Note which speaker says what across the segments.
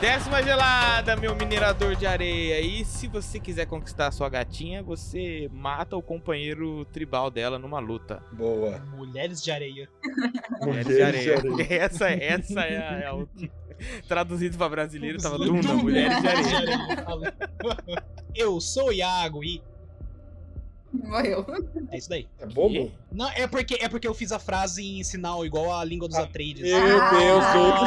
Speaker 1: Décima gelada, meu minerador de areia. E se você quiser conquistar a sua gatinha, você mata o companheiro tribal dela numa luta.
Speaker 2: Boa.
Speaker 3: Mulheres de areia.
Speaker 1: Mulheres É de areia. Essa, essa é a. é o- Traduzido pra brasileiro, tava
Speaker 3: Duna,
Speaker 1: Duna, Mulheres de Areia.
Speaker 3: Eu sou o Iago e.
Speaker 4: Morreu.
Speaker 3: É isso daí.
Speaker 2: É bobo?
Speaker 3: Não, é porque, é porque eu fiz a frase em sinal igual a língua dos
Speaker 2: Ah,
Speaker 3: Atreides.
Speaker 2: Meu Deus do
Speaker 1: Ah.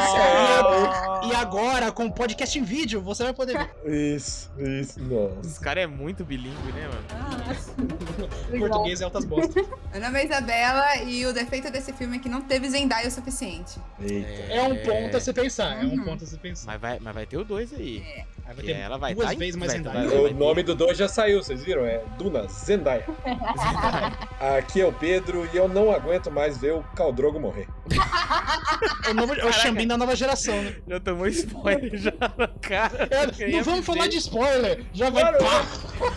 Speaker 2: céu!
Speaker 3: E agora, com o podcast em vídeo, você vai poder ver
Speaker 2: Isso, isso, nossa.
Speaker 1: Os caras é muito bilíngue, né, mano?
Speaker 3: português e altas bostas.
Speaker 4: Meu nome é Isabela e o defeito desse filme é que não teve Zendaya o suficiente.
Speaker 2: Eita.
Speaker 3: É um ponto a se pensar, é um
Speaker 4: Uhum.
Speaker 3: ponto a se pensar.
Speaker 1: Mas vai, mas vai ter o dois aí.
Speaker 4: É.
Speaker 3: Aí vai
Speaker 1: Que
Speaker 3: ter
Speaker 1: ela vai
Speaker 3: duas
Speaker 1: tá em-
Speaker 3: vezes mais
Speaker 1: vai-
Speaker 3: Zendaya.
Speaker 1: vai- vai-
Speaker 2: O nome do 2 já saiu, vocês viram? É Duna Zendaya. Aqui é o Pedro e eu não aguento mais ver o Caldrogo morrer.
Speaker 3: É o, novo, é o
Speaker 1: Caraca.
Speaker 3: Xambim da nova geração, né?
Speaker 1: Já tomou spoiler já na cara.
Speaker 3: É,
Speaker 1: Eu queria
Speaker 3: não vamos falar
Speaker 1: dizer.
Speaker 3: de spoiler! Já vai.
Speaker 2: Claro.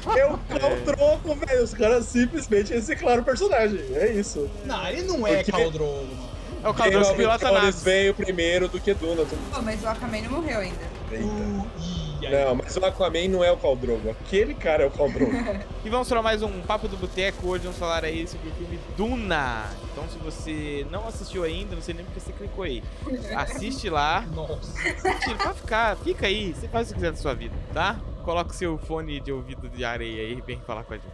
Speaker 3: pá!
Speaker 2: É o Caldrogo, velho. Os caras simplesmente reciclaram o personagem. É isso.
Speaker 3: Não, ele não é
Speaker 2: Porque-
Speaker 3: Caldrogo, mano.
Speaker 1: É o Caldrogo que pilota
Speaker 2: Jones
Speaker 1: naves.
Speaker 2: veio primeiro do que Duna. tu-
Speaker 4: Pô, mas o Aquaman não morreu ainda.
Speaker 2: Eita.
Speaker 3: Ih, aí.
Speaker 2: Não, mas o Aquaman não é o Caldrogo. Aquele cara é o Caldrogo.
Speaker 1: E vamos para mais um Papo do Boteco. Hoje vamos falar aí sobre o filme Duna. Então, se você não assistiu ainda, não sei nem porque você clicou aí. Assiste lá.
Speaker 3: Nossa.
Speaker 1: Assiste, vai ficar, fica aí. Você faz o que quiser da sua vida, tá? Coloca o seu fone de ouvido de areia aí e vem falar com a gente.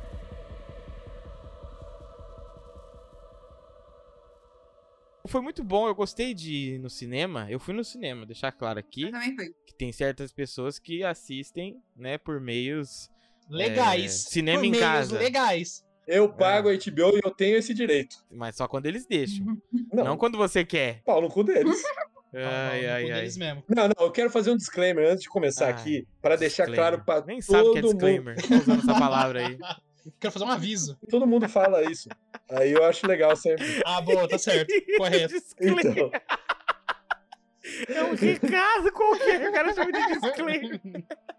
Speaker 1: Foi muito bom, eu gostei de ir no cinema. Eu fui no cinema, deixar claro aqui
Speaker 4: Eu também fui.
Speaker 1: que tem certas pessoas que assistem, né, por meios
Speaker 3: Legais.
Speaker 1: É, cinema
Speaker 3: Por
Speaker 1: em
Speaker 3: meios
Speaker 1: casa.
Speaker 3: Legais.
Speaker 2: Eu pago a HBO e eu tenho esse direito.
Speaker 1: Mas só quando eles deixam.
Speaker 2: Não,
Speaker 1: Não, quando você quer.
Speaker 2: pau no cu deles.
Speaker 1: Ai, ai, ai.
Speaker 3: é Eles mesmo.
Speaker 2: Não, não, eu quero fazer um disclaimer antes de começar
Speaker 1: Ah,
Speaker 2: aqui, para deixar
Speaker 1: Disclaimer.
Speaker 2: claro para
Speaker 1: Nem sabe o
Speaker 2: todo
Speaker 1: que é
Speaker 2: mundo.
Speaker 1: disclaimer. Tá usando essa palavra aí.
Speaker 3: Quero fazer um aviso.
Speaker 2: Todo mundo fala isso. Aí eu acho legal sempre.
Speaker 3: Ah, boa, tá certo. Correto.
Speaker 1: disclaimer.
Speaker 2: Então,
Speaker 1: É um recado qualquer. O cara chama de disclaimer.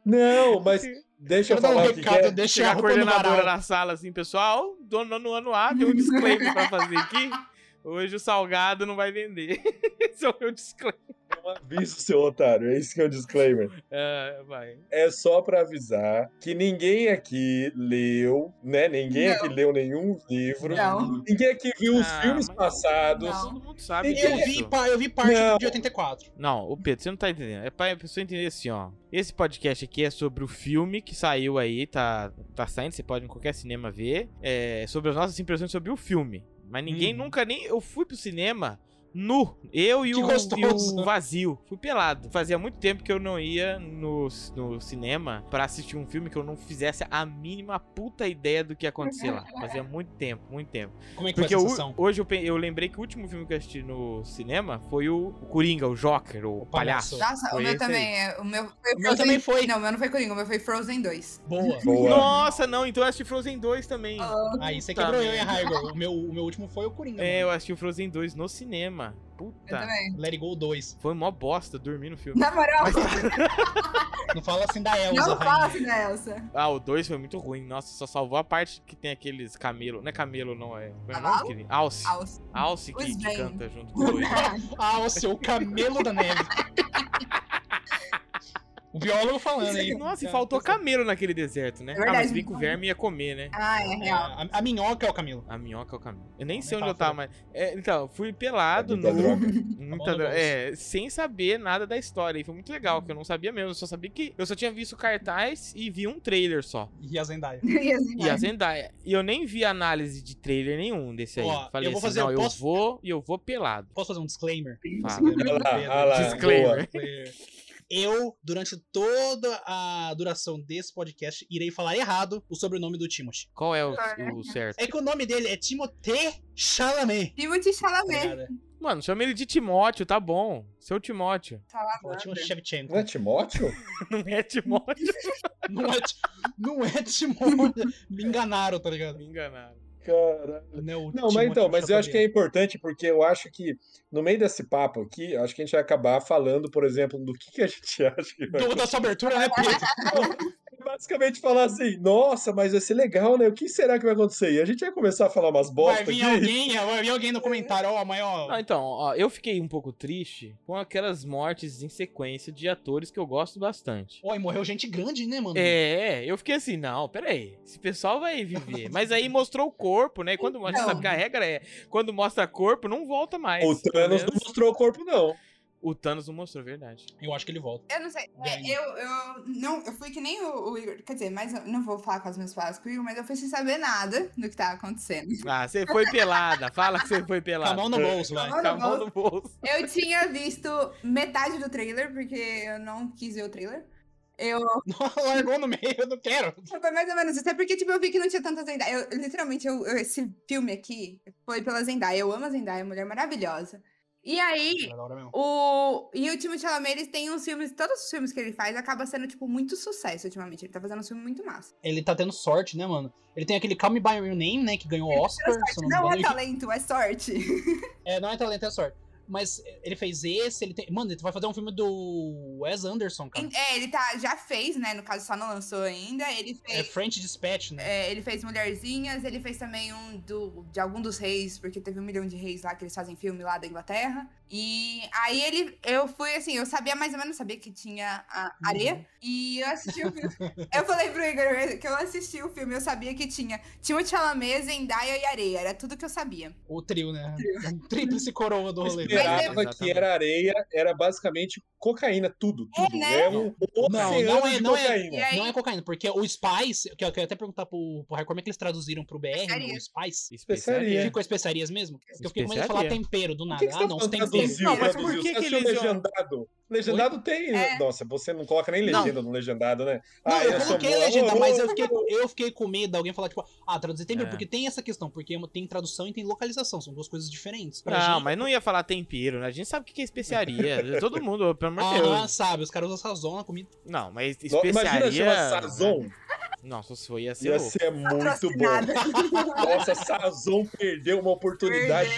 Speaker 2: não, mas deixa eu
Speaker 3: Quero dar um
Speaker 2: falar o que que
Speaker 3: recado,
Speaker 2: é.
Speaker 3: deixa
Speaker 1: Chega
Speaker 3: a
Speaker 1: a
Speaker 3: roupa no
Speaker 1: coordenadora
Speaker 3: varal.
Speaker 1: na sala assim, pessoal. Dono no ano A, deu um disclaimer pra fazer aqui. Hoje o salgado não vai vender. Esse é o meu disclaimer.
Speaker 2: É um aviso, seu otário. É isso que é o disclaimer.
Speaker 1: Ah, vai.
Speaker 2: É só para avisar que ninguém aqui leu, né? Ninguém
Speaker 4: Não.
Speaker 2: aqui leu nenhum livro.
Speaker 4: Não.
Speaker 2: Ninguém aqui viu os
Speaker 1: Ah,
Speaker 2: filmes
Speaker 1: mas-
Speaker 2: passados.
Speaker 4: Não.
Speaker 1: Todo mundo sabe
Speaker 2: Ninguém-
Speaker 3: Eu
Speaker 1: disso.
Speaker 3: vi, pa- eu vi parte
Speaker 2: Não.
Speaker 3: de 84.
Speaker 1: Não, ô Pedro, você não tá entendendo. É pra pessoa entender assim, ó. Esse podcast aqui é sobre o filme que saiu aí, tá, tá saindo, você pode ir em qualquer cinema ver. É sobre as nossas impressões sobre o filme. Mas ninguém
Speaker 3: Uhum.
Speaker 1: nunca nem. Eu fui pro cinema nu. Eu e
Speaker 3: Que
Speaker 1: o,
Speaker 3: gostoso.
Speaker 1: e o vazio. Fui pelado. Fazia muito tempo que eu não ia no, no cinema pra assistir um filme que eu não fizesse a mínima puta ideia do que ia acontecer lá. Fazia muito tempo, muito tempo.
Speaker 3: Como é que
Speaker 1: Porque
Speaker 3: foi a
Speaker 1: eu-
Speaker 3: sensação?
Speaker 1: hoje eu, pe- eu lembrei que o último filme que eu assisti no cinema foi o, o Coringa, o Joker, o, palhaço.
Speaker 3: palhaço.
Speaker 4: Nossa,
Speaker 1: Foi
Speaker 4: o meu
Speaker 1: esse
Speaker 4: também. é- O meu foi
Speaker 3: meu também foi.
Speaker 4: Não, o meu não foi Coringa, o meu foi Frozen 2.
Speaker 3: Boa.
Speaker 2: Boa.
Speaker 1: Nossa, não, então eu assisti Frozen 2 também.
Speaker 4: Ah,
Speaker 3: Aí você
Speaker 1: Puta
Speaker 3: quebrou eu, hein,
Speaker 1: merda.
Speaker 3: Raigor? O meu, o meu último foi o Coringa.
Speaker 1: É,
Speaker 3: mano.
Speaker 1: eu assisti o Frozen 2 no cinema.
Speaker 4: Eu
Speaker 3: Tá.
Speaker 1: Puta.
Speaker 4: também.
Speaker 3: Let It Go 2.
Speaker 1: Foi mó bosta dormir no filme.
Speaker 4: Na moral,
Speaker 3: Não fala assim da Elsa,
Speaker 4: não
Speaker 3: rainha.
Speaker 4: fala assim da Elsa.
Speaker 1: Ah, o 2 foi muito ruim. Nossa, só salvou a parte que tem aqueles camelo. Não é camelo, não, é. Como é o nome,
Speaker 4: Cavalo?
Speaker 1: querido? Alce.
Speaker 4: Alce.
Speaker 1: Alce que,
Speaker 4: Os
Speaker 1: que
Speaker 4: bem.
Speaker 1: canta junto com o 2.
Speaker 3: Ah, o seu camelo da neve. O biólogo falando aí.
Speaker 1: Nossa, e faltou camelo naquele deserto, né?
Speaker 4: É
Speaker 1: ah,
Speaker 4: verdade.
Speaker 1: mas se bem que o verme ia comer, né?
Speaker 4: Ah, é
Speaker 3: É,
Speaker 4: real.
Speaker 3: a, a minhoca é o camelo.
Speaker 1: A minhoca é o caminho. Eu nem
Speaker 3: Uma
Speaker 1: sei onde eu tava, mas.
Speaker 3: né?
Speaker 1: É, então, eu fui
Speaker 2: É
Speaker 1: pelado
Speaker 2: muita
Speaker 1: no.
Speaker 2: droga.
Speaker 1: Muita
Speaker 3: Tá bom,
Speaker 1: droga.
Speaker 3: Douglas.
Speaker 1: É, sem saber nada da história. E foi muito legal,
Speaker 3: Uhum.
Speaker 1: que eu não sabia mesmo. Eu só sabia que. Eu só tinha visto cartaz e vi um trailer só.
Speaker 3: E a Zendaya.
Speaker 4: E assim,
Speaker 1: E a Zendaya. E eu nem vi análise de trailer nenhum desse aí.
Speaker 3: Ó,
Speaker 1: Falei
Speaker 3: eu vou
Speaker 1: assim,
Speaker 3: fazer-
Speaker 1: não,
Speaker 3: eu
Speaker 1: eu
Speaker 3: posso-
Speaker 1: vou e eu vou pelado.
Speaker 3: Posso fazer um disclaimer?
Speaker 1: Fala.
Speaker 2: Ah lá, ah lá,
Speaker 1: Disclaimer.
Speaker 3: Eu, durante toda a duração desse podcast, irei falar errado o sobrenome do Timothy.
Speaker 1: Qual é o,
Speaker 4: Cara.
Speaker 1: o certo?
Speaker 3: É que o nome dele é Timothée Chalamet. Tá É,
Speaker 4: Timothy Chalamet.
Speaker 3: Obrigado.
Speaker 1: Mano, chama ele de Timóteo, tá bom. Seu Timóteo.
Speaker 4: Tá lá,
Speaker 3: Fala Timothée Shevchenko.
Speaker 2: Não é Timóteo?
Speaker 1: Não é Timóteo?
Speaker 3: Não é, Ti- não é Timothée. Me enganaram, tá ligado?
Speaker 1: Me enganaram.
Speaker 2: Caralho.
Speaker 3: Não, é o
Speaker 2: Não, mas
Speaker 3: Timothée
Speaker 2: então, mas eu acho que é
Speaker 3: Chalamet.
Speaker 2: importante porque eu acho que no meio desse papo aqui, eu acho que a gente
Speaker 3: Então,
Speaker 2: vai acabar falando, por exemplo, do que, que a gente acha que vai
Speaker 3: Do- Da sua abertura, né, Pedro?
Speaker 2: Não, basicamente falar assim: nossa, mas vai ser legal, né? O que será que vai acontecer? E a gente vai começar a falar umas bosta
Speaker 3: Vai
Speaker 2: aqui.
Speaker 3: vir alguém, vai vir alguém no comentário, ó, amanhã,
Speaker 1: Não,
Speaker 3: ó.
Speaker 1: então, ó, eu fiquei um pouco triste com aquelas mortes em sequência de atores que eu gosto bastante.
Speaker 3: Ó, e morreu gente grande, né, mano?
Speaker 1: É, eu fiquei assim, não, peraí, esse pessoal vai viver. Mas aí mostrou o corpo, né? E Quando mostra,
Speaker 4: Então.
Speaker 1: sabe que a regra é, quando mostra corpo, não volta mais.
Speaker 2: O Thanos não
Speaker 1: Pelo menos-
Speaker 2: mostrou o corpo, não.
Speaker 1: O Thanos não mostrou, verdade.
Speaker 3: Eu acho que ele volta.
Speaker 4: Eu não sei. é,
Speaker 3: Ganha.
Speaker 4: eu, eu, não, eu fui que nem o, o Igor. Quer dizer, mas eu não vou falar com as minhas palavras com o Igor, mas eu fui sem saber nada do que tava acontecendo.
Speaker 1: Ah, você foi pelada, fala que você foi
Speaker 3: Com a
Speaker 1: pelada.
Speaker 3: mão no
Speaker 2: É.
Speaker 3: bolso, vai.
Speaker 1: Com a mão no bolso.
Speaker 4: Eu tinha visto metade do trailer, porque eu não quis ver o trailer. Eu,
Speaker 3: Largou no meio, eu não quero.
Speaker 4: foi mais ou menos isso. Até porque, tipo, eu vi que não tinha tanta Zendaya. Eu, literalmente, eu, eu- esse filme aqui foi pela Zendaya. Eu amo a Zendaya, é uma mulher maravilhosa. E aí,
Speaker 3: Da hora mesmo.
Speaker 4: O... E o Timothée Chalamet, eles têm uns filmes... Todos os filmes que ele faz acaba sendo, tipo, muito sucesso ultimamente. Ele tá fazendo um filme muito massa.
Speaker 3: Ele tá tendo sorte, né, mano? Ele tem aquele Call Me By Your Name, né, que ganhou Oscar. se eu não me
Speaker 4: Não é
Speaker 3: engano.
Speaker 4: talento, é sorte.
Speaker 3: É, não é talento, é sorte. Mas ele fez esse, ele tem. Mano, ele vai fazer um filme do Wes Anderson, cara.
Speaker 4: É, ele tá... Já fez, né? No caso, só não lançou ainda. Ele
Speaker 3: É
Speaker 4: fez...
Speaker 3: French Dispatch, né?
Speaker 4: Então, é, ele fez Mulherzinhas, ele fez também um do, de algum dos reis, porque teve um milhão de reis lá que eles fazem filme lá da Inglaterra. E aí ele, eu fui assim, eu sabia mais ou menos, sabia que tinha a areia, E eu assisti o filme. eu falei pro Igor que eu assisti o filme, eu sabia que tinha Timothée Chalamet, Zendaya e Areia. Era tudo que eu sabia.
Speaker 3: O trio, né? A Tríplice coroa do
Speaker 2: Eu
Speaker 3: rolê.
Speaker 2: esperava
Speaker 1: Mas é-
Speaker 2: que era areia, era basicamente cocaína, tudo.
Speaker 4: É,
Speaker 2: tudo.
Speaker 4: né?
Speaker 2: É um oceano
Speaker 3: não é-
Speaker 2: de
Speaker 3: não é-
Speaker 2: cocaína.
Speaker 4: E aí-
Speaker 3: Não é cocaína, porque o Spice, que eu queria até perguntar pro, pro Raio como é que eles traduziram pro BR, né, o
Speaker 4: Especiarias.
Speaker 3: Spice.
Speaker 2: Especiaria.
Speaker 1: Especiaria.
Speaker 3: Ficou especiarias mesmo? Porque eu fiquei com medo de falar
Speaker 1: Especiaria.
Speaker 3: tempero do
Speaker 2: É. Por
Speaker 3: nada.
Speaker 2: que, que você tá
Speaker 3: ah, não, você
Speaker 2: falando
Speaker 3: tem tempero.
Speaker 2: traduziu?
Speaker 1: Não, mas por
Speaker 2: traduziu?
Speaker 1: que
Speaker 2: Você
Speaker 1: que
Speaker 2: assistiu
Speaker 1: eles-
Speaker 2: legendado? Legendado tem.
Speaker 4: É.
Speaker 2: Nossa, você não coloca nem
Speaker 1: Não.
Speaker 2: legenda no legendado, né?
Speaker 1: Ah,
Speaker 3: Não, eu
Speaker 1: é,
Speaker 2: sou
Speaker 3: coloquei a
Speaker 2: bom.
Speaker 3: legenda,
Speaker 2: Oh,
Speaker 3: mas
Speaker 2: oh,
Speaker 3: eu fiquei,
Speaker 2: oh.
Speaker 3: eu fiquei com medo de alguém falar, tipo, ah, traduzir tempero,
Speaker 1: É.
Speaker 3: porque tem essa questão, porque é tem tradução e tem localização, são duas coisas diferentes. Pra
Speaker 1: Não,
Speaker 3: gente,
Speaker 1: mas não ia falar tempero, né? A gente sabe o que que é especiaria. Todo mundo, pelo amor de
Speaker 3: Ah,
Speaker 1: Deus.
Speaker 3: sabe, os caras usam sazon na comida.
Speaker 1: Não, mas
Speaker 2: No- Imagina
Speaker 1: especiaria...
Speaker 2: chamar Sazon.
Speaker 1: Nossa, isso assim, ia ser
Speaker 2: Ia
Speaker 1: louco.
Speaker 2: ser muito bom.
Speaker 4: Patrocinado.
Speaker 2: Nossa, Sazon perdeu uma oportunidade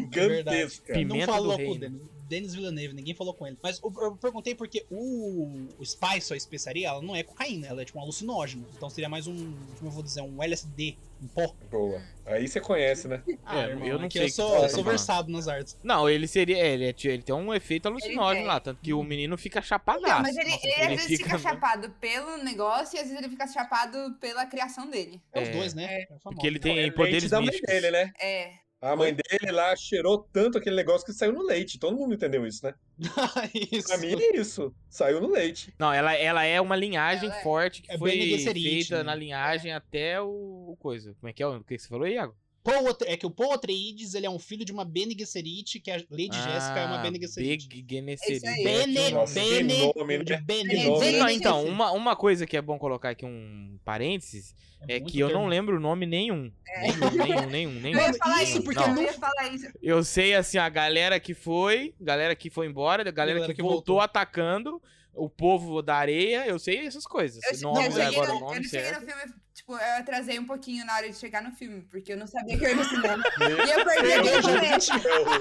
Speaker 2: gigantesca.
Speaker 1: Verdade. Pimenta
Speaker 3: não falou
Speaker 1: do
Speaker 3: com o
Speaker 1: reino.
Speaker 3: Denis, Denis Villeneuve, ninguém falou com ele. Mas eu, eu perguntei porque o, o Spice, a especiaria, ela não é cocaína, ela é tipo um alucinógeno. Então seria mais um, como eu vou dizer, um LSD, um pó.
Speaker 2: Boa. Aí você conhece, né?
Speaker 1: Ah,
Speaker 3: irmão,
Speaker 1: eu não
Speaker 3: aqui
Speaker 1: sei o
Speaker 3: Eu
Speaker 1: que
Speaker 3: sou,
Speaker 1: vocês
Speaker 3: eu
Speaker 1: estão
Speaker 3: sou
Speaker 1: falando.
Speaker 3: versado nas artes.
Speaker 1: Não, ele seria. é, Ele, é ti- ele tem um efeito alucinógeno
Speaker 4: tem.
Speaker 1: lá, tanto que o menino fica chapadaço.
Speaker 4: é. Não, mas
Speaker 1: Ah,
Speaker 4: ele,
Speaker 1: Nossa,
Speaker 4: ele às vezes fica,
Speaker 1: fica-
Speaker 4: chapado pelo negócio e às vezes ele fica chapado pela criação dele.
Speaker 3: É, os
Speaker 1: É,
Speaker 3: dois, né? É, o famoso.
Speaker 1: Porque ele
Speaker 2: É
Speaker 1: tem
Speaker 2: leite
Speaker 1: poderes
Speaker 2: da mãe
Speaker 1: místicos.
Speaker 2: dele, né?
Speaker 4: É.
Speaker 2: A mãe dele lá cheirou tanto aquele negócio que saiu no leite. Todo mundo entendeu isso, né?
Speaker 3: Isso.
Speaker 2: Pra mim é isso. Saiu no leite.
Speaker 1: Não, ela, ela é uma linhagem
Speaker 4: Ela é-
Speaker 1: forte que
Speaker 3: é
Speaker 1: foi
Speaker 3: Bene Gesserit,
Speaker 1: feita
Speaker 3: né?
Speaker 1: na linhagem até o, o coisa. Como é que é? O que você falou, Iago?
Speaker 3: Paul Atre- é que o Paul Atreides, ele é um filho de uma Bene Gesserit, que a Lady Jéssica é uma Bene Gesserit.
Speaker 1: Ah, Big é Gesserit.
Speaker 4: Isso aí.
Speaker 3: Bene,
Speaker 2: Nossa, que
Speaker 3: Bene,
Speaker 2: nome, né?
Speaker 3: de Bene.
Speaker 4: Que nome,
Speaker 1: Não,
Speaker 4: né?
Speaker 1: então, uma, uma coisa que é bom colocar aqui um parênteses é,
Speaker 3: muito
Speaker 1: que eu não
Speaker 3: termo.
Speaker 1: lembro o nome nenhum. Nenhum, nenhum, nenhum, nenhum.
Speaker 4: É. Eu ia
Speaker 3: Mano,
Speaker 4: falar
Speaker 3: isso
Speaker 4: isso,
Speaker 3: porque
Speaker 4: eu
Speaker 3: não-
Speaker 4: ia falar isso.
Speaker 1: Eu sei, assim, a galera que foi, galera que foi embora, a galera,
Speaker 3: galera
Speaker 1: que,
Speaker 3: que
Speaker 1: voltou,
Speaker 3: voltou.
Speaker 1: atacando, o povo da areia, eu sei essas coisas.
Speaker 4: Eu, che- eu
Speaker 1: Nomes
Speaker 4: cheguei
Speaker 1: agora,
Speaker 4: no,
Speaker 1: o
Speaker 4: eu
Speaker 1: nome
Speaker 4: não cheguei
Speaker 1: certo.
Speaker 4: no filme, tipo, eu atrasei um pouquinho na hora de chegar no filme, porque eu não sabia que eu ia no cinema. e eu perdi
Speaker 2: Meu
Speaker 4: aquele começo.
Speaker 3: É,
Speaker 2: Então,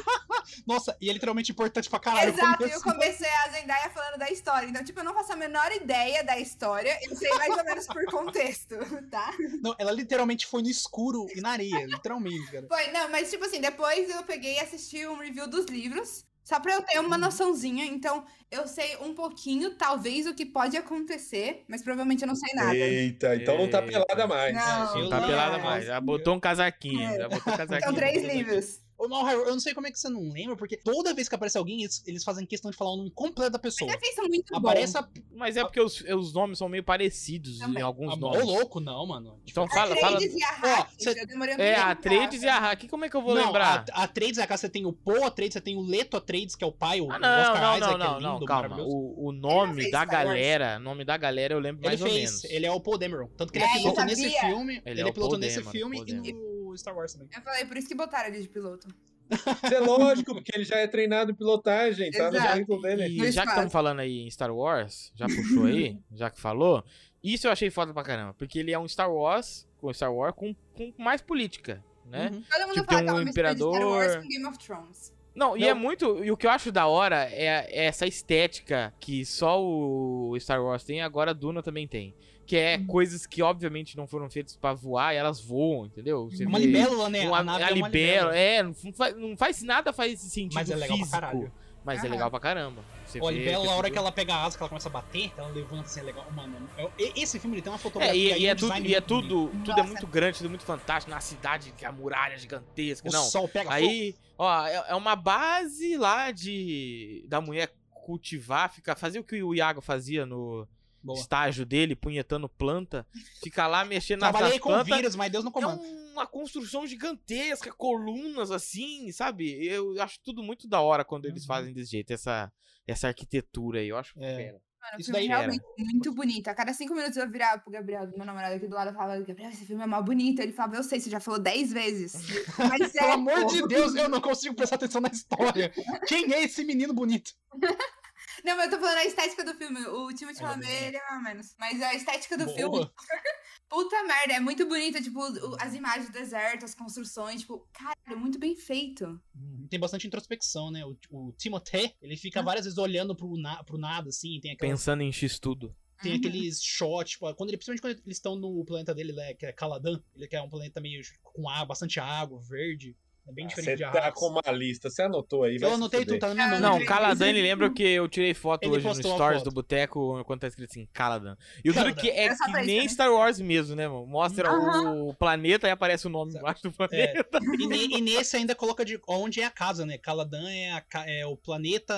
Speaker 3: Nossa, e é literalmente importante pra caralho.
Speaker 4: Exato,
Speaker 3: Como
Speaker 4: eu
Speaker 3: assim?
Speaker 4: comecei a Zendaya falando da história. Então, tipo, eu não faço a menor ideia da história, eu sei mais ou menos por contexto, tá?
Speaker 3: Não, ela literalmente foi no escuro e na areia, literalmente, cara.
Speaker 4: Foi, não, mas tipo assim, depois eu peguei e assisti um review dos livros, só pra eu ter
Speaker 1: Uhum.
Speaker 4: uma noçãozinha. Então, eu sei um pouquinho, talvez, o que pode acontecer, mas provavelmente eu não sei nada.
Speaker 2: Eita, então não tá
Speaker 1: Eita.
Speaker 2: pelada mais.
Speaker 4: Não.
Speaker 1: Não
Speaker 3: Eu
Speaker 1: tá
Speaker 3: não-
Speaker 1: pelada
Speaker 4: é,
Speaker 1: mais. Já botou um casaquinho.
Speaker 4: É.
Speaker 1: Já botou um casaquinho.
Speaker 4: São três livros.
Speaker 3: Ô, Mal, Harold, eu não sei como é que você não lembra, porque toda vez que aparece alguém, eles, eles fazem questão de falar o nome completo da pessoa.
Speaker 4: Mas é isso muito bom.
Speaker 3: Aparece a.
Speaker 1: Mas é porque os, os nomes são meio parecidos
Speaker 4: Também. É
Speaker 1: em alguns
Speaker 3: a
Speaker 1: nomes.
Speaker 3: Ah, Ô, louco, não, mano.
Speaker 1: Então fala, fala.
Speaker 4: Atreides e a
Speaker 3: Ó,
Speaker 4: Hades,
Speaker 3: cê-
Speaker 4: eu demorei um
Speaker 1: É,
Speaker 4: tempo
Speaker 1: a
Speaker 4: pra-
Speaker 1: Atreides e a Haki. Como é que eu vou
Speaker 3: não,
Speaker 1: lembrar?
Speaker 3: A, a Trades é a casa, você tem o Paul Atreides, você tem o Leto Atreides, que é o pai, o
Speaker 1: Ah,
Speaker 3: o Oscar
Speaker 1: não, não, não,
Speaker 3: Isaac, que é
Speaker 1: não,
Speaker 3: lindo,
Speaker 1: não, calma.
Speaker 3: maravilhoso.
Speaker 1: O, o
Speaker 4: Ele
Speaker 1: nome
Speaker 4: fez
Speaker 1: da
Speaker 4: Star Wars.
Speaker 1: galera, o nome da galera eu lembro
Speaker 3: Ele
Speaker 1: mais ou
Speaker 3: fez,
Speaker 1: menos.
Speaker 3: ele é o Paul Dameron. Tanto que ele
Speaker 4: É,
Speaker 3: é,
Speaker 4: eu
Speaker 3: piloto
Speaker 4: sabia.
Speaker 3: nesse filme,
Speaker 1: é
Speaker 3: ele,
Speaker 1: o
Speaker 3: é piloto
Speaker 1: Paul
Speaker 3: nesse
Speaker 1: Dameron,
Speaker 3: filme
Speaker 1: Paul
Speaker 3: e no Star Wars também.
Speaker 4: Eu falei, por isso que botaram ele de piloto.
Speaker 2: Isso é lógico, porque ele já é treinado em pilotagem, tá no
Speaker 4: Exato.
Speaker 2: currículo dele.
Speaker 1: E
Speaker 4: Dois
Speaker 1: já que
Speaker 4: fases.
Speaker 1: estamos falando aí em Star Wars, já puxou aí, já que falou, isso eu achei foda pra caramba, porque ele é um Star Wars, com Star Wars com, com mais política, né?
Speaker 3: Uhum.
Speaker 4: Todo mundo
Speaker 1: Tipo,
Speaker 4: fala
Speaker 1: tem
Speaker 4: que é
Speaker 1: um
Speaker 4: uma mistura de Star Wars
Speaker 1: imperador.
Speaker 4: com Game of Thrones.
Speaker 1: Não, e
Speaker 2: Não.
Speaker 1: é muito. E o que eu acho da hora é, é essa estética que só o Star Wars tem, agora a Duna também tem. Que é
Speaker 3: Uhum.
Speaker 1: coisas que obviamente não foram feitas pra voar e elas voam, entendeu? Você
Speaker 3: É uma
Speaker 1: vê
Speaker 3: libélula, né?
Speaker 1: um a, a
Speaker 3: é uma
Speaker 1: libélula, é, não faz, não faz nada, faz sentido.
Speaker 3: Mas é legal
Speaker 1: físico,
Speaker 3: pra caralho.
Speaker 1: Mas é
Speaker 4: Aham.
Speaker 1: legal pra caramba. Você
Speaker 3: Ó, a
Speaker 1: vê
Speaker 3: libélula, a hora
Speaker 1: pessoas-
Speaker 3: que ela pega a asa, que ela começa a bater, ela levanta assim, é legal. Mano, eu- e- esse filme ele tem uma
Speaker 1: É,
Speaker 3: fotografia.
Speaker 1: e, e
Speaker 3: um
Speaker 1: é tudo,
Speaker 3: design
Speaker 1: e é
Speaker 3: muito bonito.
Speaker 1: tudo, tudo é
Speaker 4: Nossa.
Speaker 1: muito grande, tudo muito fantástico. Na cidade, que a muralha é gigantesca.
Speaker 3: O
Speaker 1: não,
Speaker 3: sol pega fogo.
Speaker 1: Aí, ó, é, é uma base lá de da mulher cultivar, ficar, fazer o que o Iago fazia no
Speaker 3: Boa.
Speaker 1: estágio dele, punhetando planta, ficar lá mexendo nas,
Speaker 3: Trabalhei
Speaker 1: nas
Speaker 3: com
Speaker 1: plantas.
Speaker 3: vírus, mas Deus não
Speaker 1: É
Speaker 3: comanda.
Speaker 1: uma construção gigantesca, colunas assim, sabe? Eu acho tudo muito da hora quando eles
Speaker 3: Uhum.
Speaker 1: fazem desse jeito, essa, essa arquitetura aí. Eu acho
Speaker 3: É.
Speaker 1: fera.
Speaker 4: Mano,
Speaker 3: Isso
Speaker 4: o
Speaker 3: daí
Speaker 4: filme é realmente muito bonito. A cada cinco minutos eu virava pro Gabriel, meu namorado aqui do lado, eu falava, Gabriel, esse filme é mal bonito. Ele falava, eu sei, você já falou dez vezes. Mas é,
Speaker 3: Pelo amor
Speaker 4: pô.
Speaker 3: de Deus, eu não consigo prestar atenção na história. Quem é esse menino bonito?
Speaker 4: Não, mas eu tô falando a estética do filme. O time de
Speaker 3: Ai, meu Deus.
Speaker 4: ele é mais ou menos. Mas a estética do
Speaker 3: Boa.
Speaker 4: filme. Puta merda, é muito bonito, tipo, o- as imagens do deserto, as construções, tipo, caralho, muito bem feito.
Speaker 3: Hum,
Speaker 1: Uhum.
Speaker 3: Tem bastante introspecção, né? O, o Timothée, ele fica várias vezes olhando pro, na- pro nada, assim, tem aquela
Speaker 1: Pensando em X tudo.
Speaker 3: Tem
Speaker 4: Uhum.
Speaker 3: aqueles shots, tipo, quando ele, principalmente quando eles estão no planeta dele, né, que é Caladan, ele quer um planeta meio com água, bastante água, verde. É bem diferente
Speaker 2: Você
Speaker 3: de
Speaker 2: tá
Speaker 3: Arrakis.
Speaker 2: com uma lista, você anotou aí. vai
Speaker 3: Eu
Speaker 2: se
Speaker 3: anotei tudo,
Speaker 2: fuder.
Speaker 3: tá na minha
Speaker 4: Ah,
Speaker 3: mão.
Speaker 1: Não,
Speaker 4: ele-
Speaker 1: Caladan, ele
Speaker 4: ele-
Speaker 1: lembra que eu tirei foto
Speaker 3: Ele
Speaker 1: hoje no
Speaker 3: postou a
Speaker 1: Stories
Speaker 3: foto.
Speaker 1: do Boteco, quando tá escrito assim, Caladan. E o duro
Speaker 3: Caladan.
Speaker 1: que é
Speaker 4: Eu só
Speaker 1: que
Speaker 4: falei
Speaker 1: nem
Speaker 4: isso
Speaker 1: Star Wars mesmo, né, mano? Mostra o planeta e aparece o nome
Speaker 3: Exato.
Speaker 1: embaixo do
Speaker 3: É,
Speaker 1: planeta.
Speaker 3: e, ne- e nesse ainda coloca de onde é a casa, né? Caladan é, a ca- é o planeta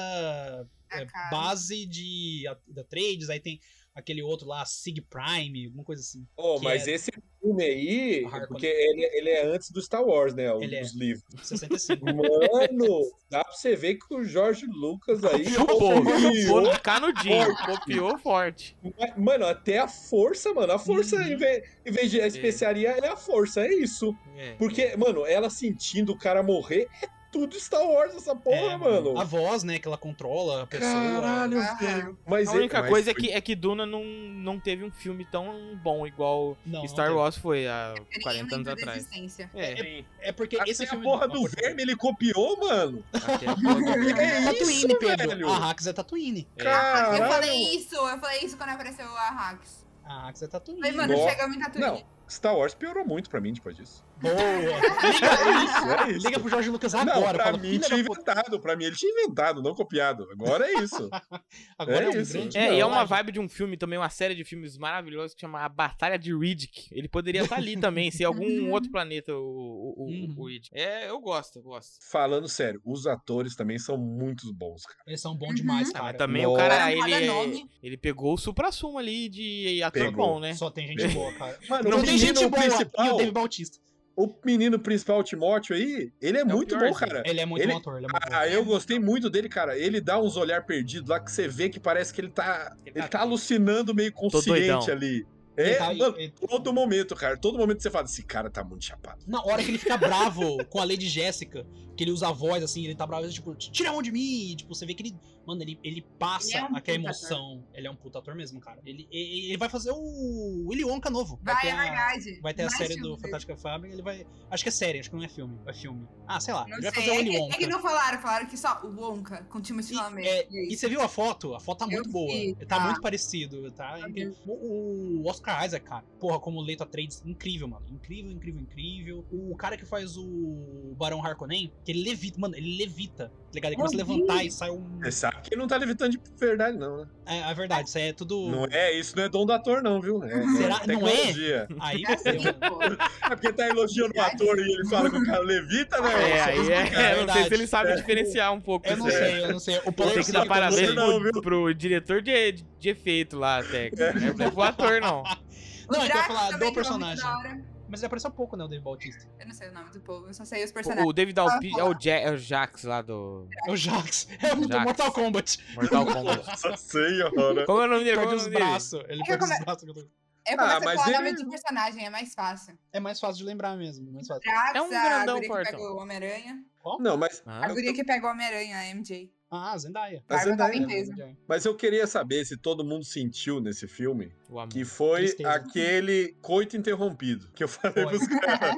Speaker 3: é,
Speaker 4: A casa.
Speaker 3: base de a- da Trades, aí tem aquele outro lá, Sig Prime, alguma coisa assim.
Speaker 2: Ô,
Speaker 3: que
Speaker 2: mas
Speaker 3: é-
Speaker 2: esse filme aí,
Speaker 3: Harkonnen.
Speaker 2: porque ele, ele é antes do Star Wars, né? o-
Speaker 3: Ele é.
Speaker 2: Os livros.
Speaker 3: 65.
Speaker 2: Mano, dá pra você ver que o Jorge Lucas aí.
Speaker 1: Chupou, chupou
Speaker 2: copiou.
Speaker 1: no tá canudinho. Copiou forte.
Speaker 2: Mano, até a força, mano. A força,
Speaker 3: Uhum.
Speaker 2: em, vez, em vez de a especiaria, é a força, é isso.
Speaker 1: É.
Speaker 2: Porque, mano, ela sentindo o cara morrer é tudo Star Wars, essa porra,
Speaker 3: É,
Speaker 2: mano.
Speaker 3: A voz, né? Que ela controla a pessoa.
Speaker 2: Caralho,
Speaker 4: Aham.
Speaker 2: velho.
Speaker 3: Ah,
Speaker 2: Mas
Speaker 1: A
Speaker 2: é-
Speaker 1: única
Speaker 2: mas
Speaker 1: coisa é
Speaker 2: foi-
Speaker 1: que, é que Duna não, não teve um filme tão bom igual
Speaker 3: Não, não
Speaker 1: Star
Speaker 3: tem.
Speaker 1: Wars foi há
Speaker 4: Eu
Speaker 1: 40 anos
Speaker 4: é um lembro da
Speaker 1: atrás.
Speaker 4: existência.
Speaker 1: É,
Speaker 3: É porque
Speaker 2: Até
Speaker 3: esse
Speaker 2: a
Speaker 3: filme.
Speaker 2: porra
Speaker 3: Não,
Speaker 2: do
Speaker 3: pode-
Speaker 2: verme ele copiou, mano.
Speaker 1: até a porra.
Speaker 2: É isso,
Speaker 3: Tatooine, Pedro.
Speaker 2: velho.
Speaker 3: Arrax é Tatooine.
Speaker 4: Eu
Speaker 2: Caralho.
Speaker 4: falei isso, eu falei isso quando apareceu a Hax.
Speaker 3: Arrax é
Speaker 4: Falei,
Speaker 3: Tatooine.
Speaker 4: mano,
Speaker 2: Nossa.
Speaker 4: chegamos em Tatooine.
Speaker 2: Não, Star Wars piorou muito pra mim depois disso.
Speaker 3: Boa.
Speaker 2: É isso, é isso.
Speaker 3: Liga pro Jorge Lucas
Speaker 2: não,
Speaker 3: agora.
Speaker 2: pra
Speaker 3: fala,
Speaker 2: mim
Speaker 3: "Filha da
Speaker 2: tinha
Speaker 3: puta,
Speaker 2: inventado. Pra mim ele tinha inventado, não copiado. Agora é isso.
Speaker 3: Agora é,
Speaker 2: É
Speaker 3: um
Speaker 2: isso.
Speaker 3: grande.
Speaker 1: É, e é uma
Speaker 3: personagem."
Speaker 1: vibe de um filme também, uma série de filmes maravilhosos que chama A Batalha de Riddick. Ele poderia estar ali também, se algum outro planeta, o, o, o-
Speaker 3: Uhum.
Speaker 1: o Riddick. É, eu gosto, eu gosto.
Speaker 2: Falando sério, os atores também são muito bons, cara.
Speaker 3: Eles são bons demais,
Speaker 4: Uhum.
Speaker 1: Ah, mas
Speaker 3: cara.
Speaker 1: também o
Speaker 2: Nossa.
Speaker 1: cara,
Speaker 4: Cada
Speaker 1: ele,
Speaker 4: nome.
Speaker 1: ele pegou o supra-sumo ali de ator
Speaker 2: Pegou.
Speaker 1: bom, né?
Speaker 3: Só tem gente boa, cara.
Speaker 2: Mano,
Speaker 3: Não
Speaker 2: o
Speaker 3: tem gente
Speaker 2: menino
Speaker 3: boa e o
Speaker 2: principal,
Speaker 3: David Bautista.
Speaker 2: o menino principal Timóteo aí, ele é,
Speaker 1: o
Speaker 2: muito bom,
Speaker 1: piorzinho.
Speaker 2: cara.
Speaker 3: Ele é muito
Speaker 2: Ele-
Speaker 3: bom ator, ele é muito bom.
Speaker 2: Ah, eu gostei muito dele, cara. Ele dá uns olhar perdidos lá que você vê que parece que ele tá,
Speaker 1: Ele tá
Speaker 2: ele tá
Speaker 1: triste.
Speaker 2: alucinando meio
Speaker 1: doidão.
Speaker 2: consciente ali.
Speaker 3: Ele
Speaker 2: É,
Speaker 3: tá-
Speaker 2: mano,
Speaker 3: ele-
Speaker 2: todo momento, cara. Todo momento você fala, esse cara tá muito chapado.
Speaker 3: Na hora que ele fica bravo com a Lady Jéssica, que ele usa a voz assim, ele tá bravo, ele, tipo, tira a mão de mim! E, tipo, você vê que ele. Mano, ele, ele passa
Speaker 4: Ele é um
Speaker 3: aquela
Speaker 4: puta
Speaker 3: emoção. Ele é um puta ator mesmo, cara. Ele, ele, ele vai fazer o Willy Wonka novo.
Speaker 4: Vai, é
Speaker 3: a-
Speaker 4: verdade.
Speaker 3: Vai ter a
Speaker 4: Mais
Speaker 3: série do
Speaker 4: filme dele.
Speaker 3: Fantástica Fábrica, ele vai. Acho que é série, acho que não é filme. É filme. Ah, sei lá.
Speaker 4: Não
Speaker 3: ele vai
Speaker 4: sei,
Speaker 3: fazer o
Speaker 4: é,
Speaker 3: Willy
Speaker 4: que,
Speaker 3: Wonka.
Speaker 4: é que não falaram, falaram que só o Wonka com o time
Speaker 3: E,
Speaker 4: de nome.
Speaker 3: é, e você viu a foto? A foto tá
Speaker 4: Eu
Speaker 3: muito boa.
Speaker 4: vi,
Speaker 3: Tá
Speaker 4: tá.
Speaker 3: muito parecido, tá? incrível. O, o Oscar Isaac, cara, porra, como Leto Atreides, incrível, mano. Incrível, incrível, incrível. O cara que faz o Barão Harkonnen, que ele levita, mano, ele levita, tá ligado? Ele começa a
Speaker 4: Eu vi.
Speaker 3: levantar e sai um...
Speaker 2: Você sabe que ele não tá levitando de verdade, não, né?
Speaker 3: É, é verdade, isso aí é tudo...
Speaker 2: Não é, isso não é dom do ator, não, viu? É,
Speaker 3: Será?
Speaker 2: é
Speaker 3: Não é?
Speaker 2: tecnologia.
Speaker 3: Aí
Speaker 4: Tá
Speaker 3: você...
Speaker 4: assim, pô.
Speaker 2: É porque tá elogiando o ator e ele fala que o cara levita, né?
Speaker 1: É, aí é,
Speaker 3: É
Speaker 1: eu não sei
Speaker 3: verdade.
Speaker 1: se ele sabe diferenciar um pouco.
Speaker 3: Eu não
Speaker 1: isso aí.
Speaker 3: sei, eu não sei. tá O
Speaker 1: Tem
Speaker 3: Poder
Speaker 1: que dar
Speaker 2: sei,
Speaker 1: parabéns
Speaker 2: eu não sei não,
Speaker 1: pro, pro diretor de, de efeito lá, até. Não é pro ator, não.
Speaker 3: Não, é que eu ia
Speaker 4: Drax
Speaker 3: falar
Speaker 4: também
Speaker 3: do
Speaker 4: que é muito
Speaker 3: personagem.
Speaker 4: da hora.
Speaker 3: Mas ele apareceu há pouco, né, o David Bautista.
Speaker 4: Eu não sei o nome do povo, eu só sei os
Speaker 1: O,
Speaker 4: personagens.
Speaker 1: o David Alpi é o, Ja- é o Jax lá do
Speaker 3: É o Jax. É o do
Speaker 1: Jax.
Speaker 3: Mortal Kombat.
Speaker 1: Mortal Kombat.
Speaker 2: Nossa senhora.
Speaker 1: Como é o nome dele? Como é
Speaker 3: Perde
Speaker 1: o
Speaker 3: os
Speaker 1: nome dele?
Speaker 3: braços. Ele perde os
Speaker 4: come-
Speaker 3: braços. que eu tô-
Speaker 4: Eu começo
Speaker 2: Ah,
Speaker 4: a
Speaker 2: mas
Speaker 4: É falar
Speaker 2: ele-
Speaker 4: nome de personagem, é mais fácil.
Speaker 3: É mais fácil de lembrar mesmo. Mais fácil.
Speaker 4: Drax,
Speaker 1: É um
Speaker 4: a
Speaker 1: grandão
Speaker 4: guria que
Speaker 1: fortão.
Speaker 4: pega o Homem-Aranha.
Speaker 2: Não, mas
Speaker 1: Hã?
Speaker 4: A guria que pega o Homem-Aranha, a MJ.
Speaker 3: Ah, Zendaya.
Speaker 2: A
Speaker 4: Bárbara
Speaker 2: Zendaya.
Speaker 4: Carpenter. Beleza.
Speaker 3: Zendaya.
Speaker 2: Mas eu queria saber se todo mundo sentiu nesse filme
Speaker 1: O amor.
Speaker 2: que foi
Speaker 3: Tristeza.
Speaker 2: aquele coito interrompido que eu falei
Speaker 3: Foi.
Speaker 2: pros caras.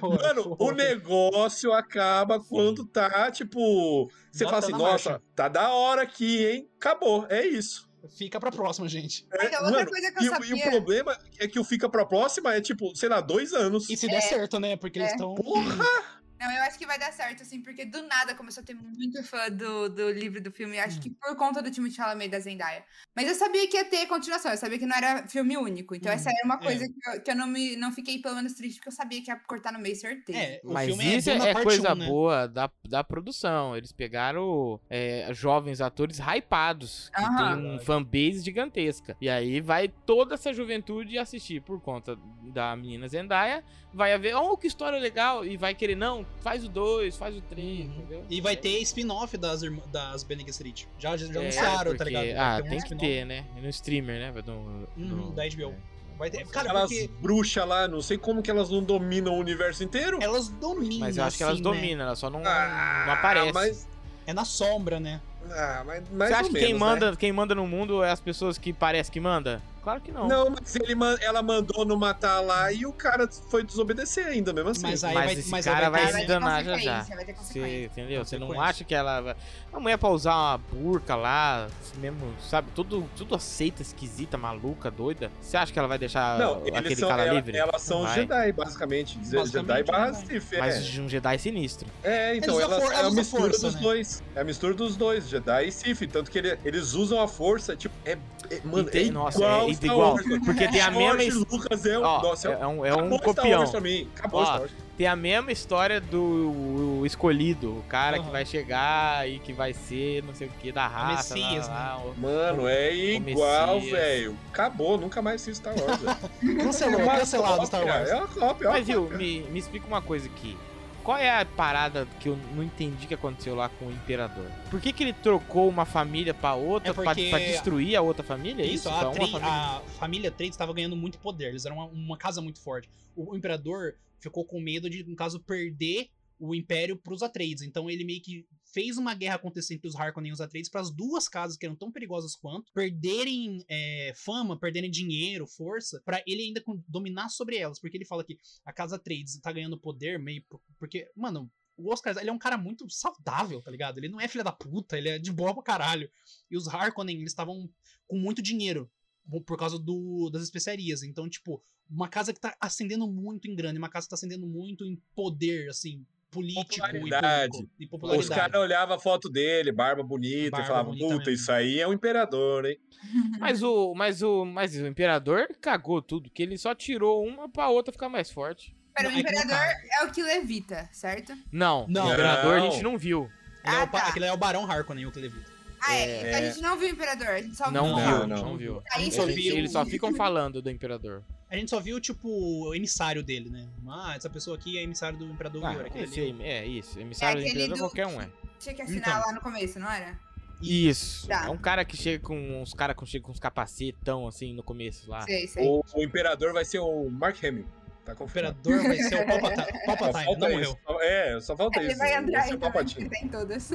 Speaker 3: Foi,
Speaker 2: Mano, o
Speaker 3: foi.
Speaker 2: negócio acaba quando tá, tipo. Você
Speaker 3: Bota
Speaker 2: fala assim,
Speaker 3: na
Speaker 2: nossa,
Speaker 3: marcha."
Speaker 2: tá da hora aqui, hein? Acabou, é isso.
Speaker 3: Fica pra próxima, gente.
Speaker 2: É,
Speaker 4: Mas outra
Speaker 2: mano,
Speaker 4: coisa que eu
Speaker 2: e, o- e
Speaker 4: sabia.
Speaker 2: o problema é que o Fica Pra Próxima é tipo, sei lá, dois anos.
Speaker 3: E se der certo, né? Porque eles
Speaker 4: É.
Speaker 3: estão.
Speaker 2: Porra!
Speaker 4: Não, eu acho que vai dar certo, assim, porque do nada começou a ter muito fã do, do livro do filme. Acho que por conta do Timothée Chalamet e da Zendaya. Mas eu sabia que ia ter continuação, eu sabia que não era filme único. Então
Speaker 3: Hum,
Speaker 4: essa era uma
Speaker 3: é.
Speaker 4: coisa que eu, que eu não, me, não fiquei, pelo menos, triste, porque eu sabia que ia cortar no meio, certeza.
Speaker 3: É, o
Speaker 1: Mas
Speaker 3: filme
Speaker 1: isso
Speaker 3: é, Duna
Speaker 1: é,
Speaker 3: parte
Speaker 1: coisa
Speaker 3: um, né?
Speaker 1: boa da, da produção. Eles pegaram é, jovens atores hypados, que
Speaker 4: Aham.
Speaker 1: tem um fanbase gigantesca. E aí vai toda essa juventude assistir por conta da menina Zendaya. Vai haver, oh, que história legal! E vai querer, não, faz o 2, faz o 3,
Speaker 3: Uhum.
Speaker 1: entendeu?
Speaker 3: E vai ter spin-off das, irmã- das Bene Gesserit. Já, já
Speaker 1: É,
Speaker 3: anunciaram,
Speaker 1: porque-
Speaker 3: tá ligado? Vai
Speaker 1: Ah,
Speaker 3: um
Speaker 1: tem que
Speaker 3: spin-off.
Speaker 1: ter, né? No streamer, né? é. No,
Speaker 3: Uhum,
Speaker 1: no-
Speaker 3: da HBO. Vai ter. Cara,
Speaker 2: Aquelas
Speaker 3: porque
Speaker 2: bruxas lá, não sei como que elas não dominam o universo inteiro.
Speaker 3: elas dominam.
Speaker 1: Mas eu acho que elas
Speaker 3: assim, né?
Speaker 1: dominam, elas só não,
Speaker 2: Ah,
Speaker 1: não aparecem.
Speaker 2: Mas,
Speaker 3: É na sombra, né?
Speaker 2: ah, mas mais
Speaker 1: Você
Speaker 2: ou
Speaker 1: acha que quem,
Speaker 2: menos, né?
Speaker 1: manda, quem manda no mundo é as pessoas que parece que manda? Claro que não.
Speaker 2: Não, mas ele man- ela mandou não matar lá e o cara foi desobedecer ainda, mesmo assim.
Speaker 3: Mas aí
Speaker 1: Mas
Speaker 3: vai,
Speaker 1: esse
Speaker 3: mas
Speaker 1: cara
Speaker 3: vai
Speaker 1: vai
Speaker 4: Aí
Speaker 3: ter,
Speaker 1: se
Speaker 3: né?
Speaker 1: dar- danar já,
Speaker 4: consequência,
Speaker 1: já.
Speaker 4: Vai ter
Speaker 1: Você,
Speaker 4: consequência.
Speaker 1: entendeu? Você não
Speaker 3: Consequência.
Speaker 1: acha que ela. vai- A mulher pra usar uma burca lá, assim mesmo, sabe? Tudo, tudo aceita, esquisita, maluca, doida. Você acha que ela vai deixar
Speaker 2: Não,
Speaker 1: aquele
Speaker 2: eles são,
Speaker 1: cara
Speaker 2: ela-
Speaker 1: livre?
Speaker 2: elas são
Speaker 1: Vai.
Speaker 2: Jedi, basicamente. Dizer
Speaker 3: Basicamente,
Speaker 2: Jedi
Speaker 1: né?
Speaker 2: barra
Speaker 3: Jedi.
Speaker 2: Sif, é.
Speaker 1: Mas de um Jedi sinistro.
Speaker 2: É, então,
Speaker 3: Eles
Speaker 2: elas,
Speaker 3: usam for-
Speaker 2: é a
Speaker 3: elas usam
Speaker 2: mistura
Speaker 3: força,
Speaker 2: dos
Speaker 3: né?
Speaker 2: dois. É a mistura dos dois, Jedi e Sif. Tanto que ele- eles usam a força, tipo, é. é- mano,
Speaker 1: E tem-
Speaker 2: é
Speaker 1: nossa,
Speaker 2: igual
Speaker 1: é
Speaker 2: Star
Speaker 1: igual.
Speaker 2: Wars.
Speaker 1: Porque tem a
Speaker 2: George
Speaker 1: mesma. his-
Speaker 2: Lucas é um.
Speaker 1: Ó,
Speaker 2: nossa,
Speaker 1: é um, é um
Speaker 2: acabou Star
Speaker 1: copião.
Speaker 2: Wars pra mim. Acabou
Speaker 1: Ó,
Speaker 2: Star Wars.
Speaker 1: Tem a mesma história do o escolhido. O cara que
Speaker 3: Aham.
Speaker 1: vai chegar e que vai ser não sei o que, da raça. lá,
Speaker 3: Messias, né?
Speaker 1: lá, o-
Speaker 2: Mano, é igual,
Speaker 1: Messias.
Speaker 2: velho. Acabou, nunca mais assisto Star Wars. velho.
Speaker 3: Cancelou,
Speaker 2: É uma
Speaker 3: cancelado
Speaker 2: cópia,
Speaker 3: Star Wars.
Speaker 2: É uma cópia, é uma
Speaker 1: Mas viu, me, me explica uma coisa aqui. Qual é a parada que eu não entendi que aconteceu lá com o imperador? Por que, que ele trocou uma família pra outra
Speaker 3: É
Speaker 1: pra-
Speaker 3: porque-
Speaker 1: pra, destruir a outra família? É Isso,
Speaker 3: Isso, a,
Speaker 1: Pra
Speaker 3: tri,
Speaker 1: uma família.
Speaker 3: a família Trades estava ganhando muito poder, eles eram uma, uma casa muito forte. O, o imperador ficou com medo de, no caso, perder o império pros Atreides. Então ele meio que fez uma guerra acontecer entre os Harkonnen e os Atreides para as duas casas que eram tão perigosas quanto perderem é, fama, perderem dinheiro, força, para ele ainda con- dominar sobre elas, porque ele fala que a casa Atreides tá ganhando poder meio por- porque, mano, o Oscar, ele é um cara muito saudável, tá ligado? Ele não é filha da puta, ele é de boa pra caralho. E os Harkonnen, eles estavam com muito dinheiro por- por causa do, das especiarias. Então, tipo, uma casa que tá ascendendo muito em grana, e uma casa que tá ascendendo muito em poder, assim, político e
Speaker 2: Popularidade.
Speaker 3: público.
Speaker 2: cópia.
Speaker 3: E
Speaker 2: Os
Speaker 3: popularidade.
Speaker 2: caras olhavam a foto dele, barba bonita,
Speaker 3: Barba
Speaker 2: e falavam,
Speaker 3: bonita
Speaker 2: puta,
Speaker 3: mesmo."
Speaker 2: isso aí é um imperador, hein?
Speaker 1: Mas o, mas o, mas o imperador cagou tudo, que ele só tirou uma pra outra ficar mais forte.
Speaker 4: Pera,
Speaker 3: Não, é que
Speaker 4: o
Speaker 3: no
Speaker 4: imperador
Speaker 3: caso,
Speaker 4: é o que levita, certo?
Speaker 1: Não,
Speaker 3: Não.
Speaker 1: o imperador a gente
Speaker 2: Não.
Speaker 1: não viu.
Speaker 3: Ele é o,
Speaker 4: Ah,
Speaker 3: ba-
Speaker 4: tá.
Speaker 3: Aquele é o Barão Harkonnen, o que levita.
Speaker 4: Ah, é.
Speaker 2: É.
Speaker 4: A gente não viu o imperador, a
Speaker 3: Tá
Speaker 4: gente só
Speaker 1: Não,
Speaker 4: viu.
Speaker 2: Não,
Speaker 1: viu,
Speaker 2: não.
Speaker 1: não, viu.
Speaker 4: Aí
Speaker 1: Eles,
Speaker 4: só
Speaker 3: viu- um
Speaker 1: eles só ficam falando do imperador.
Speaker 3: A gente só viu, tipo, o emissário dele, né? Ah, essa pessoa aqui é emissário do Imperador
Speaker 1: Ah,
Speaker 3: Miura, aquele
Speaker 1: esse
Speaker 3: ali.
Speaker 1: aí, é isso, emissário do
Speaker 4: aquele
Speaker 1: imperador
Speaker 4: do-
Speaker 1: qualquer um é.
Speaker 4: Tinha que assinar
Speaker 3: Então.
Speaker 4: lá no começo, não era?
Speaker 1: Isso.
Speaker 4: Tá.
Speaker 1: É um cara que chega com uns cara com chega com uns capacetão assim no começo lá.
Speaker 4: Sei, sei.
Speaker 2: O, o imperador vai ser o Mark Hamill. Tá
Speaker 3: O
Speaker 2: confirmado.
Speaker 3: Imperador vai ser o Palpatine,
Speaker 2: Só
Speaker 3: Palpatine não
Speaker 2: falta
Speaker 3: morreu.
Speaker 2: isso. É, só falta
Speaker 4: Ele
Speaker 2: isso.
Speaker 4: vai entrar
Speaker 2: ser é o
Speaker 4: então,
Speaker 2: Palpatine.
Speaker 4: porque tem todas.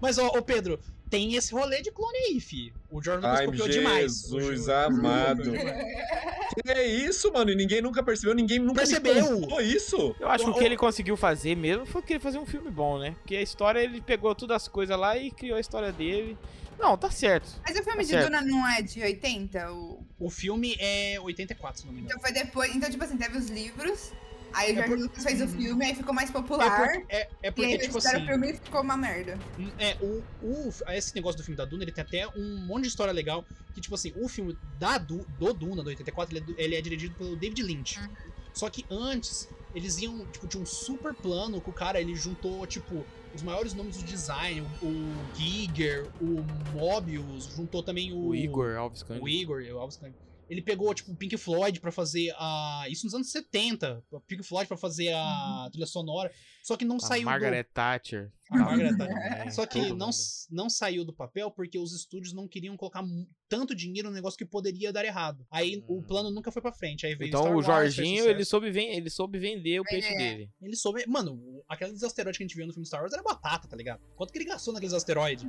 Speaker 3: Mas, ó, ô Pedro, tem esse rolê de clone aí, fi. O Jordan Lucas
Speaker 2: Ai,
Speaker 3: copiou
Speaker 2: Jesus
Speaker 3: demais.
Speaker 2: amado.
Speaker 3: Não
Speaker 2: É isso, mano. E ninguém nunca percebeu, ninguém nunca
Speaker 3: Percebeu.
Speaker 2: expulsou isso.
Speaker 1: Eu acho que
Speaker 3: O-
Speaker 1: o que ele conseguiu fazer mesmo foi querer fazer um filme bom, né? Porque a história, ele pegou todas as coisas lá e criou a história dele. Não, tá certo.
Speaker 4: Mas o filme
Speaker 1: Tá
Speaker 4: de
Speaker 1: certo.
Speaker 4: Duna não é de 80? O...
Speaker 3: O filme é 84, se não me engano.
Speaker 4: Então foi depois. Então, tipo assim, teve os livros. Aí o
Speaker 3: É
Speaker 4: Jorge
Speaker 3: por-
Speaker 4: Lucas fez o
Speaker 3: Uhum.
Speaker 4: filme, aí ficou mais
Speaker 3: É
Speaker 4: popular.
Speaker 3: porque, é, é
Speaker 4: e aí
Speaker 3: porque
Speaker 4: eles
Speaker 3: tipo
Speaker 4: fizeram
Speaker 3: assim,
Speaker 4: o filme e ficou uma merda.
Speaker 3: é, o, o, esse negócio do filme da Duna, ele tem até um monte de história legal, que tipo assim, o filme da Du- do Duna, do 84, ele é, do- ele é dirigido pelo David Lynch.
Speaker 4: Uhum.
Speaker 3: Só que antes, eles iam, tipo, tinha um super plano que o cara, ele juntou, tipo, os maiores nomes do design, o, o Giger, o Mobius, juntou também o...
Speaker 1: O Igor Alves Cândido.
Speaker 3: O Igor, o Alves Cândido. Ele pegou, tipo, o Pink Floyd pra fazer a. Isso nos anos 70. O Pink Floyd pra fazer a trilha sonora. Só que não
Speaker 1: A
Speaker 3: saiu
Speaker 1: Margaret Thatcher.
Speaker 3: do. A Margaret Thatcher.
Speaker 1: É,
Speaker 3: Só que
Speaker 1: todo
Speaker 3: não,
Speaker 1: mundo.
Speaker 3: não saiu do papel porque os estúdios não queriam colocar mu- tanto dinheiro no negócio que poderia dar errado. Aí
Speaker 1: Hum.
Speaker 3: o plano nunca foi pra frente. Aí veio Star
Speaker 1: Então o
Speaker 3: Wars, fez
Speaker 1: Jorginho,
Speaker 3: sucesso. É.
Speaker 1: ele soube, ven- ele soube vender o peixe dele.
Speaker 3: Ele soube. Mano, o- aqueles asteroides que a gente viu no filme Star Wars era batata, tá ligado? Quanto que ele gastou naqueles asteroides?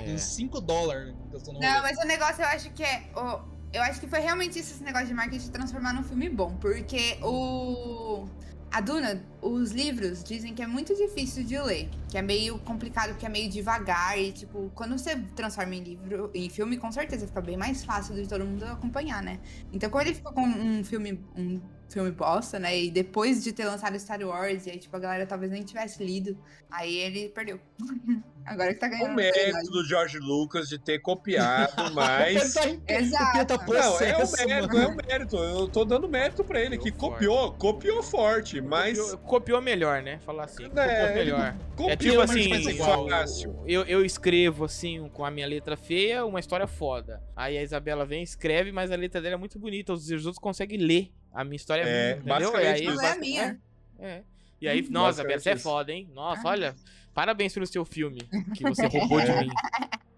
Speaker 1: É.
Speaker 3: Uns 5 dólares gastou no rolê.
Speaker 4: Não, é mas o negócio eu acho que é. o- eu acho que foi realmente isso, esse negócio de marketing transformar num filme bom. Porque o. A Duna, os livros dizem que é muito difícil de ler. Que é meio complicado, porque é meio devagar. E, tipo, quando você transforma em livro, em filme, com certeza fica bem mais fácil de todo mundo acompanhar, né? Então, quando ele ficou com um filme. Um filme bosta, né? E depois de ter lançado Star Wars, e aí, tipo, a galera talvez nem tivesse lido. Aí ele perdeu. Agora que tá ganhando.
Speaker 2: O
Speaker 4: notoriedade.
Speaker 2: mérito do George Lucas de ter copiado, mas.
Speaker 4: Exato.
Speaker 2: Não, é o
Speaker 3: tá Processo,
Speaker 2: mérito, é o mérito. Eu tô dando mérito pra ele, que
Speaker 1: Copiou
Speaker 2: copiou, copiou forte, mas. É,
Speaker 1: Copiou, copiou melhor, né? Falar assim, copiou
Speaker 2: ele
Speaker 1: melhor.
Speaker 2: Copiou,
Speaker 1: É tipo
Speaker 2: mas
Speaker 1: assim,
Speaker 2: mais
Speaker 3: igual-
Speaker 2: fácil.
Speaker 1: Eu, eu escrevo, assim, com a minha letra feia, uma história foda. Aí a Isabela vem e escreve, mas a letra dela é muito bonita. Os outros conseguem ler a minha história.
Speaker 2: É,
Speaker 1: entendeu?
Speaker 2: basicamente
Speaker 1: E aí-
Speaker 2: isso. Uhum.
Speaker 4: Não é a minha. Ah.
Speaker 1: É. E aí, nossa, Isabela, você é
Speaker 2: Basicamente isso.
Speaker 1: foda, hein? Nossa, olha, parabéns pelo seu filme que você roubou de mim.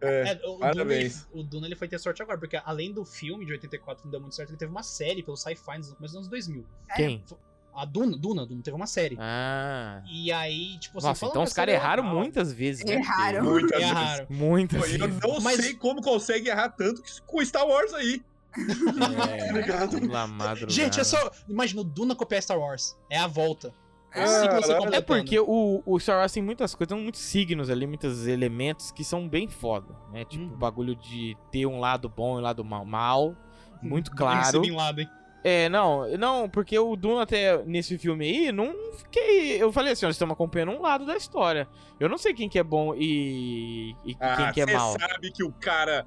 Speaker 2: É.
Speaker 3: É, o,
Speaker 2: Parabéns.
Speaker 3: Duna, ele- o Duna ele foi ter sorte agora, porque além do filme de 84 que não deu muito certo, ele teve uma série pelo Sci-Fi nos começo dos anos 2000.
Speaker 4: É.
Speaker 1: Quem?
Speaker 3: A Duna, Duna, Duna teve uma série.
Speaker 1: Ah.
Speaker 3: E aí, tipo assim,
Speaker 1: Nossa,
Speaker 3: fala
Speaker 1: então
Speaker 3: que a
Speaker 1: os caras
Speaker 3: série é
Speaker 1: erraram
Speaker 3: legal.
Speaker 1: muitas vezes, né?
Speaker 4: Erraram.
Speaker 2: Muitas vezes.
Speaker 3: Erraram.
Speaker 1: Pedro? Muitas
Speaker 2: Pô, É. Eu
Speaker 1: vezes.
Speaker 2: não
Speaker 3: Mas-
Speaker 2: sei como consegue errar tanto que- com Star Wars aí. tá
Speaker 3: É.
Speaker 2: Obrigado.
Speaker 1: Lá É. madrugada.
Speaker 3: Gente, é só. Imagina, o Duna copiar Star Wars. É a volta. É o
Speaker 2: Ah,
Speaker 3: ciclo se né?
Speaker 2: é
Speaker 1: É
Speaker 3: completando.
Speaker 1: porque o, o Star Wars tem muitas coisas, tem muitos signos ali, muitos elementos que são bem foda, né? Tipo,
Speaker 3: Uhum.
Speaker 1: o bagulho de ter um lado bom e um lado mal,
Speaker 2: Uhum.
Speaker 1: mal muito
Speaker 3: Esse
Speaker 1: claro.
Speaker 3: Bin Laden.
Speaker 1: É, não, não, porque o Duna até nesse filme aí, não fiquei... Eu falei assim, ó, nós estamos acompanhando um lado da história. Eu não sei quem que é bom e, e quem
Speaker 2: Ah,
Speaker 1: que é
Speaker 2: cê
Speaker 1: mal.
Speaker 2: sabe que o cara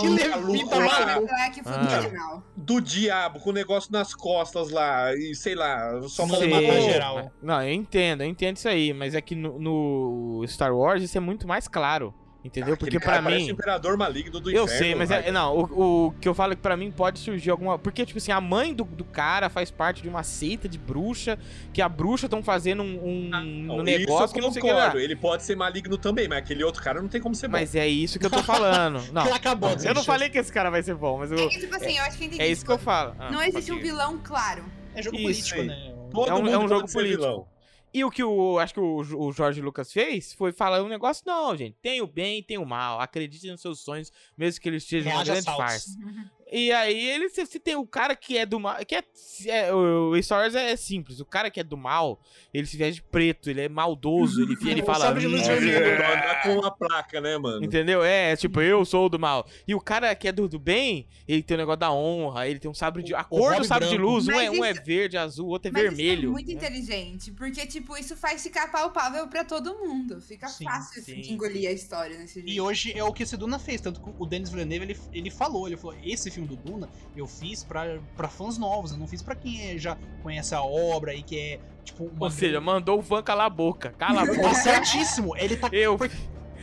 Speaker 3: Que levita
Speaker 2: maluco lá.
Speaker 3: maluco.
Speaker 4: Black
Speaker 1: Ah.
Speaker 4: fudeu mal.
Speaker 2: do diabo com o negócio nas costas lá e sei lá, só
Speaker 3: Não
Speaker 2: mandou
Speaker 1: Sei.
Speaker 3: matar geral.
Speaker 1: Não, eu entendo, eu entendo isso aí, mas é que no, no Star Wars isso é muito mais claro, entendeu? Porque
Speaker 2: Aquele cara
Speaker 1: pra
Speaker 2: parece um
Speaker 1: mim...
Speaker 2: o imperador maligno do
Speaker 1: Eu
Speaker 2: inferno,
Speaker 1: sei, mas
Speaker 2: vai.
Speaker 1: é, não, o, o que eu falo é que pra mim pode surgir alguma. Porque, tipo assim, a mãe do, do cara faz parte de uma seita de bruxa, que a bruxa estão fazendo um, um-
Speaker 4: Ah,
Speaker 1: um
Speaker 2: Não, isso
Speaker 1: negócio que
Speaker 2: eu
Speaker 1: não sei o que
Speaker 2: concordo.
Speaker 1: lá.
Speaker 2: Ele pode ser maligno também, mas aquele outro cara não tem como ser bom.
Speaker 1: Mas é isso que eu tô falando. Não.
Speaker 3: Ela acabou. assim,
Speaker 1: Eu não falei que esse cara vai ser bom, mas
Speaker 4: É
Speaker 1: eu,
Speaker 4: que, tipo assim, eu acho que eu entendi.
Speaker 1: é isso que eu falo. Ah,
Speaker 4: Não existe um
Speaker 1: pode ir.
Speaker 4: vilão claro.
Speaker 3: É jogo
Speaker 1: Isso
Speaker 3: político,
Speaker 2: aí.
Speaker 3: né?
Speaker 2: Todo
Speaker 1: é um- é um
Speaker 2: mundo
Speaker 1: jogo
Speaker 2: pode ser
Speaker 1: político.
Speaker 2: vilão.
Speaker 1: E o que o, acho que o, Jo- o Jorge Lucas fez foi falar um negócio, não, gente, tem o bem e tem o mal, acredite nos seus sonhos, mesmo que eles estejam uma
Speaker 3: Reaja
Speaker 1: grande
Speaker 3: saltos. Uhum.
Speaker 1: farsa. E aí ele se, se tem o cara que é do mal, que é, é o o Star Wars é, é simples, o cara que é do mal, ele se veste de preto, ele é maldoso, ele, ele
Speaker 3: O
Speaker 1: fala,
Speaker 3: sabre de luz
Speaker 1: "Hum,
Speaker 3: vermelho.
Speaker 2: Andar com uma placa, né, mano?
Speaker 1: Entendeu? É, tipo, eu sou do mal. E o cara que é do, do bem, ele tem o negócio da honra, ele tem um sabre de. A
Speaker 3: O- o
Speaker 1: cor do
Speaker 3: Rob
Speaker 1: sabre de
Speaker 3: branco.
Speaker 1: luz, um
Speaker 4: Mas
Speaker 1: é, um é
Speaker 4: isso-
Speaker 1: verde, azul, o outro é
Speaker 4: Mas isso é
Speaker 1: vermelho.
Speaker 4: muito inteligente, porque, tipo, isso faz ficar palpável pra todo mundo. Fica
Speaker 3: Sim,
Speaker 4: fácil assim,
Speaker 1: sim.
Speaker 4: de engolir a história nesse jeito.
Speaker 3: E hoje é o que esse Duna fez, tanto que o Denis Villeneuve ele, ele falou, ele falou, esse filme do Duna eu fiz pra, pra fãs novos, eu não fiz pra quem é- já conhece a obra e que é, tipo, uma...
Speaker 1: Ou seja,
Speaker 3: grande-
Speaker 1: mandou o fã calar a boca. Cala a
Speaker 3: Tá
Speaker 1: boca.
Speaker 3: certíssimo, ele tá...
Speaker 1: Eu.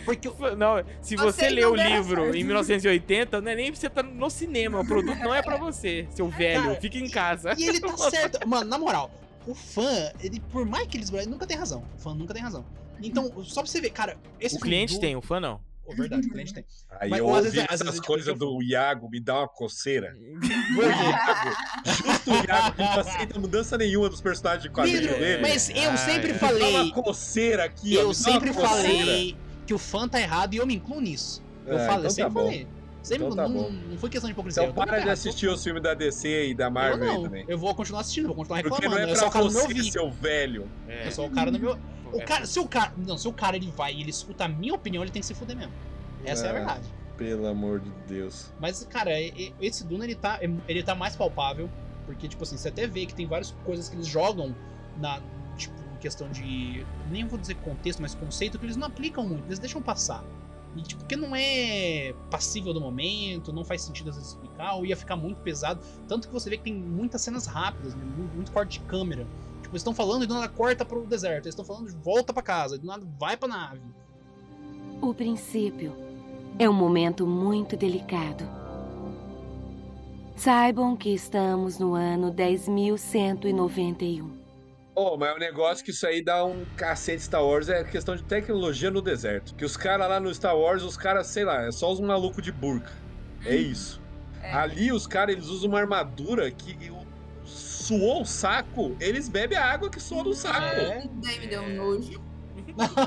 Speaker 3: Porque o-
Speaker 1: Não, se você
Speaker 4: Vocês
Speaker 1: lê
Speaker 4: não
Speaker 1: o
Speaker 4: deram
Speaker 1: livro
Speaker 4: certo.
Speaker 1: em 1980, não é nem pra você tá no cinema. O produto não é pra você, seu velho.
Speaker 3: Cara,
Speaker 1: Fica em casa.
Speaker 3: E ele tá certo. Mano, na moral, o fã, ele, por mais que eles... Ele nunca tem razão, o fã nunca tem razão. Então, só pra você ver, cara, esse
Speaker 1: O
Speaker 3: filme
Speaker 1: cliente
Speaker 3: do-
Speaker 1: tem, o fã não.
Speaker 3: Oh, verdade, o cliente tem.
Speaker 2: Aí
Speaker 3: Mas,
Speaker 2: eu
Speaker 3: ou às
Speaker 2: ouvi
Speaker 3: vezes- às vezes a
Speaker 2: essas
Speaker 3: gente
Speaker 2: coisas
Speaker 3: fica-
Speaker 2: do Iago, me dá uma coceira.
Speaker 3: Por quê?
Speaker 2: Justo o Iago que não aceita mudança nenhuma dos personagens de quadrinho
Speaker 3: Pedro,
Speaker 2: dele.
Speaker 3: mas eu
Speaker 1: Ah,
Speaker 3: sempre
Speaker 1: é.
Speaker 2: Dá
Speaker 3: falei...
Speaker 2: uma coceira aqui, ó, me dá
Speaker 3: Eu
Speaker 2: uma
Speaker 3: sempre
Speaker 2: coceira.
Speaker 3: falei que o fã tá errado e eu me incluo nisso. Eu
Speaker 2: Ah,
Speaker 3: falei,
Speaker 2: então
Speaker 3: sempre
Speaker 2: tá bom.
Speaker 3: falei. Sempre,
Speaker 2: Então tá
Speaker 3: não,
Speaker 2: bom.
Speaker 3: não foi questão de hipocrisia.
Speaker 2: Então
Speaker 3: eu tô
Speaker 2: para de
Speaker 3: errado.
Speaker 2: assistir os filmes da DC e da
Speaker 3: Eu
Speaker 2: Marvel aí
Speaker 3: não,
Speaker 2: também.
Speaker 3: eu vou continuar assistindo, vou continuar
Speaker 2: Porque
Speaker 3: reclamando.
Speaker 2: não é
Speaker 3: eu sou
Speaker 2: pra
Speaker 3: o cara do meu
Speaker 2: você,
Speaker 3: vídeo.
Speaker 2: seu velho.
Speaker 1: É,
Speaker 3: Eu sou o cara do meu. O
Speaker 1: é,
Speaker 3: cara, se o cara. Não, se o cara ele vai e ele escuta a minha opinião, ele tem que se fuder mesmo. Essa é a
Speaker 2: Ah.
Speaker 3: verdade.
Speaker 2: Pelo amor de Deus.
Speaker 3: Mas, cara, e- e- esse Duna ele tá, ele tá mais palpável. Porque, tipo assim, você até vê que tem várias coisas que eles jogam na. Tipo, em questão de. Nem vou dizer contexto, mas conceito que eles não aplicam muito, eles deixam passar. E, tipo, porque não é passível do momento, não faz sentido às vezes explicar, ou ia ficar muito pesado. Tanto que você vê que tem muitas cenas rápidas, né, muito, muito corte de câmera. Tipo, eles estão falando e do nada corta pro deserto, eles estão falando e volta pra casa, e do nada vai pra nave.
Speaker 5: O princípio é um momento muito delicado. Saibam que estamos no ano 10.191.
Speaker 2: Oh, mas o negócio que isso aí dá um cacete Star Wars é questão de tecnologia no deserto. Que os caras lá no Star Wars, os caras, sei lá, é só os malucos de burca. É
Speaker 3: Hum.
Speaker 2: isso.
Speaker 4: É.
Speaker 2: Ali os caras, eles usam uma armadura que o- suou o saco, eles bebem a água que suou do saco,
Speaker 3: É.
Speaker 4: Daí me deu um nojo.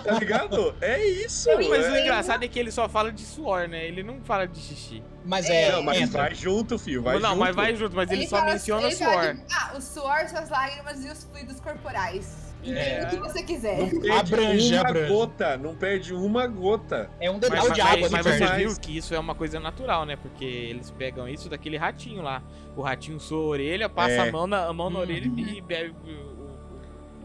Speaker 2: tá ligado? É isso,
Speaker 4: Não,
Speaker 1: Mas
Speaker 2: é.
Speaker 1: o engraçado é que ele só fala de suor, né? Ele não fala de xixi.
Speaker 3: Mas é.
Speaker 2: Não, mas
Speaker 3: entra.
Speaker 2: vai junto, filho, vai
Speaker 1: não,
Speaker 2: junto.
Speaker 1: mas vai junto, mas ele, só
Speaker 4: fala-
Speaker 1: menciona
Speaker 4: ele fala
Speaker 1: suor.
Speaker 4: de- ah, o suor, suas lágrimas e os fluidos corporais. Entenda
Speaker 1: É.
Speaker 4: o que você quiser.
Speaker 2: Não perde
Speaker 3: Abrange,
Speaker 2: uma
Speaker 3: abrange.
Speaker 2: gota, não perde uma gota.
Speaker 3: É um
Speaker 1: Mas,
Speaker 3: dedal
Speaker 1: mas-
Speaker 3: de água
Speaker 1: mas
Speaker 3: no
Speaker 2: você
Speaker 1: você
Speaker 3: inferno.
Speaker 2: faz.
Speaker 1: viu que isso é uma coisa natural, né? Porque eles pegam isso daquele ratinho lá. O ratinho sua a orelha, passa
Speaker 2: É.
Speaker 1: a mão na, a mão na
Speaker 3: Uhum.
Speaker 1: orelha e bebe o- o- o-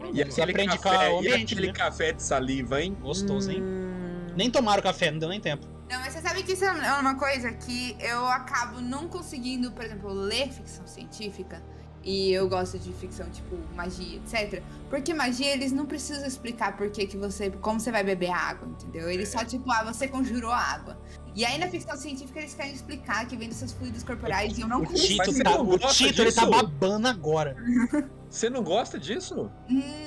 Speaker 2: E
Speaker 3: Você
Speaker 2: aquele
Speaker 3: aprende com
Speaker 2: café,
Speaker 3: o
Speaker 2: e
Speaker 3: ambiente,
Speaker 2: aquele
Speaker 3: né?
Speaker 2: café de saliva, hein?
Speaker 3: Gostoso, hein?
Speaker 2: Hum.
Speaker 3: Nem tomaram café, não deu nem tempo.
Speaker 4: Não, mas você sabe que isso é uma coisa que eu acabo não conseguindo, por exemplo, ler ficção científica. E eu gosto de ficção, tipo, magia, etc. Porque magia, eles não precisam explicar por que que você. como você vai beber a água, entendeu? Eles
Speaker 3: É.
Speaker 4: só, tipo, ah, você conjurou a água. E aí na ficção científica eles querem explicar que vem dos seus fluidos corporais e eu não
Speaker 3: O
Speaker 4: consigo.
Speaker 2: Mas
Speaker 3: Tito,
Speaker 2: você
Speaker 3: tá,
Speaker 2: não
Speaker 3: o
Speaker 2: gosta
Speaker 3: Tito ele tá
Speaker 2: disso?
Speaker 3: babando agora.
Speaker 2: Você não gosta disso?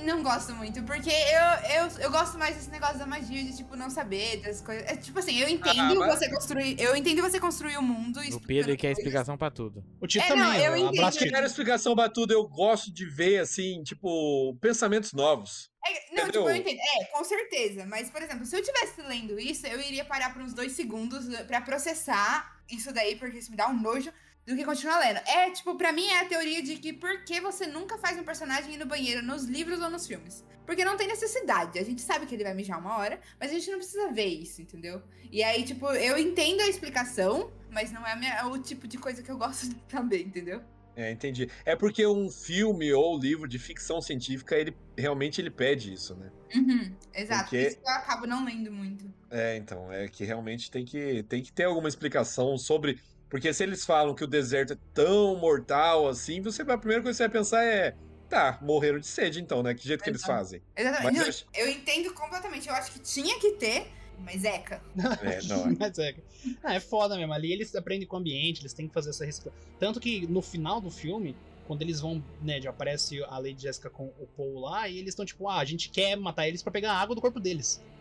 Speaker 4: Não gosto muito, porque eu, eu, eu gosto mais desse negócio da magia, de tipo, não saber das coisas. É, tipo assim, eu entendo
Speaker 2: Ah, mas-
Speaker 4: você construir. Eu entendo você construir o mundo e
Speaker 1: O Pedro quer a
Speaker 4: coisas.
Speaker 1: explicação pra tudo.
Speaker 3: O Tito
Speaker 4: É,
Speaker 3: também.
Speaker 4: não, eu
Speaker 3: ó,
Speaker 4: entendi.
Speaker 3: abraço,
Speaker 2: Eu
Speaker 3: Tito.
Speaker 2: quero explicação pra tudo, eu gosto de ver, assim, tipo, pensamentos novos.
Speaker 4: É, não,
Speaker 2: Entendeu?
Speaker 4: tipo, eu entendo. É, com certeza. Mas, por exemplo, se eu tivesse lendo isso, eu iria parar por uns dois segundos né, pra processar isso daí, porque isso me dá um nojo do que continuar lendo. É, tipo, pra mim é a teoria de que por que você nunca faz um personagem ir no banheiro nos livros ou nos filmes? Porque não tem necessidade. A gente sabe que ele vai mijar uma hora, mas a gente não precisa ver isso, entendeu? E aí, tipo, eu entendo a explicação, mas não é a minha- o tipo de coisa que eu gosto de também, entendeu?
Speaker 2: É, entendi. É porque um filme ou livro de ficção científica, ele realmente ele pede isso, né?
Speaker 4: Uhum, exato.
Speaker 2: Porque-
Speaker 4: Isso que eu acabo não lendo muito.
Speaker 2: É, então, é que realmente tem que, tem que ter alguma explicação sobre. Porque se eles falam que o deserto é tão mortal assim, você a primeira coisa que você vai pensar é. Tá, morreram de sede então, né? Que jeito que eles
Speaker 4: Exato.
Speaker 2: fazem?
Speaker 4: Exatamente.
Speaker 2: Mas
Speaker 4: Não, eu... entendo completamente. Eu acho que tinha que ter, mas eca.
Speaker 2: É, não,
Speaker 4: né?
Speaker 2: é.
Speaker 3: Mas é, ah, é foda mesmo. Ali eles aprendem com o ambiente, eles têm que fazer essa recicla. Tanto que no final do filme, quando eles vão, né, já aparece a Lady Jessica com o Paul lá, e eles estão tipo, ah, a gente quer matar eles pra pegar a água do corpo deles.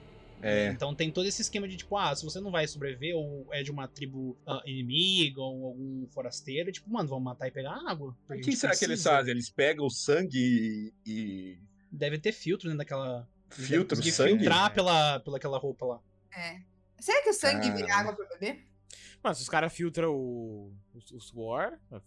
Speaker 2: É.
Speaker 3: Então tem todo esse esquema de tipo, ah, se você não vai sobreviver, ou é de uma tribo ah, inimiga, ou algum forasteiro, tipo, mano, vamos matar e pegar a água.
Speaker 2: O
Speaker 3: porque a
Speaker 2: que
Speaker 3: gente
Speaker 2: será que eles
Speaker 3: precisa.
Speaker 2: fazem? Eles pegam o sangue e. e
Speaker 3: Deve ter filtro dentro daquela.
Speaker 2: filtram o
Speaker 3: Conseguir
Speaker 2: sangue?
Speaker 3: filtrar pela, pela aquela roupa lá.
Speaker 4: É. Será que o sangue
Speaker 2: Cara.
Speaker 4: vira água pra beber?
Speaker 1: Mano, se os caras filtram o, o, o né? suor. e o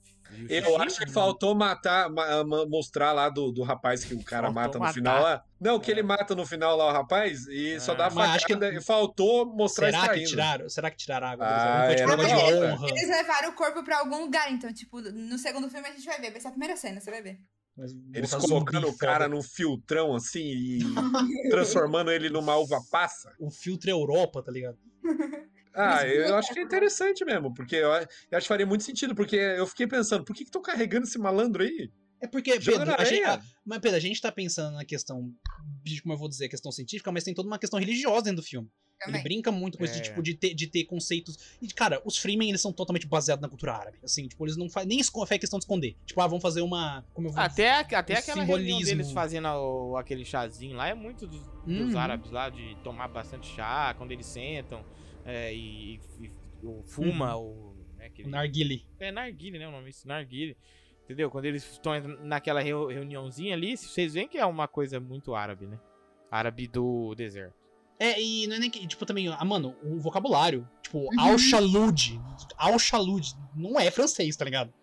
Speaker 1: xixi,
Speaker 2: Eu acho que
Speaker 3: né?
Speaker 1: não-
Speaker 2: faltou matar, ma- ah, ma- mostrar lá do, do rapaz que o cara
Speaker 1: Faltou
Speaker 2: mata no
Speaker 1: matar.
Speaker 2: final lá. Não, que
Speaker 1: É.
Speaker 2: ele mata no final lá o rapaz e só dá
Speaker 1: Ah.
Speaker 3: Mas acho
Speaker 2: facada.
Speaker 3: que-
Speaker 2: e Faltou mostrar
Speaker 3: Será que,
Speaker 2: extraindo.
Speaker 3: tiraram, será que tiraram a água?
Speaker 2: Ah,
Speaker 3: deles?
Speaker 4: era
Speaker 3: Alguma coisa
Speaker 4: da
Speaker 3: de
Speaker 2: hora.
Speaker 3: honra.
Speaker 4: Eles levaram o corpo pra algum lugar, então, tipo, no segundo filme a gente vai ver. Vai ser a primeira cena, você vai ver.
Speaker 3: Mas
Speaker 2: Eles
Speaker 3: botar zumbi
Speaker 2: colocando o cara
Speaker 3: foda.
Speaker 2: num filtrão assim e transformando ele numa uva passa.
Speaker 3: O filtro Europa, tá ligado?
Speaker 2: Ah,
Speaker 4: Mas
Speaker 2: eu
Speaker 4: boa
Speaker 2: acho que é interessante mesmo, porque eu, eu acho que faria muito sentido, porque eu fiquei pensando, por que estão carregando esse malandro aí?
Speaker 3: É porque,
Speaker 2: Joga
Speaker 3: Pedro,
Speaker 2: na
Speaker 3: a gente,
Speaker 2: areia.
Speaker 3: ah, mas Pedro, a gente tá pensando na questão, de- como eu vou dizer, a questão científica, mas tem toda uma questão religiosa dentro do filme.
Speaker 4: Também.
Speaker 3: Ele brinca muito com esse
Speaker 1: É.
Speaker 3: tipo de ter, de ter conceitos. E, cara, os Freemen, eles são totalmente baseados na cultura árabe. Assim, tipo, eles não fazem. Nem esco- é questão de esconder. Tipo, ah, vamos fazer uma. Como eu
Speaker 2: um
Speaker 3: vou
Speaker 1: Até, até
Speaker 3: O
Speaker 1: aquela reunião
Speaker 3: simbolismo.
Speaker 1: deles fazendo o- aquele chazinho lá é muito dos, dos
Speaker 3: Uhum.
Speaker 1: árabes lá, de tomar bastante chá quando eles sentam é, e, e- e- ou fuma,
Speaker 2: Uhum.
Speaker 1: ou. Né, aquele-
Speaker 3: O narguile.
Speaker 1: É narguile, né? O nome é esse, narguile. Entendeu? Quando eles estão entra- naquela reu- reuniãozinha ali, vocês veem que é uma coisa muito árabe, né? Árabe do deserto.
Speaker 3: É, e não é nem que. Tipo, também, ah, mano, o vocabulário. Tipo, Al-Shalud. Al-Shalud. Não é francês, tá ligado?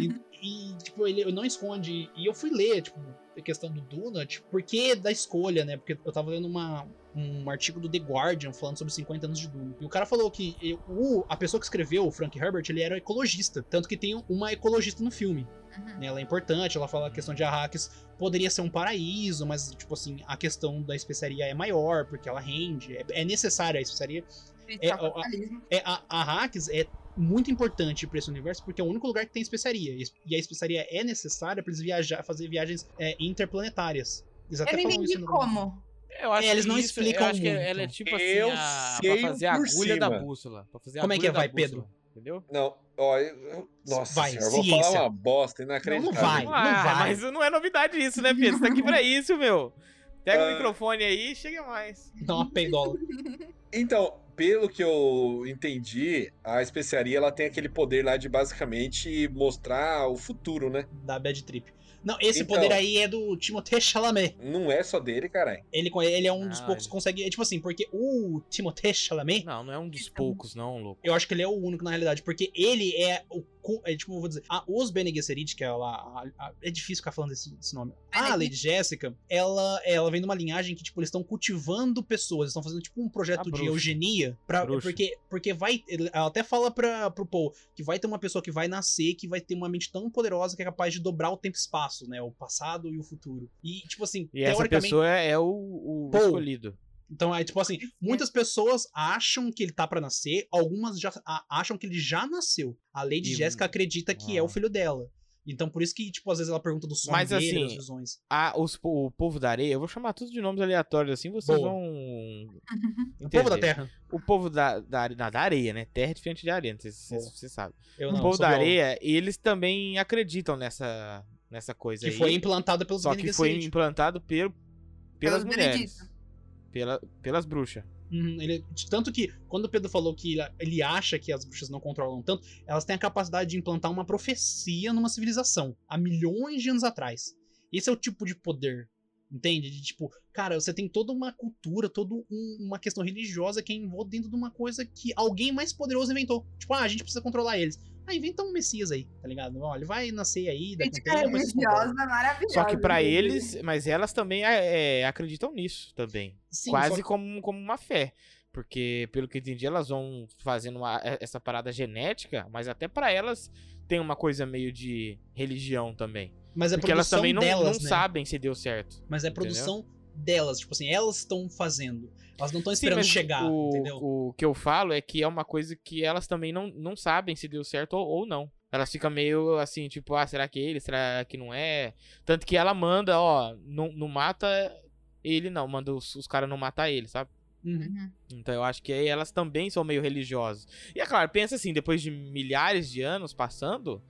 Speaker 3: E, e, tipo, ele não esconde. E eu fui ler, tipo, a questão do Duna, tipo, por que da escolha, né? Porque eu tava lendo uma, um artigo do The Guardian falando sobre 50 anos de Duna. E o cara falou que eu- o, a pessoa que escreveu, o Frank Herbert, ele era ecologista. Tanto que tem uma ecologista no filme.
Speaker 4: Uhum.
Speaker 3: né? Ela é importante, ela fala a questão de Arrakis poderia ser um paraíso, mas, tipo assim, a questão da especiaria é maior, porque ela rende. É, é necessária a especiaria.
Speaker 4: Criticar
Speaker 3: é,
Speaker 4: o
Speaker 3: ó, ó.
Speaker 4: capitalismo.
Speaker 3: É, a, a Arrakis é muito importante pra esse universo, porque é o único lugar que tem especiaria. E es- E a especiaria é necessária pra eles viajar, fazer viagens é, interplanetárias. Eles
Speaker 4: Eu
Speaker 3: até
Speaker 4: não
Speaker 3: falam
Speaker 4: entendi
Speaker 3: isso no-
Speaker 4: como.
Speaker 1: Eu acho
Speaker 3: É, eles
Speaker 1: que
Speaker 3: não
Speaker 1: isso-
Speaker 3: explicam
Speaker 1: Eu acho que
Speaker 3: muito.
Speaker 1: ela é tipo assim,
Speaker 2: Eu
Speaker 1: a,
Speaker 2: sei
Speaker 1: pra fazer a
Speaker 2: por
Speaker 1: agulha da
Speaker 2: cima.
Speaker 1: bússola. Pra fazer a
Speaker 3: Como é que
Speaker 1: agulha
Speaker 3: é?
Speaker 1: da
Speaker 3: Vai, Pedro?
Speaker 1: bússola. entendeu?
Speaker 2: Não, ó, eu- eu- nossa
Speaker 3: Vai,
Speaker 2: senhora, eu vou
Speaker 3: ciência.
Speaker 2: falar uma bosta inacreditável.
Speaker 3: Não, não vai.
Speaker 1: Ah,
Speaker 3: vai.
Speaker 1: mas não é novidade isso, né, Pedro? Você tá aqui pra isso, meu. Pega
Speaker 2: Ah.
Speaker 1: o microfone aí e chega mais.
Speaker 3: Dá uma peidola.
Speaker 2: Então, pelo que eu entendi, a especiaria ela tem aquele poder lá de basicamente mostrar o futuro, né?
Speaker 3: da Bad Trip. Não, esse
Speaker 2: Então.
Speaker 3: poder aí é do Timothée Chalamet.
Speaker 2: Não é só dele, caralho.
Speaker 3: Ele, co- ele é um dos
Speaker 1: Ah,
Speaker 3: poucos que consegue. É tipo assim, porque o Timothée Chalamet,
Speaker 1: Não, não é um dos poucos, não, louco.
Speaker 3: eu acho que ele é o único na realidade, porque ele é o. co- É, tipo, eu vou dizer. A, os Bene Gesserit, que é lá. a- a- é difícil ficar falando desse, desse nome. A
Speaker 4: Bene-
Speaker 3: Lady Jessica, ela, ela vem de uma linhagem que, tipo, eles estão cultivando pessoas. Eles estão fazendo, tipo, um projeto
Speaker 1: A
Speaker 3: de
Speaker 1: bruxa.
Speaker 3: eugenia. Pra,
Speaker 1: Bruxa.
Speaker 3: porque, porque vai. ele- Ela até fala pra, pro Paul que vai ter uma pessoa que vai nascer, que vai ter uma mente tão poderosa que é capaz de dobrar o tempo e espaço, né? O passado e o futuro. E, tipo assim,
Speaker 1: E essa pessoa é, é o, o
Speaker 3: Paul.
Speaker 1: escolhido.
Speaker 3: Então, é tipo assim, muitas pessoas acham que ele tá pra nascer, algumas já a- acham que ele já nasceu. A Lady
Speaker 1: E-
Speaker 3: Jessica acredita que é
Speaker 1: Ah.
Speaker 3: o filho dela. Então, por isso que, tipo, às vezes ela pergunta do sonho
Speaker 1: Mas,
Speaker 3: dele,
Speaker 1: assim,
Speaker 3: das visões.
Speaker 1: Ah, os, po- o povo da areia, eu vou chamar tudo de nomes aleatórios assim, vocês
Speaker 3: Boa.
Speaker 1: vão.
Speaker 3: O povo da
Speaker 1: entender.
Speaker 3: Terra.
Speaker 1: O povo da, da, are- não, da areia, né? Terra é diferente de areia, não sei se vocês
Speaker 3: Boa.
Speaker 1: vocês sabem.
Speaker 3: Eu
Speaker 1: O
Speaker 3: não,
Speaker 1: povo
Speaker 3: sou
Speaker 1: da
Speaker 3: biólogo.
Speaker 1: areia, eles também acreditam nessa, nessa coisa
Speaker 3: Que
Speaker 1: aí.
Speaker 3: foi implantada pelos
Speaker 1: Só que
Speaker 3: Bene
Speaker 1: foi
Speaker 3: Gesserit.
Speaker 1: implantado pelo, pelas
Speaker 4: Pelos
Speaker 1: mulheres. Pela, pelas bruxas.
Speaker 3: Uhum, ele- de tanto que, quando o Pedro falou que ele- ele acha que as bruxas não controlam tanto, elas têm a capacidade de implantar uma profecia numa civilização, há milhões de anos atrás. Esse é o tipo de poder, entende? De tipo, cara, você tem toda uma cultura, toda um- uma questão religiosa que é envolvida dentro de uma coisa que alguém mais poderoso inventou. Tipo, ah, a gente precisa controlar eles. Ah, inventa um Messias aí, tá ligado? Ó, ele vai nascer aí, daqui a
Speaker 4: Gente, é
Speaker 3: um tempo, depois vocês controlam.
Speaker 4: religiosa, maravilhosa.
Speaker 1: Só que pra
Speaker 4: entendeu?
Speaker 1: eles, mas elas também é, é, acreditam nisso também.
Speaker 3: Sim, só
Speaker 1: Quase
Speaker 3: que-
Speaker 1: como, como uma fé. Porque, pelo que eu entendi, elas vão fazendo uma- é- essa parada genética, mas até pra elas tem uma coisa meio de religião também.
Speaker 3: mas é
Speaker 1: porque elas
Speaker 3: produção
Speaker 1: também não,
Speaker 3: delas,
Speaker 1: não
Speaker 3: né?
Speaker 1: sabem se deu certo.
Speaker 3: mas é
Speaker 1: Entendeu?
Speaker 3: produção delas. Tipo assim, elas estão fazendo. Elas não estão esperando
Speaker 1: mas
Speaker 3: chegar,
Speaker 1: o,
Speaker 3: entendeu?
Speaker 1: O que eu falo é que é uma coisa que elas também não, não sabem se deu certo ou, ou não. Elas ficam meio assim, tipo, ah, será que é ele? Será que não é? Tanto que ela manda, ó, não, não mata ele, não. Manda os, os caras não matar ele, sabe?
Speaker 3: Uhum.
Speaker 1: Então eu acho que aí elas também são meio religiosas. E é claro, pensa assim, depois de milhares de anos passando,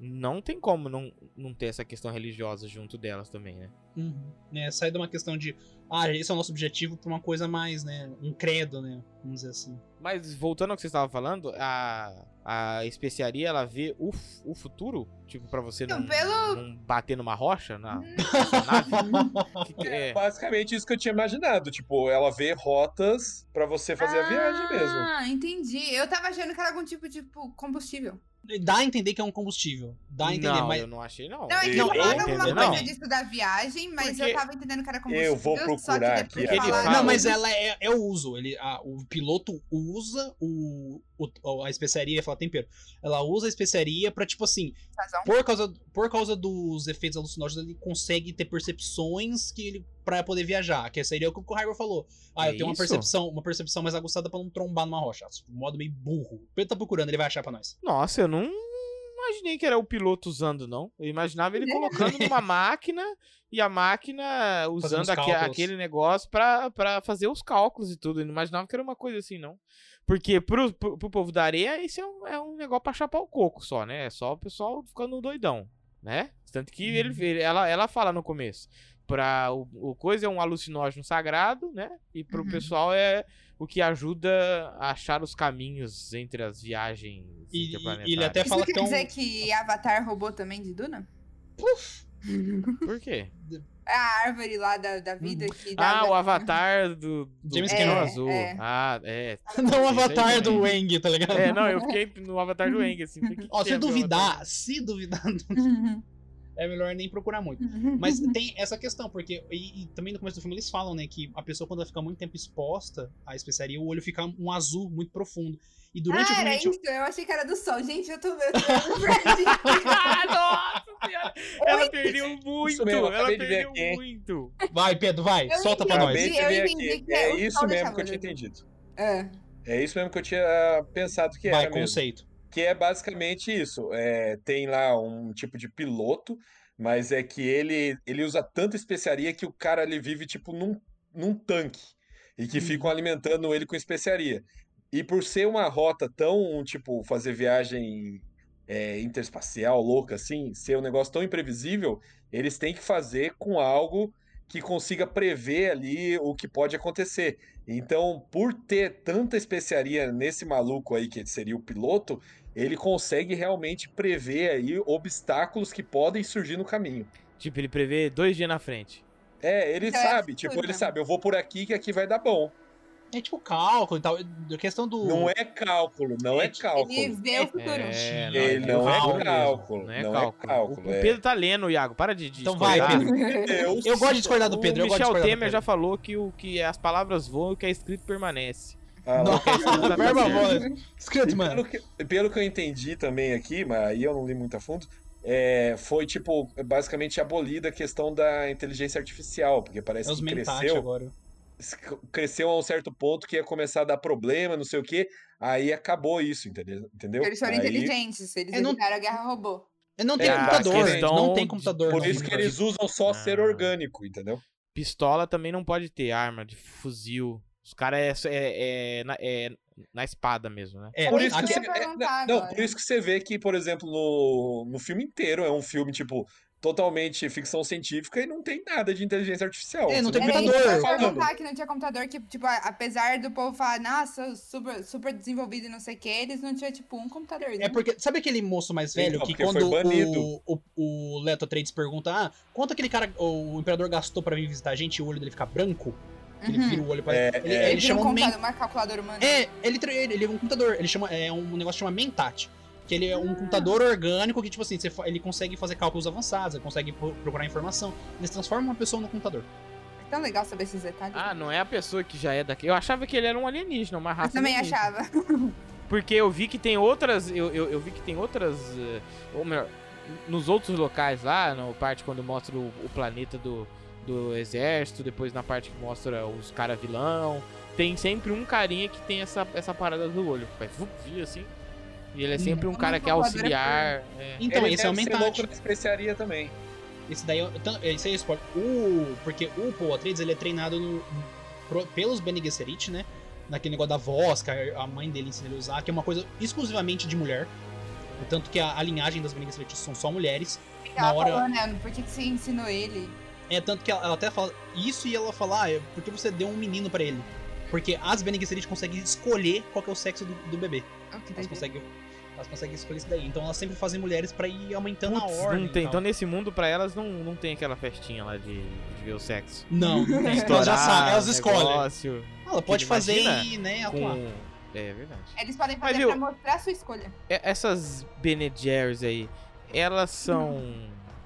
Speaker 1: não tem como não, não ter essa questão religiosa junto delas também, né?
Speaker 3: Uhum. Né, sai de uma questão de, ah, esse é o nosso objetivo pra uma coisa mais, né? Um credo, né? Vamos dizer assim.
Speaker 1: Mas voltando ao que você estava falando, a, a especiaria ela vê o, f- o futuro, tipo pra você não,
Speaker 4: Não, pelo-
Speaker 1: não bater numa rocha na, na nave. Que que é?
Speaker 2: Basicamente isso que eu tinha imaginado. Tipo, ela vê rotas pra você fazer a viagem mesmo.
Speaker 4: Ah, entendi. Eu tava achando que era algum tipo de tipo, combustível.
Speaker 3: Dá a entender que é um combustível. Dá a entender,
Speaker 1: não,
Speaker 3: mas.
Speaker 1: eu não achei não.
Speaker 4: Não, é que
Speaker 2: Não,
Speaker 4: falaram
Speaker 2: eu
Speaker 4: alguma
Speaker 2: entendo,
Speaker 4: coisa
Speaker 1: não.
Speaker 4: disso da viagem, mas
Speaker 1: Porque
Speaker 4: eu tava entendendo que era combustível.
Speaker 2: eu vou
Speaker 4: só que
Speaker 2: procurar
Speaker 4: depois
Speaker 2: aqui
Speaker 1: Ele
Speaker 4: falaram-
Speaker 1: fala-
Speaker 3: Não, mas ela é, é o uso. Ele, a- o piloto usa o, o- a especiaria, ia falar tempero. Ela usa a especiaria pra, tipo assim,
Speaker 4: Sazão.
Speaker 3: por causa, por causa dos efeitos alucinógenos, ele consegue ter percepções que ele para poder viajar. Que seria o que o Harbour falou. Ah,
Speaker 1: É
Speaker 3: eu tenho uma
Speaker 1: isso?
Speaker 3: percepção, uma percepção mais aguçada pra não trombar numa rocha. Um modo meio burro. O Pedro tá procurando, ele vai achar pra nós.
Speaker 1: Nossa, eu não imaginei que era o piloto usando, não. Eu imaginava
Speaker 3: É.
Speaker 1: ele colocando numa máquina e a máquina usando
Speaker 3: os
Speaker 1: aque-
Speaker 3: cálculos.
Speaker 1: aquele negócio pra, pra fazer os cálculos e tudo. Eu não imaginava que era uma coisa assim, não. Porque pro, pro, pro povo da areia, isso é um, é um negócio pra chapar o coco só, né? É só o pessoal ficando doidão, né? Tanto que
Speaker 3: Uhum.
Speaker 1: ele, ele- ela, ela fala no começo. Pra, o, o coisa é um alucinógeno sagrado, né? E pro
Speaker 4: Uhum.
Speaker 1: pessoal é o que ajuda a achar os caminhos entre as viagens
Speaker 3: E-
Speaker 1: interplanetárias.
Speaker 3: e ele até
Speaker 4: Isso
Speaker 3: fala
Speaker 4: quer
Speaker 3: que é um-
Speaker 4: dizer que Avatar roubou também de Duna?
Speaker 1: Por quê?
Speaker 4: É a árvore lá da, da
Speaker 3: Hum.
Speaker 4: vida que... dá-
Speaker 1: Ah, o avatar do, do
Speaker 3: James
Speaker 1: Cameron
Speaker 3: Cameron.
Speaker 1: Azul.
Speaker 4: É.
Speaker 1: Ah, é.
Speaker 3: Não o
Speaker 1: Isso aí
Speaker 3: avatar do
Speaker 1: também.
Speaker 3: Wang, tá ligado?
Speaker 1: É, não, eu fiquei no avatar do Aang, assim. falei, que
Speaker 3: Ó,
Speaker 1: que
Speaker 3: se
Speaker 1: é meu avatar?
Speaker 3: duvidar, se duvidar, é melhor nem procurar muito. Mas tem essa questão, porque. E, e também no começo do filme eles falam, né? Que a pessoa, quando ela fica muito tempo exposta à especiaria, o olho fica um azul muito profundo. E durante o um
Speaker 4: ah,
Speaker 3: filme.
Speaker 4: era
Speaker 3: a gente-
Speaker 4: isso? Eu achei que era do sol. Gente, eu tô eu tô perdida.
Speaker 1: Ah, nossa senhora! Ela perdeu muito!
Speaker 2: Isso mesmo,
Speaker 1: ela
Speaker 2: acabei de ver
Speaker 1: perdeu
Speaker 2: aqui.
Speaker 1: muito!
Speaker 3: Vai, Pedro, vai,
Speaker 4: Eu
Speaker 3: solta pra
Speaker 4: entendi.
Speaker 2: Acabei
Speaker 3: nós.
Speaker 2: de
Speaker 4: Eu
Speaker 2: ver
Speaker 4: entendi
Speaker 2: aqui.
Speaker 4: que é
Speaker 2: É
Speaker 4: o
Speaker 2: isso
Speaker 4: sol
Speaker 2: mesmo
Speaker 4: deixava
Speaker 2: que eu tinha
Speaker 4: azul.
Speaker 2: entendido.
Speaker 4: É.
Speaker 2: É isso mesmo que eu tinha pensado que
Speaker 3: Vai,
Speaker 2: era mesmo.
Speaker 3: conceito.
Speaker 2: Que é basicamente isso. É, tem lá um tipo de piloto, mas é que ele, ele usa tanta especiaria que o cara ele vive tipo num, num tanque e que
Speaker 3: Uhum.
Speaker 2: ficam alimentando ele com especiaria. E por ser uma rota tão, tipo, fazer viagem é, interespacial louca, assim, ser um negócio tão imprevisível, eles têm que fazer com algo que consiga prever ali o que pode acontecer. Então, por ter tanta especiaria nesse maluco aí, que seria o piloto, ele consegue realmente prever aí obstáculos que podem surgir no caminho.
Speaker 1: Tipo, ele prevê dois dias na frente.
Speaker 2: É, ele
Speaker 4: Então, é
Speaker 2: sabe,
Speaker 4: tudo,
Speaker 2: tipo, ele
Speaker 4: né?
Speaker 2: sabe, eu vou por aqui que aqui vai dar bom.
Speaker 3: É tipo cálculo e tal. A questão do.
Speaker 2: Não é cálculo, não é
Speaker 3: Ele-
Speaker 4: Ele
Speaker 2: cálculo.
Speaker 4: vê o futuro.
Speaker 1: É,
Speaker 3: Não,
Speaker 2: Ele
Speaker 3: é
Speaker 2: não
Speaker 3: cálculo
Speaker 2: é
Speaker 3: mesmo,
Speaker 2: cálculo,
Speaker 1: Não é
Speaker 2: não é
Speaker 1: cálculo.
Speaker 2: cálculo.
Speaker 1: o
Speaker 2: é.
Speaker 1: Pedro tá lendo, Iago. Para de, de
Speaker 3: Então vai,
Speaker 2: Ah,
Speaker 1: discordar.
Speaker 3: Pedro.
Speaker 2: Deus.
Speaker 3: Eu gosto de discordar do Pedro.
Speaker 1: o
Speaker 3: Eu gosto de
Speaker 1: Michel
Speaker 3: discordar do
Speaker 1: Temer
Speaker 3: Pedro.
Speaker 1: já falou que o que as palavras voam e o que é escrito permanece.
Speaker 2: Ah,
Speaker 3: Não,
Speaker 2: o que é
Speaker 1: Tá
Speaker 2: isso?
Speaker 3: verba
Speaker 1: certo.
Speaker 3: bola. Escrito,
Speaker 2: E
Speaker 3: mano.
Speaker 2: Pelo que, pelo que eu entendi também aqui, mas aí eu não li muito a fundo, é, foi tipo basicamente abolida a questão da inteligência artificial, porque
Speaker 3: É
Speaker 2: parece
Speaker 3: os
Speaker 2: que
Speaker 3: mentais
Speaker 2: cresceu,
Speaker 3: agora.
Speaker 2: cresceu a um certo ponto que ia começar a dar problema, não sei o quê, aí acabou isso, entendeu? entendeu?
Speaker 4: Eles foram
Speaker 2: Aí-
Speaker 4: inteligentes, eles
Speaker 3: Eu É, não-
Speaker 4: evitaram a guerra robô.
Speaker 3: Não tem
Speaker 2: É,
Speaker 3: computador. né?
Speaker 1: questão
Speaker 3: Não tem
Speaker 1: de-
Speaker 3: computador. né?
Speaker 2: Por
Speaker 3: não,
Speaker 2: isso
Speaker 3: no
Speaker 2: que eles
Speaker 3: Brasil.
Speaker 2: usam só ser
Speaker 1: Ah.
Speaker 2: orgânico, entendeu?
Speaker 1: Pistola também não pode ter arma de fuzil. Os caras é, é, é na- é na espada mesmo, né?
Speaker 3: É,
Speaker 2: Por isso que
Speaker 3: aqui-
Speaker 2: você,
Speaker 4: eu ia
Speaker 2: é,
Speaker 4: perguntar
Speaker 2: não,
Speaker 4: agora.
Speaker 2: por isso que você vê que, por exemplo, no, no filme inteiro é um filme, tipo, totalmente ficção científica e não tem nada de inteligência artificial.
Speaker 3: É, não
Speaker 2: Você
Speaker 3: tem
Speaker 2: vê o que
Speaker 3: computador.
Speaker 2: tá
Speaker 4: Eu ia
Speaker 2: falando.
Speaker 4: perguntar que não tinha computador que, tipo, a- apesar do povo falar, nossa, super, super desenvolvido e não sei o que, eles não tinham, tipo, um computador.
Speaker 3: É porque. Sabe aquele moço mais velho
Speaker 2: Então,
Speaker 3: que
Speaker 2: porque foi
Speaker 3: quando
Speaker 2: banido.
Speaker 3: o, o, o Leto Trades pergunta: Ah, quanto aquele cara, o imperador gastou pra vir visitar a gente e o olho dele fica branco? Que ele vira o olho pra.
Speaker 2: É,
Speaker 3: ele,
Speaker 2: é.
Speaker 3: ele
Speaker 4: Ele Uhum. tinha
Speaker 3: Uhum. chama
Speaker 4: um
Speaker 3: um men-
Speaker 4: computador, uma calculadora humana.
Speaker 3: É, ele, tra- ele, ele é um computador. Ele chama, é um negócio que chama Mentat. Que ele é
Speaker 2: Ah.
Speaker 3: um computador orgânico que, tipo assim, você fa- ele consegue fazer cálculos avançados, ele consegue pro- procurar informação. Eles transformam uma pessoa num computador.
Speaker 4: É tão legal saber esses detalhes.
Speaker 1: Ah, não é a pessoa que já é daqui. Eu achava que ele era um alienígena, uma raça.
Speaker 4: eu também
Speaker 1: alienígena.
Speaker 4: achava.
Speaker 1: Porque eu vi que tem outras. Eu, eu, eu vi que tem outras. eh, Ou melhor, nos outros locais lá, na parte quando mostra o, o planeta do, do exército, depois na parte que mostra os cara vilão. Tem sempre um carinha que tem essa, essa parada do olho. Vai vup, vira assim. E ele é sempre um
Speaker 4: Uma
Speaker 1: cara que é
Speaker 4: calculadora
Speaker 1: auxiliar. é.
Speaker 3: Então,
Speaker 2: Ele
Speaker 3: esse é o
Speaker 2: deve ser
Speaker 3: Mentat.
Speaker 2: louco na especiaria também.
Speaker 3: Esse daí é. tan- Esse aí é spoiler. O, porque o Paul Atreides, ele é treinado no- pro- pelos Bene Gesserit, né? Naquele negócio da voz que a a mãe dele ensina ele a usar, que é uma coisa exclusivamente de mulher. Tanto que a, a linhagem das Bene Gesserit são só mulheres.
Speaker 4: O que que
Speaker 3: Na
Speaker 4: ela
Speaker 3: hora-
Speaker 4: falou, né? Por que, que você ensinou ele?
Speaker 3: É tanto que ela, ela até fala isso e ela fala, ah, é porque você deu um menino pra ele. Porque as Bene Gesserit conseguem escolher qual que é o sexo do, do bebê.
Speaker 4: Ah, que
Speaker 3: Elas
Speaker 4: doideira.
Speaker 3: conseguem, elas conseguem escolher isso daí. Então elas sempre fazem mulheres pra ir aumentando
Speaker 1: Putz,
Speaker 3: a ordem.
Speaker 1: não
Speaker 3: e
Speaker 1: tem.
Speaker 3: tal.
Speaker 1: Então nesse mundo, pra elas, não, não tem aquela festinha lá de, de ver o sexo.
Speaker 3: Não, não tem. Então elas já sabem, elas escolhem.
Speaker 1: negócio
Speaker 3: Ela pode fazer
Speaker 1: Imagina
Speaker 3: e, né, atuar.
Speaker 1: Tá Com... É verdade.
Speaker 4: Eles podem
Speaker 1: Mas,
Speaker 4: fazer
Speaker 1: viu?
Speaker 4: pra mostrar a sua escolha.
Speaker 1: E- essas Bene Jerry's aí, elas são.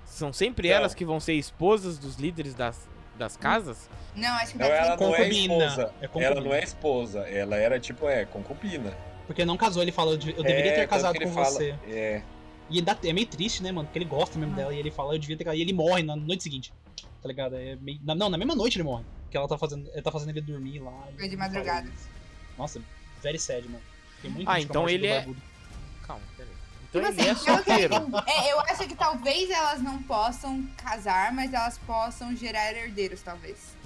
Speaker 1: São sempre
Speaker 2: Não.
Speaker 1: elas que vão ser esposas dos líderes das, das casas?
Speaker 4: Não, acho que
Speaker 2: Não,
Speaker 4: deve
Speaker 2: ela
Speaker 4: ser.
Speaker 2: não é
Speaker 3: Concubina.
Speaker 2: esposa.
Speaker 3: É concubina.
Speaker 2: Ela não é esposa. Ela era, tipo, é, concubina.
Speaker 3: Porque não casou, ele fala, eu dev- eu deveria
Speaker 2: É,
Speaker 3: ter
Speaker 2: tanto
Speaker 3: casado
Speaker 2: que
Speaker 3: com
Speaker 2: ele fala-
Speaker 3: você.
Speaker 2: É.
Speaker 3: E ele dá- é meio triste, né, mano? Porque ele gosta
Speaker 4: É.
Speaker 3: mesmo dela e ele fala, eu devia ter casado. E ele morre na noite seguinte. Tá ligado? É meio- na- não, na mesma noite ele morre. Que ela tá fazendo, ela tá fazendo ele dormir lá.
Speaker 4: Foi de
Speaker 3: Ele
Speaker 4: madrugada.
Speaker 3: fala isso. Nossa, very sad, mano. Fiquei muito
Speaker 1: Ah,
Speaker 3: triste com a
Speaker 1: então
Speaker 3: morte
Speaker 1: ele
Speaker 3: do
Speaker 1: é-
Speaker 3: barbudo.
Speaker 1: Calma, peraí.
Speaker 4: Tipo
Speaker 1: Então
Speaker 4: assim,
Speaker 1: ele é
Speaker 4: pelo que eu
Speaker 1: solteiro.
Speaker 4: entendi- é, eu acho que talvez elas não possam casar, mas elas possam gerar herdeiros, talvez.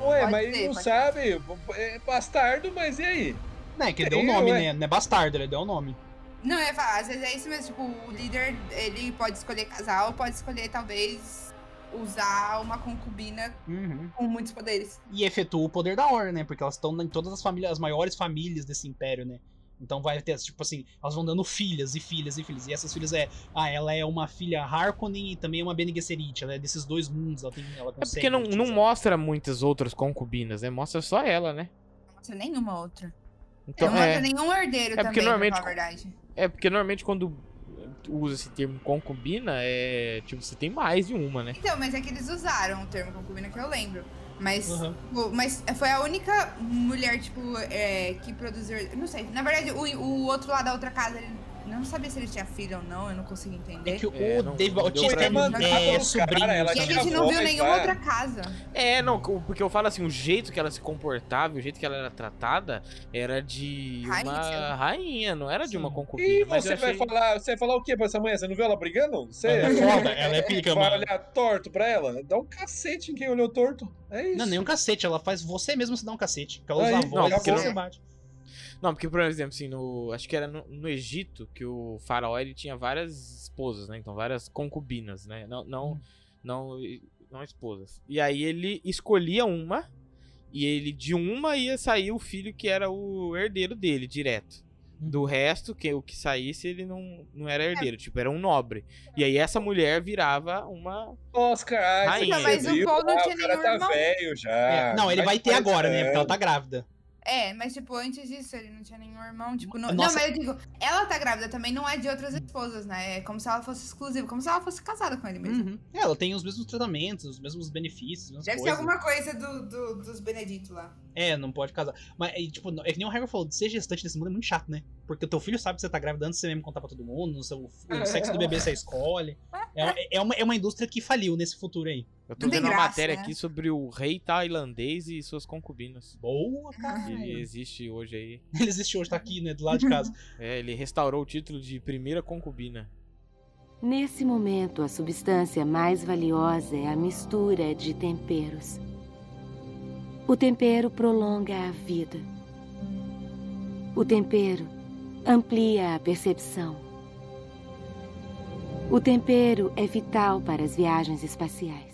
Speaker 2: Ué,
Speaker 4: Pode
Speaker 2: mas
Speaker 4: ser,
Speaker 2: não
Speaker 4: pode
Speaker 2: sabe? É bastardo, mas e aí?
Speaker 3: Não, é que ele deu o
Speaker 2: Eu,
Speaker 3: nome,
Speaker 2: é.
Speaker 3: né? Não é bastardo, ele deu o nome.
Speaker 4: Não, eu ia falar, às vezes é isso mesmo, tipo, o líder, ele pode escolher casar ou pode escolher, talvez, usar uma concubina
Speaker 1: Uhum.
Speaker 4: com muitos poderes.
Speaker 3: E efetua o poder da ordem, né? Porque elas estão em todas as famílias, as maiores famílias desse império, né? Então vai ter, tipo assim, elas vão dando filhas e filhas e filhas. E essas filhas é. Ah, ela é uma filha Harkonnen e também é uma Bene Gesserit. Ela é desses dois mundos, ela tem. Ela
Speaker 1: É
Speaker 3: consegue
Speaker 1: porque não, não
Speaker 4: assim.
Speaker 3: utilizar.
Speaker 1: mostra muitas outras concubinas, né? Mostra só ela, né?
Speaker 4: Não mostra nenhuma outra.
Speaker 1: Então,
Speaker 4: não
Speaker 1: é,
Speaker 4: mostra nenhum herdeiro
Speaker 1: É porque
Speaker 4: também, pra
Speaker 1: normalmente-
Speaker 4: falar a verdade.
Speaker 1: é porque normalmente quando usa esse termo concubina, é tipo, você tem mais de uma, né?
Speaker 4: Então, mas é que eles usaram o termo concubina que eu lembro. Mas,
Speaker 3: Aham.
Speaker 4: tipo, mas foi a única mulher, tipo, é, que produziu. eu Não sei. Na verdade, o, o outro lado da outra casa, ele não sabia se ele tinha filho ou não, eu não consigo entender.
Speaker 3: É que o
Speaker 1: É, não-
Speaker 3: Dave
Speaker 1: não deu
Speaker 3: Bautista
Speaker 2: pra
Speaker 3: é,
Speaker 2: mandar
Speaker 3: é
Speaker 2: pros cara,
Speaker 3: sobrinho.
Speaker 2: ela
Speaker 4: E a
Speaker 2: tinha
Speaker 4: gente não
Speaker 2: avó,
Speaker 4: viu
Speaker 2: mas
Speaker 4: nenhuma
Speaker 2: lá-
Speaker 4: outra casa.
Speaker 1: É, não, co- porque eu falo assim, o jeito que ela se comportava, o jeito que ela era tratada, era de
Speaker 4: Rainha,
Speaker 1: uma
Speaker 4: sei lá.
Speaker 1: rainha, não era de uma
Speaker 3: Sim.
Speaker 1: concubina.
Speaker 2: E
Speaker 1: mas
Speaker 2: você
Speaker 1: eu
Speaker 2: vai
Speaker 1: achei-
Speaker 2: falar, você vai falar o que pra essa mulher? Você não viu ela brigando? Você
Speaker 3: Ela é foda, ela é pica,
Speaker 2: vai
Speaker 3: mano.
Speaker 2: olhar torto pra ela? Dá um cacete em quem olhou torto. É isso.
Speaker 3: Não, nem um cacete, ela faz você mesmo se dar um cacete. Porque ela usa
Speaker 2: Aí,
Speaker 3: a voz
Speaker 1: não,
Speaker 3: e
Speaker 1: porque
Speaker 3: você
Speaker 1: não-
Speaker 3: bate.
Speaker 1: Não, porque, por exemplo, assim, no, acho que era no, no Egito que o faraó ele tinha várias esposas, né? Então, várias concubinas, né? Não, não,
Speaker 3: Hum.
Speaker 1: não, não esposas. E aí ele escolhia uma e ele de uma ia sair o filho que era o herdeiro dele, direto.
Speaker 3: Hum.
Speaker 1: Do resto, que o que saísse, ele não, não
Speaker 4: É.
Speaker 1: era herdeiro, tipo, era um nobre. E aí essa mulher virava uma.
Speaker 2: Oscar Isaac,
Speaker 1: Rainha.
Speaker 2: você
Speaker 1: Mas
Speaker 4: o
Speaker 2: viu?
Speaker 4: Paul não
Speaker 2: Ah,
Speaker 4: tinha
Speaker 2: o cara
Speaker 4: nenhum
Speaker 2: tá
Speaker 4: irmão.
Speaker 2: velho já.
Speaker 3: É, Não, ele
Speaker 2: Mas
Speaker 3: vai ter
Speaker 2: faz
Speaker 3: agora, né? Porque
Speaker 2: anos.
Speaker 3: ela tá grávida.
Speaker 4: É, mas tipo, antes disso ele não tinha nenhum irmão, tipo, não,
Speaker 3: Nossa.
Speaker 4: não, mas eu digo, ela tá grávida também, não é de outras esposas, né? É como se ela fosse exclusiva, como se ela fosse casada com ele mesmo.
Speaker 3: É, ela tem os mesmos tratamentos, os mesmos benefícios, as mesmas
Speaker 4: Deve ser
Speaker 3: coisas.
Speaker 4: alguma coisa do, do- dos Benedito lá.
Speaker 3: É, não pode casar. Mas, é, tipo, não- é que nem o Harry falou, ser gestante nesse mundo é muito chato, né? Porque o teu filho sabe que você tá grávida antes de você mesmo contar pra todo mundo, o, seu- o sexo do bebê você escolhe. É, é uma, é uma indústria que faliu nesse futuro aí.
Speaker 1: Eu tô
Speaker 4: Não tem
Speaker 1: vendo uma
Speaker 4: graça,
Speaker 1: matéria
Speaker 4: né?
Speaker 1: aqui sobre o rei tailandês e suas concubinas.
Speaker 3: Boa, cara.
Speaker 1: Que ele existe hoje aí.
Speaker 3: Ele existe hoje, tá aqui, né? Do lado de casa.
Speaker 1: É, ele restaurou o título de primeira concubina.
Speaker 5: Nesse momento, a substância mais valiosa é a mistura de temperos. O tempero prolonga a vida. O tempero amplia a percepção. O tempero é vital para as viagens espaciais.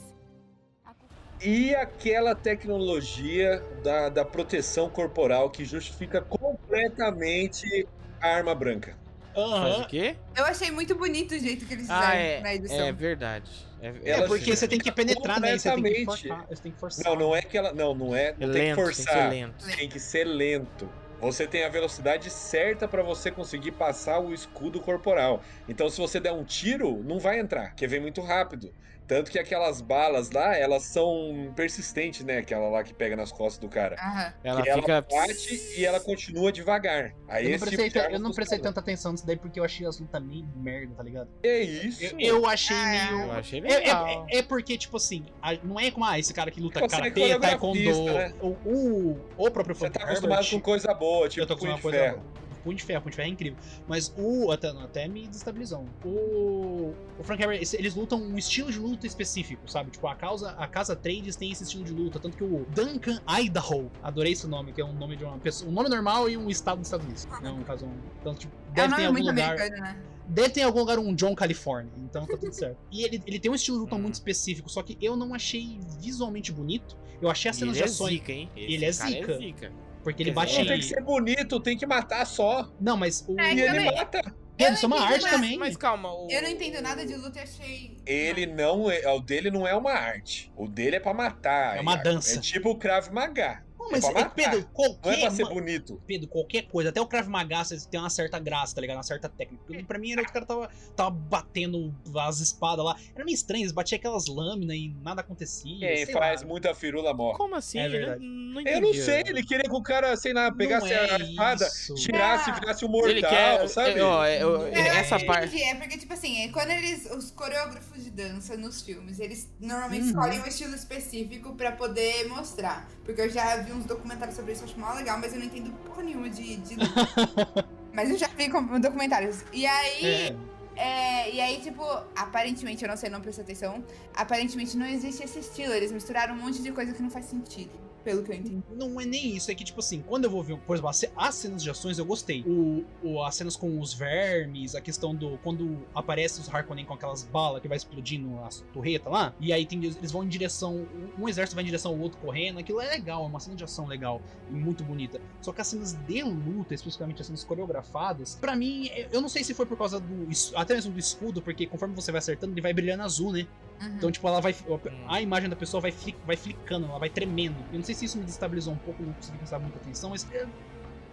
Speaker 2: E aquela tecnologia da, da proteção corporal que justifica completamente a arma branca.
Speaker 1: Faz
Speaker 3: Aham.
Speaker 1: o quê?
Speaker 4: Eu achei muito bonito o jeito que eles fizeram
Speaker 1: Ah, é.
Speaker 4: na edição.
Speaker 1: É verdade. É, é
Speaker 2: Ela
Speaker 3: É
Speaker 1: verdade.
Speaker 3: porque você tem que penetrar, né? Você tem
Speaker 2: Completamente.
Speaker 3: que forçar. Você tem que forçar.
Speaker 2: Não, não é que ela. Não, não é.
Speaker 1: É
Speaker 2: Não tem que
Speaker 1: lento, tem que ser
Speaker 2: forçar.
Speaker 1: lento.
Speaker 2: Tem que ser lento. Você tem a velocidade certa para você conseguir passar o escudo corporal. Então, se você der um tiro, não vai entrar, porque vem muito rápido. Tanto que aquelas balas lá, elas são persistentes, né? Aquela lá que pega nas costas do cara.
Speaker 4: Aham. É
Speaker 1: Ela
Speaker 2: que
Speaker 1: fica.
Speaker 2: ela bate e ela continua devagar. Aí
Speaker 3: Eu não,
Speaker 2: esse tipo
Speaker 3: prestei,
Speaker 2: de arma
Speaker 3: eu não prestei
Speaker 2: funciona.
Speaker 3: tanta atenção nisso daí porque eu achei as lutas meio merda, tá ligado?
Speaker 2: É isso.
Speaker 3: Eu, eu achei
Speaker 4: Ah,
Speaker 1: Eu
Speaker 3: meio.
Speaker 1: achei
Speaker 3: É, é-
Speaker 1: legal.
Speaker 3: é- é porque, tipo assim, a- não é como ah, esse cara que luta
Speaker 2: Você é
Speaker 3: karatê, é taekwondo,
Speaker 2: coreografista, né?
Speaker 3: ou o, o próprio
Speaker 2: Você
Speaker 3: Frank
Speaker 2: tá acostumado
Speaker 3: Herbert.
Speaker 2: com coisa boa, tipo
Speaker 3: eu tô
Speaker 2: punho de
Speaker 3: acostumado com coisa
Speaker 2: ferro.
Speaker 3: boa. Punho de ferro, punho de ferro é incrível. Mas o. Até, não, até me destabilizou. O. O Frank Herbert, esse- eles lutam um estilo de luta específico, sabe? Tipo, a, causa, a Casa Trades tem esse estilo de luta. Tanto que o Duncan Idaho, adorei esse nome, que é um nome de uma pessoa. Um nome normal e um estado dos Estados Unidos. Não, um caso. um- Então, tipo,
Speaker 4: É um
Speaker 3: deve ter em
Speaker 4: nome
Speaker 3: algum
Speaker 4: muito
Speaker 3: lugar.
Speaker 4: americano, né?
Speaker 3: Deve ter em algum lugar um John California, então tá tudo certo. E ele, ele tem um estilo de luta
Speaker 1: Hum.
Speaker 3: muito específico, só que eu não achei visualmente bonito. Eu achei a
Speaker 1: E
Speaker 3: cena
Speaker 1: Ele
Speaker 3: de
Speaker 1: é
Speaker 3: ações,
Speaker 1: zica, hein? Esse
Speaker 3: Ele é
Speaker 1: cara
Speaker 3: zica.
Speaker 1: zica.
Speaker 3: porque ele
Speaker 1: Não,
Speaker 3: bate
Speaker 2: Não, tem
Speaker 3: em...
Speaker 2: que ser bonito, tem que matar só.
Speaker 3: Não, mas o...
Speaker 4: É,
Speaker 2: E ele
Speaker 4: também.
Speaker 2: mata.
Speaker 3: É, isso é uma
Speaker 4: Eu não
Speaker 3: arte
Speaker 4: entendi,
Speaker 3: também.
Speaker 1: Mas calma. O...
Speaker 4: Eu não entendo nada de luta e achei.
Speaker 2: Ele não é. O dele não é uma arte. O dele é pra matar.
Speaker 3: É uma dança.
Speaker 2: É tipo o Krav Maga.
Speaker 3: Não, mas
Speaker 2: é pra
Speaker 3: é,
Speaker 2: matar. Não
Speaker 3: Pedro,
Speaker 2: é
Speaker 3: qualquer...
Speaker 2: pra ser
Speaker 3: ma-
Speaker 2: bonito.
Speaker 3: Pedro, qualquer coisa, até o Krav Maga você tem uma certa graça, tá ligado? Uma certa técnica. Porque Pra mim era o cara tava, tava batendo as espadas lá. Era meio estranho, eles batiam aquelas lâminas e nada acontecia.
Speaker 2: Quem
Speaker 3: sei
Speaker 2: É, faz
Speaker 3: lá.
Speaker 2: muita firula morre.
Speaker 1: Como assim?
Speaker 3: É
Speaker 1: Eu
Speaker 3: verdade.
Speaker 1: não- não
Speaker 2: Eu não
Speaker 1: entendi.
Speaker 2: sei, ele queria que o cara, sei lá, pegasse
Speaker 3: Não é
Speaker 2: a espada,
Speaker 3: isso.
Speaker 2: tirasse,
Speaker 4: Ah.
Speaker 2: virasse um
Speaker 1: Ele
Speaker 2: mortal,
Speaker 1: quer.
Speaker 2: sabe?
Speaker 1: é, ó, é, ó, é,
Speaker 4: Não, eu
Speaker 1: essa
Speaker 4: entendi,
Speaker 1: parte.
Speaker 4: É porque, tipo assim, é quando eles. Os coreógrafos de dança nos filmes, eles normalmente
Speaker 3: Uhum.
Speaker 4: escolhem um estilo específico pra poder mostrar. Porque eu já vi uns documentários sobre isso, eu acho mó legal, mas eu não entendo porra nenhuma de. de luta. mas eu já vi com- documentários. E aí.
Speaker 3: É,
Speaker 4: é, e aí, tipo, aparentemente, eu não sei, não prestei atenção. Aparentemente não existe esse estilo. Eles misturaram um monte de coisa que não faz sentido, pelo que eu entendi.
Speaker 3: Não é nem isso, é que, tipo assim, quando eu vou ver, por exemplo, as ce- as cenas de ações eu gostei. O, o- as cenas com os vermes, a questão do. Quando aparece os Harkonnen com aquelas balas que vai explodindo as torreta lá, e aí tem- eles vão em direção. Um exército vai em direção ao outro correndo, aquilo é legal, é uma cena de ação legal e muito bonita. Só que as cenas de luta, especificamente as cenas coreografadas, pra mim, eu- eu não sei se foi por causa do. es- Até mesmo do escudo, porque conforme você vai acertando, ele vai brilhando azul, né?
Speaker 4: Uhum.
Speaker 3: Então, tipo, ela vai.
Speaker 2: Hum.
Speaker 3: A imagem da pessoa vai, fli- vai flicando, ela vai tremendo. Eu não sei se isso me destabilizou um pouco, não consegui prestar muita atenção, mas. Eu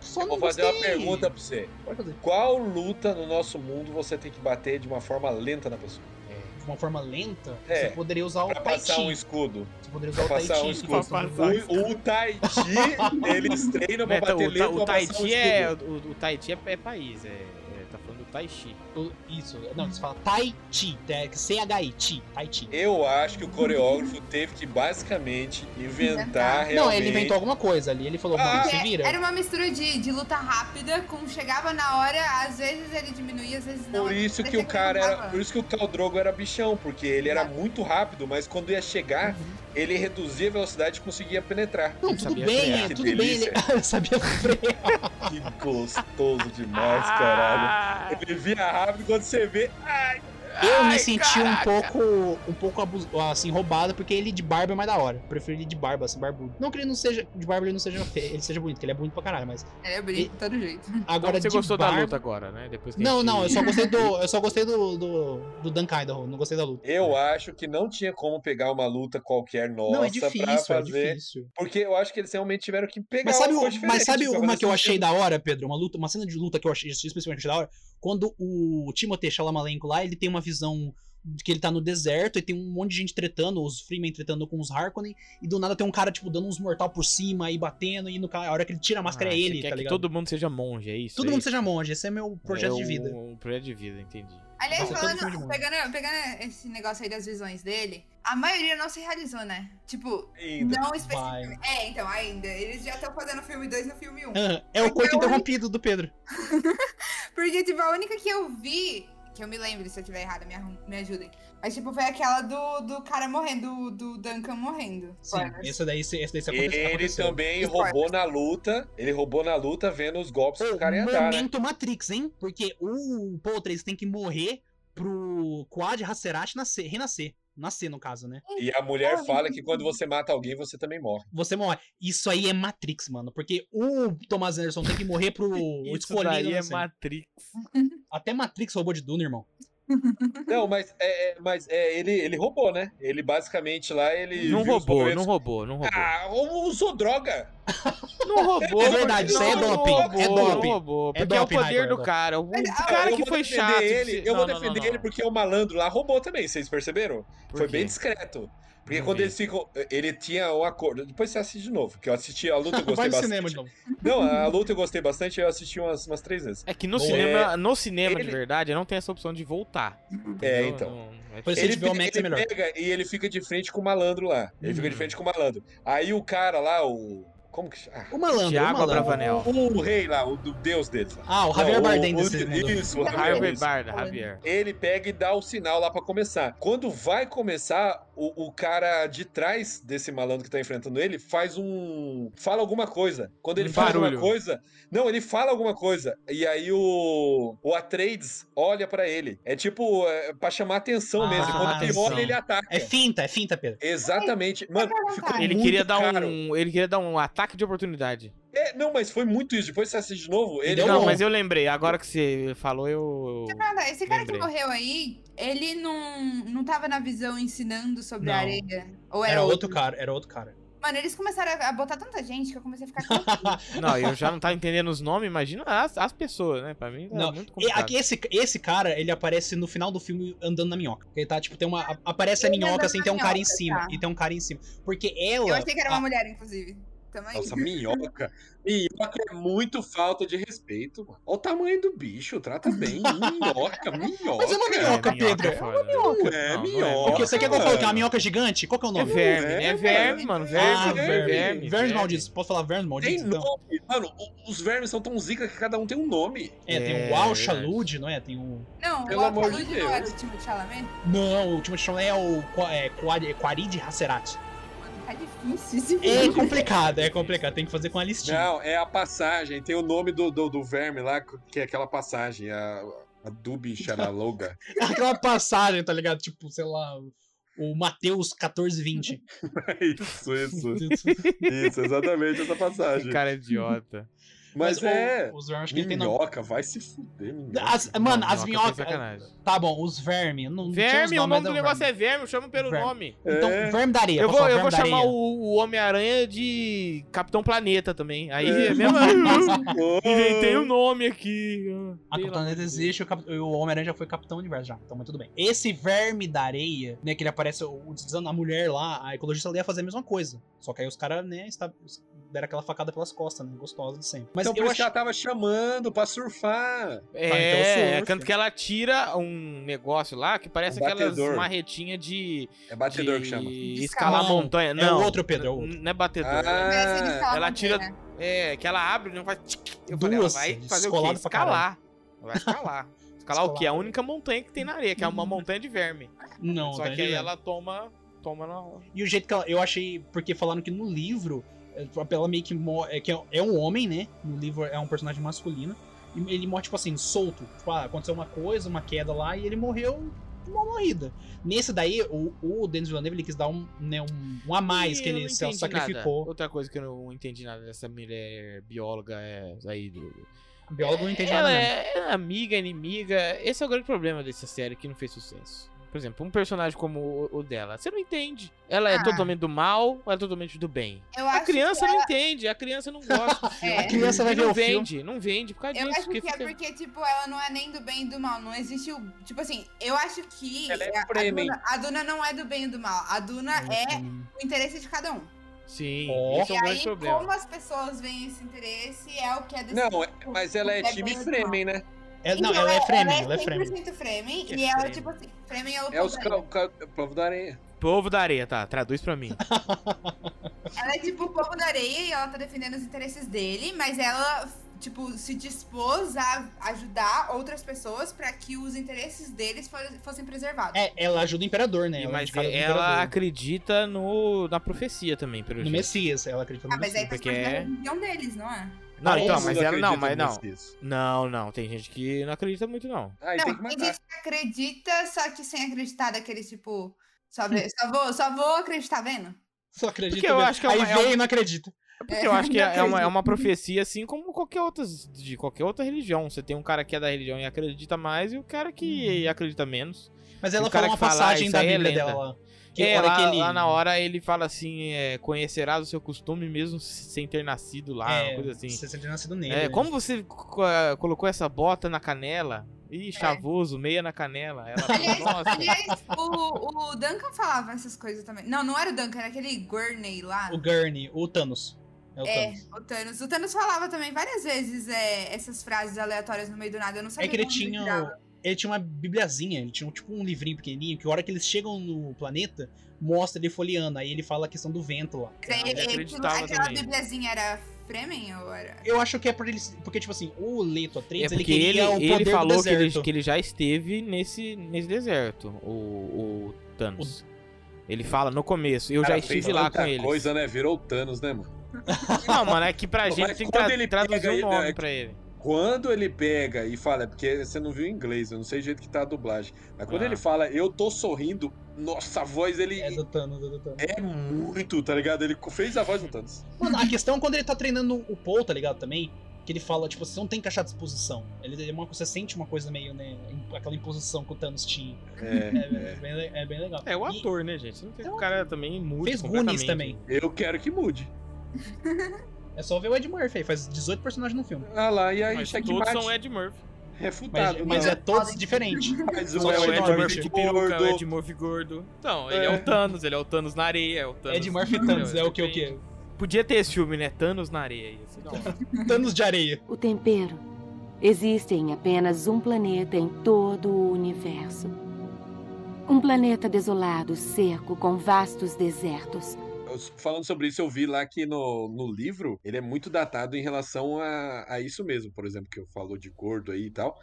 Speaker 3: só
Speaker 2: Eu
Speaker 3: não
Speaker 2: vou fazer uma
Speaker 3: gostei.
Speaker 2: pergunta pra você.
Speaker 3: Pode fazer.
Speaker 2: Qual luta no nosso mundo você tem que bater de uma forma lenta na pessoa?
Speaker 3: De uma forma lenta,
Speaker 2: É,
Speaker 3: você poderia usar o
Speaker 2: Pra
Speaker 3: Tai Chi.
Speaker 2: passar um escudo.
Speaker 3: Você poderia usar o
Speaker 2: pra
Speaker 3: Tai Chi.
Speaker 2: passar um escudo.
Speaker 3: Você poderia-
Speaker 1: Pra
Speaker 2: O, o Tai Chi, eles treinam pra
Speaker 1: Meta,
Speaker 2: bater
Speaker 1: o, ta-
Speaker 2: lento
Speaker 1: o
Speaker 2: pra
Speaker 1: Tai
Speaker 2: passar um
Speaker 1: Chi é.
Speaker 2: escudo.
Speaker 1: O, o Tai Chi é, é país. É, é, tá falando do Tai Chi.
Speaker 3: o- Isso. Não, você fala Tai Chi. é C-H-I-Chi. Tai Chi.
Speaker 2: Eu acho que o coreógrafo teve que basicamente inventar É, realmente...
Speaker 3: Não, ele inventou alguma coisa ali. Ele falou, mano,
Speaker 2: Ah,
Speaker 3: se
Speaker 4: É,
Speaker 3: vira.
Speaker 4: Era uma mistura de, de luta rápida, com chegava na hora, às vezes ele diminuía, às vezes não.
Speaker 2: Por isso que
Speaker 4: parecia
Speaker 2: o cara
Speaker 4: não
Speaker 2: era,
Speaker 4: dava.
Speaker 2: por isso que o Khal Drogo era bichão, porque ele era muito rápido, mas quando ia chegar,
Speaker 3: Uhum.
Speaker 2: ele reduzia a velocidade e conseguia penetrar.
Speaker 3: Não,
Speaker 1: Ele
Speaker 3: tudo
Speaker 1: sabia
Speaker 3: bem,
Speaker 1: frear.
Speaker 2: Que
Speaker 3: tudo bem. Ele
Speaker 2: delícia.
Speaker 3: sabia frear.
Speaker 2: Que gostoso demais, caralho.
Speaker 3: Ah.
Speaker 1: Ah!
Speaker 2: Ele via rápido quando você vê. Ai,
Speaker 3: Eu
Speaker 1: Ai,
Speaker 3: me senti um
Speaker 1: caraca.
Speaker 3: pouco, um pouco abus- assim, roubado, porque ele de barba é mais da hora. Eu prefiro ele de barba, assim, barbudo. Não que ele não seja, de barba ele não seja feio, ele seja bonito, que ele é bonito pra caralho, mas
Speaker 4: Ele é bonito de todo jeito.
Speaker 1: Então
Speaker 3: agora
Speaker 1: você
Speaker 3: de
Speaker 1: gostou
Speaker 3: barba...
Speaker 1: da luta agora, né? Depois que a
Speaker 3: Não,
Speaker 1: gente-
Speaker 3: não, eu só gostei do, eu só gostei do, do, do Dan Kaido, não gostei da luta.
Speaker 2: Eu acho que não tinha como pegar uma luta qualquer nossa
Speaker 3: não, é difícil,
Speaker 2: pra
Speaker 3: é
Speaker 2: fazer.
Speaker 3: difícil.
Speaker 2: porque eu acho que eles realmente tiveram que pegar
Speaker 3: Mas sabe,
Speaker 2: uma
Speaker 3: o-
Speaker 2: coisa
Speaker 3: mas sabe
Speaker 2: diferente pra
Speaker 3: uma
Speaker 2: fazer
Speaker 3: que eu achei
Speaker 2: sentido.
Speaker 3: da hora, Pedro? Uma luta, uma cena de luta que eu achei especificamente da hora. Quando o Timothée Chalamelenko lá, ele tem uma visão de que ele tá no deserto e tem um monte de gente tretando, os Freeman tretando com os Harkonnen, e do nada tem um cara, tipo, dando uns mortal por cima e batendo, e no cara, a hora que ele tira a máscara
Speaker 1: Ah,
Speaker 3: é
Speaker 1: você
Speaker 3: ele,
Speaker 1: quer
Speaker 3: tá
Speaker 1: que
Speaker 3: ligado? Todo,
Speaker 1: todo mundo seja monge, é isso? é
Speaker 3: mundo
Speaker 1: isso?
Speaker 3: seja monge, esse é meu projeto
Speaker 1: É
Speaker 3: de
Speaker 1: o-
Speaker 3: vida.
Speaker 1: O projeto de vida, entendi.
Speaker 4: Aliás,
Speaker 1: Nossa,
Speaker 3: todo filme de
Speaker 4: falando,
Speaker 3: mundo.
Speaker 4: pegando, pegando esse negócio aí das visões dele, a maioria não se realizou, né? Tipo,
Speaker 2: Ainda.
Speaker 4: não
Speaker 3: Vai.
Speaker 4: especificamente. É, então, ainda. Eles já estão fazendo filme 2 no filme 1. Um.
Speaker 3: Ah, É o coito interrompido do Pedro.
Speaker 4: Porque, tipo, a única que eu vi, que eu me lembro, se eu tiver errada, me, arrum- me ajudem. Mas, tipo, foi aquela do, do cara morrendo, do, do Duncan morrendo.
Speaker 3: Sim,
Speaker 4: Spoilers.
Speaker 3: esse daí, esse, esse daí aconte- aconteceu.
Speaker 2: Ele também
Speaker 4: Isso
Speaker 2: roubou na luta. Ele roubou na luta vendo os golpes que o cara ia dar, né?
Speaker 3: Momento Matrix, hein? Porque o Paul 3 tem que morrer pro Quad Hasserati nascer, renascer. Nascer, no caso, né?
Speaker 2: E a mulher fala que quando você mata alguém, você também morre.
Speaker 3: Você morre. Isso aí é Matrix, mano. Porque o Thomas Anderson tem que morrer pro
Speaker 1: Isso
Speaker 3: escolhido.
Speaker 1: daí é
Speaker 3: nascer.
Speaker 1: Matrix.
Speaker 3: Até Matrix roubou de Duna, irmão.
Speaker 1: Uhum.
Speaker 2: Não, mas, é, é- mas é, ele, ele roubou, né? Ele basicamente lá, ele.
Speaker 1: Não
Speaker 2: viu os
Speaker 1: roubou,
Speaker 2: documentos-
Speaker 1: não roubou, não roubou.
Speaker 2: Ah, usou droga!
Speaker 1: Não roubou,
Speaker 2: É
Speaker 3: verdade, isso aí é
Speaker 1: não
Speaker 3: doping,
Speaker 1: roubou,
Speaker 3: é doping.
Speaker 1: Não roubou,
Speaker 3: É
Speaker 1: porque
Speaker 3: doping,
Speaker 1: é o poder
Speaker 3: Raimundo, é
Speaker 1: do cara. O
Speaker 4: Mas, ah,
Speaker 1: cara
Speaker 2: eu
Speaker 1: que
Speaker 2: vou
Speaker 1: foi
Speaker 2: defender
Speaker 1: chato.
Speaker 2: Ele,
Speaker 1: você-
Speaker 2: eu vou
Speaker 1: não, não,
Speaker 2: defender
Speaker 1: não,
Speaker 2: ele
Speaker 1: não.
Speaker 2: porque o malandro lá roubou também, vocês perceberam?
Speaker 1: Por
Speaker 2: Foi bem
Speaker 1: quê?
Speaker 2: discreto. Porque
Speaker 1: Não
Speaker 2: quando
Speaker 1: vi.
Speaker 2: eles ficam. Ele tinha um acordo. Depois você assiste de novo, que eu assisti a luta, eu
Speaker 3: Vai
Speaker 2: gostei
Speaker 3: no
Speaker 2: bastante.
Speaker 3: cinema de novo.
Speaker 2: Não, a luta eu gostei bastante, eu assisti umas, umas três vezes.
Speaker 1: É que no
Speaker 3: Não
Speaker 1: cinema, no cinema de
Speaker 2: Ele-
Speaker 1: verdade, não tem essa opção de voltar.
Speaker 2: É,
Speaker 1: entendeu?
Speaker 2: então.
Speaker 1: Não- é tipo-
Speaker 3: Por Se
Speaker 2: ele
Speaker 3: tiver o Max, é
Speaker 2: ele
Speaker 3: melhor.
Speaker 2: pega e ele fica de frente com o malandro lá. Ele fica de
Speaker 1: Uhum.
Speaker 2: frente com o malandro. Aí o cara lá, o. Como que chama?
Speaker 3: O malandro,
Speaker 1: Thiago
Speaker 3: o malandro.
Speaker 1: Abravanel.
Speaker 2: Ah, O rei lá, o do deus deles lá.
Speaker 3: Ah, o Javier
Speaker 2: Não,
Speaker 3: Bardem
Speaker 2: o-
Speaker 3: desse
Speaker 2: o-
Speaker 3: mundo.
Speaker 2: Isso, o Javier.
Speaker 1: Javier
Speaker 2: isso.
Speaker 1: Barda, Javier.
Speaker 2: Ele pega e dá o sinal lá pra começar. Quando vai começar, o, o cara de trás desse malandro que tá enfrentando ele faz um. Fala alguma coisa. Quando ele
Speaker 1: Um
Speaker 2: fala
Speaker 1: barulho.
Speaker 2: alguma coisa. Não, ele fala alguma coisa. E aí o. O Atreides olha pra ele. É tipo, é, pra chamar atenção
Speaker 3: Ah,
Speaker 2: mesmo.
Speaker 1: pra
Speaker 2: Quando
Speaker 1: chamar
Speaker 2: ele
Speaker 3: atenção.
Speaker 2: olha, ele ataca.
Speaker 3: É finta, é finta, Pedro.
Speaker 2: Exatamente. Mano, ficou
Speaker 1: Ele
Speaker 2: muito
Speaker 1: queria dar
Speaker 2: caro.
Speaker 1: um, ele queria dar um ataque de oportunidade.
Speaker 2: É, não, mas foi muito isso. Depois você assiste de novo. Ele é
Speaker 3: deu
Speaker 1: não,
Speaker 3: bom.
Speaker 1: mas eu lembrei, agora que você falou, eu
Speaker 4: Deixa eu perguntar, Esse cara que
Speaker 1: Tipo, Lembrei.
Speaker 4: morreu aí, ele não, não tava na visão ensinando sobre a
Speaker 3: Não.
Speaker 4: areia? Ou era,
Speaker 3: Era outro
Speaker 4: outro?
Speaker 3: cara, era outro cara.
Speaker 4: Mano, eles começaram a a botar tanta gente que eu comecei a ficar confusa.
Speaker 1: Não, eu já não tava entendendo os nomes, imagina as, as pessoas, né? Pra mim tá
Speaker 3: Não,
Speaker 1: muito
Speaker 3: E
Speaker 1: complicado.
Speaker 3: aqui, esse, esse cara, ele aparece no final do filme andando na minhoca. Ele tá, tipo, tem uma. a- Aparece a
Speaker 4: Ele
Speaker 3: minhoca,
Speaker 4: andando
Speaker 3: assim,
Speaker 4: na
Speaker 3: tem um cara em
Speaker 4: minhoca,
Speaker 3: cima.
Speaker 4: tá.
Speaker 3: E tem um cara em cima. Porque
Speaker 4: Eu
Speaker 3: ela.
Speaker 4: achei que era
Speaker 3: a-
Speaker 4: uma mulher, inclusive. Tamo aí.
Speaker 2: Nossa, minhoca. Minhoca é muito falta de respeito, mano. Olha o tamanho do bicho, trata bem. Minhoca, minhoca.
Speaker 3: Mas é uma minhoca, Pedro.
Speaker 1: é foda.
Speaker 2: Não é
Speaker 1: Não, não é.
Speaker 2: minhoca.
Speaker 3: Porque você quer que eu
Speaker 2: mano.
Speaker 3: coloque uma minhoca gigante? Qual que é o
Speaker 1: É
Speaker 3: nome?
Speaker 1: verme,
Speaker 2: É,
Speaker 1: né? É
Speaker 2: mano.
Speaker 1: verme, mano.
Speaker 3: Ah,
Speaker 1: Verme,
Speaker 2: verme.
Speaker 1: verme.
Speaker 3: verme, verme malditos. Posso falar verme
Speaker 2: Tem
Speaker 3: malditos? Então?
Speaker 2: nome, mano. o- Os vermes são tão zica que cada um tem um nome.
Speaker 3: É, tem
Speaker 1: É,
Speaker 3: o Walsh
Speaker 1: verdade.
Speaker 3: Lude, não é? Tem o.
Speaker 4: Não,
Speaker 2: Pelo
Speaker 4: o
Speaker 2: amor de
Speaker 4: Alcalud não era
Speaker 2: Deus.
Speaker 4: do time de Chalamet?
Speaker 3: Não, o Timothy Chalamet é o Qua- é, Quari- é Quarid Hasserati.
Speaker 4: Mano, tá difícil esse
Speaker 3: É
Speaker 4: filme.
Speaker 3: complicado, é complicado. Tem que fazer com a listinha.
Speaker 2: Uhum. Não, é a passagem. Tem o nome do, do, do verme lá, que é aquela passagem. A, a Dubi Charaloga.
Speaker 3: Aquela passagem, tá ligado? Tipo, sei lá, o Mateus 1420.
Speaker 2: É isso, isso. Isso, exatamente essa
Speaker 1: Esse
Speaker 2: passagem.
Speaker 1: cara é idiota.
Speaker 2: Mas
Speaker 3: o-
Speaker 2: é.
Speaker 3: Os vermes acho que ele tem nome. Ah,
Speaker 2: Minhoca, vai se fuder, minhoca.
Speaker 3: As- mano,
Speaker 1: Não, minhoca
Speaker 3: as minhocas.
Speaker 1: foi sacanagem.
Speaker 3: Tá bom, os vermes. Não, não tinha
Speaker 1: Verme,
Speaker 3: os
Speaker 1: o nome
Speaker 3: nomes,
Speaker 1: do
Speaker 3: mas é
Speaker 1: negócio é verme, chama pelo
Speaker 3: Verme.
Speaker 1: nome.
Speaker 3: Então,
Speaker 2: É.
Speaker 3: verme da areia.
Speaker 1: Eu
Speaker 3: posso
Speaker 1: vou,
Speaker 3: falar
Speaker 1: eu vou
Speaker 3: verme da
Speaker 1: chamar
Speaker 3: areia?
Speaker 1: o, o Homem-Aranha de Capitão Planeta também. Aí
Speaker 2: É.
Speaker 1: é mesmo.
Speaker 2: Ô,
Speaker 1: Inventei um o nome aqui.
Speaker 3: A Capitã Planeta existe, o, Cap- o Homem-Aranha já foi Capitão Universo já, então mas tudo bem. Esse verme da areia, né, que ele aparece utilizando a mulher lá, a ecologista ela ia fazer a mesma coisa. Só que aí os caras, né, esta- deram aquela facada pelas costas, né, gostosa de sempre. Mas
Speaker 2: então por
Speaker 3: eu
Speaker 2: isso
Speaker 3: acho...
Speaker 2: que ela tava chamando pra surfar.
Speaker 1: É,
Speaker 3: então surfa.
Speaker 1: tanto que ela tira um negócio lá que parece
Speaker 2: Um
Speaker 1: aquelas
Speaker 2: batedor.
Speaker 1: marretinhas de,
Speaker 2: É batedor que
Speaker 1: de
Speaker 2: chama.
Speaker 1: escalar
Speaker 3: Não,
Speaker 1: montanha.
Speaker 3: é
Speaker 1: Não,
Speaker 3: o outro, Pedro, é o outro.
Speaker 1: N- não é batedor.
Speaker 2: Ah,
Speaker 4: Parece ele fala
Speaker 1: ela tira-
Speaker 4: montanha.
Speaker 1: É, que ela abre e não faz. tchic. Eu falei, ela
Speaker 3: Duas, assim,
Speaker 1: vai fazer o quê?
Speaker 3: descolado pra
Speaker 1: Escalar. Ela vai escalar. Escalar o quê?
Speaker 3: Descolado. Uhum.
Speaker 1: A única montanha que tem na areia, que é uma montanha de verme.
Speaker 3: Não,
Speaker 1: Só
Speaker 3: tá
Speaker 1: que aí
Speaker 3: entendendo?
Speaker 1: ela toma. Toma na.
Speaker 3: E o jeito que ela, eu achei, porque falaram que no livro Ela meio que morre. É, que é um homem, né? No livro é um personagem masculino. E ele morre, tipo assim, solto. Tipo, ah, aconteceu uma coisa, uma queda lá, e ele morreu de uma morrida. Nesse daí, o, o Denis Villeneuve ele quis dar um, né, um, um a mais
Speaker 1: E
Speaker 3: que
Speaker 1: eu
Speaker 3: ele
Speaker 1: não
Speaker 3: se
Speaker 1: entendi
Speaker 3: sacrificou.
Speaker 1: nada. Outra coisa que eu não entendi nada dessa mulher bióloga é aí. do-
Speaker 3: O biólogo não entende
Speaker 1: Ela
Speaker 3: nada. né? mesmo.
Speaker 1: é, ela é amiga, inimiga. Esse é o grande problema dessa série que não fez sucesso. Por exemplo, um personagem como o, o dela, você não entende. Ela é
Speaker 4: Ah.
Speaker 1: totalmente do mal, ela é totalmente do bem.
Speaker 4: Eu
Speaker 1: A
Speaker 4: acho
Speaker 1: criança não entende, a criança não gosta. do
Speaker 4: que
Speaker 1: filme.
Speaker 4: é.
Speaker 3: criança vai
Speaker 1: E
Speaker 3: ver
Speaker 1: não
Speaker 3: o filme.
Speaker 1: vende, não vende por causa
Speaker 4: Eu
Speaker 1: disso.
Speaker 4: acho que
Speaker 1: porque
Speaker 4: é
Speaker 1: fica-
Speaker 4: porque, tipo, ela não é nem do bem e do mal. Não existe o. Tipo assim, eu acho que.
Speaker 2: Ela é
Speaker 4: a- a,
Speaker 2: prêmio.
Speaker 4: Duna, a Duna não é do bem e do mal. A Duna é o interesse de cada um.
Speaker 1: Sim,
Speaker 3: Ó.
Speaker 1: esse é um
Speaker 4: e
Speaker 1: grande
Speaker 4: aí,
Speaker 1: problema.
Speaker 4: como as pessoas veem esse interesse, é o que é decidido.
Speaker 2: Não, é- mas ela é
Speaker 4: É
Speaker 2: time
Speaker 4: bem
Speaker 2: Fremen, né?
Speaker 3: É, não, ela é Fremen, ela é Fremen.
Speaker 4: 100% Fremen.
Speaker 1: Que
Speaker 4: E ela,
Speaker 1: Fremen?
Speaker 4: tipo assim, Fremen é o
Speaker 2: É os
Speaker 4: povo-
Speaker 2: ca- ca- povo da areia.
Speaker 1: Povo da areia, tá, traduz pra mim.
Speaker 3: Ah,
Speaker 4: Ela é tipo o povo da areia e ela tá defendendo os interesses dele, mas ela, tipo, se dispôs a ajudar outras pessoas pra que os interesses deles fo- fossem preservados.
Speaker 3: É, ela ajuda o imperador, né?
Speaker 1: E-
Speaker 3: Ela é
Speaker 1: mas
Speaker 3: indicada do
Speaker 1: ela
Speaker 3: imperador.
Speaker 1: acredita no, na profecia também, pelo
Speaker 3: no
Speaker 1: jeito.
Speaker 3: Messias, ela acredita no
Speaker 4: ah, mas aí
Speaker 3: Messias.
Speaker 4: tá
Speaker 1: porque
Speaker 4: parte da
Speaker 1: é-
Speaker 4: religião deles, não é?
Speaker 1: Não, então,
Speaker 2: Todo
Speaker 1: mas
Speaker 2: mundo
Speaker 1: ela não,
Speaker 2: acredita
Speaker 1: mas não.
Speaker 2: nisso.
Speaker 1: Não, não, tem gente que não acredita muito, não.
Speaker 2: Aí
Speaker 4: não,
Speaker 2: tem que
Speaker 4: tem
Speaker 2: matar.
Speaker 4: gente que acredita, só que sem acreditar daqueles, tipo,
Speaker 3: Hum.
Speaker 4: só, ve- só, vou, só vou acreditar tá vendo.
Speaker 3: Só acredita.
Speaker 1: Porque eu
Speaker 3: mesmo.
Speaker 1: acho que é
Speaker 3: aí
Speaker 1: uma- é
Speaker 3: veio
Speaker 1: uma-
Speaker 3: e não acredita.
Speaker 1: Porque eu acho que
Speaker 4: não
Speaker 1: é uma, é
Speaker 4: acredito.
Speaker 1: uma profecia assim como qualquer outra, de qualquer outra religião. Você tem um cara que é da religião e acredita mais e o cara que acredita menos.
Speaker 3: Mas
Speaker 1: E
Speaker 3: ela
Speaker 1: o cara
Speaker 3: falou uma
Speaker 1: que fala,
Speaker 3: passagem
Speaker 1: "Ah,
Speaker 3: da
Speaker 1: isso aí é
Speaker 3: Bíblia
Speaker 1: lenda."
Speaker 3: dela lá.
Speaker 1: Que
Speaker 3: Que
Speaker 1: é,
Speaker 3: hora
Speaker 1: lá,
Speaker 3: que ele...
Speaker 1: lá na hora ele fala assim, é, conhecerás o seu costume mesmo sem ter nascido lá,
Speaker 3: é,
Speaker 1: uma coisa assim.
Speaker 3: Você sente nascido nele.
Speaker 1: É,
Speaker 3: né?
Speaker 1: como você co- ah, colocou essa bota na canela? Ih, chavoso, meia na canela. Ela fala,
Speaker 4: Aliás,
Speaker 1: nossa.
Speaker 4: aliás o, o Duncan falava essas coisas também. Não, não era o Duncan, era aquele Gurney lá.
Speaker 3: O Gurney, o Thanos. É o
Speaker 4: É,
Speaker 3: Thanos.
Speaker 4: o Thanos. O Thanos falava também várias vezes é, essas frases aleatórias no meio do nada. Eu não sabia
Speaker 3: É que ele
Speaker 4: de onde
Speaker 3: tinha,
Speaker 4: tirava.
Speaker 3: ele tinha uma bibliazinha, ele tinha tipo um livrinho pequenininho, que a hora que eles chegam no planeta, mostra ele folheando, aí ele fala a questão do vento lá. tipo,
Speaker 4: Mas aí,
Speaker 1: Ele
Speaker 4: é, aquilo-
Speaker 1: acreditava
Speaker 4: aquela
Speaker 1: também.
Speaker 4: bibliazinha era Fremen ou era?
Speaker 3: Eu acho que é por ele, porque tipo assim, o Leto
Speaker 1: É
Speaker 3: Atreides, ele
Speaker 1: porque ele,
Speaker 3: queria o
Speaker 1: ele,
Speaker 3: poder do
Speaker 1: falou que ele,
Speaker 3: deserto.
Speaker 1: que ele já esteve nesse, nesse deserto, o, o Thanos. Ele fala no começo, eu já
Speaker 2: Cara,
Speaker 1: estive
Speaker 2: fez
Speaker 1: lá
Speaker 2: tanta
Speaker 1: com ele.
Speaker 2: coisa, né? Virou o Thanos, né, mano?
Speaker 1: Não, mano, é que pra
Speaker 2: Mas
Speaker 1: gente tem que
Speaker 2: quando
Speaker 1: tra-
Speaker 2: ele
Speaker 1: traduzir
Speaker 2: pega
Speaker 1: o
Speaker 2: ele,
Speaker 1: nome
Speaker 2: né,
Speaker 1: pra ele.
Speaker 2: Quando ele pega e fala, é porque você não viu em inglês, eu não sei o jeito que tá a dublagem. Mas quando
Speaker 1: Ah.
Speaker 2: ele fala, eu tô sorrindo, nossa, a voz ele
Speaker 3: É
Speaker 2: é,
Speaker 3: do Thanos, é do Thanos.
Speaker 2: muito, tá ligado? Ele fez a voz do Thanos.
Speaker 3: Mano, a questão é quando ele tá treinando o Paul, tá ligado? Também. Que ele fala, tipo, você não tem que achar disposição. Ele, ele é uma, você sente uma coisa meio, né? imp- Aquela imposição que o Thanos tinha.
Speaker 2: É,
Speaker 3: É, é bem, le- é bem legal.
Speaker 1: É o
Speaker 3: E
Speaker 1: ator, né, gente? Não tem
Speaker 2: Então,
Speaker 3: É
Speaker 1: o
Speaker 3: o
Speaker 1: cara também muito.
Speaker 3: Fez Goonies também.
Speaker 2: eu quero que mude.
Speaker 3: É só ver o Ed Murphy aí, faz 18 personagens no filme.
Speaker 2: Ah lá, e aí
Speaker 1: Mas
Speaker 2: checkmate
Speaker 1: todos são é Ed Murphy.
Speaker 2: É
Speaker 3: Mas,
Speaker 1: Tá,
Speaker 2: refutado.
Speaker 3: mas
Speaker 2: né?
Speaker 3: é todos diferentes.
Speaker 2: Mas
Speaker 3: só
Speaker 2: um
Speaker 1: É
Speaker 2: é
Speaker 1: o
Speaker 3: Ed
Speaker 1: Ed
Speaker 3: Murphy
Speaker 1: Murphy de peruca, é o Ed Murphy gordo. Então, ele é.
Speaker 2: É.
Speaker 1: o Thanos, ele é o Thanos na areia, é o Thanos.
Speaker 3: Ed Murphy
Speaker 1: Entendeu?
Speaker 3: Thanos, é o que o que?
Speaker 1: Podia ter esse filme, né? Thanos na areia. ia ser da hora.
Speaker 3: Thanos de areia.
Speaker 5: O tempero. Existe em apenas um planeta em todo o universo. Um planeta desolado, seco, com vastos desertos.
Speaker 2: Eu- Falando sobre isso, eu vi lá que no, no livro ele é muito datado em relação a, a isso mesmo, por exemplo, que eu falo de gordo aí e tal,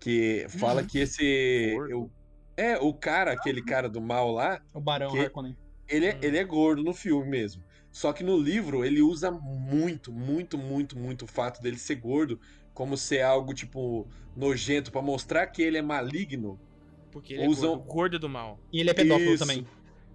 Speaker 2: que fala que esse.
Speaker 1: Gordo? Ah.
Speaker 2: eu- é, o cara, aquele cara do mal lá,
Speaker 3: O Barão
Speaker 2: Que-
Speaker 3: Harkonnen.
Speaker 2: ele, é-
Speaker 1: Hum.
Speaker 2: ele é gordo no filme mesmo. Só que no livro ele usa muito, muito, muito, muito o fato dele ser gordo como ser algo, tipo, nojento, pra mostrar que ele é maligno.
Speaker 1: Porque ele é
Speaker 2: Usam-
Speaker 1: gordo, o gordo do mal.
Speaker 3: E ele é pedófilo
Speaker 2: Isso.
Speaker 3: também.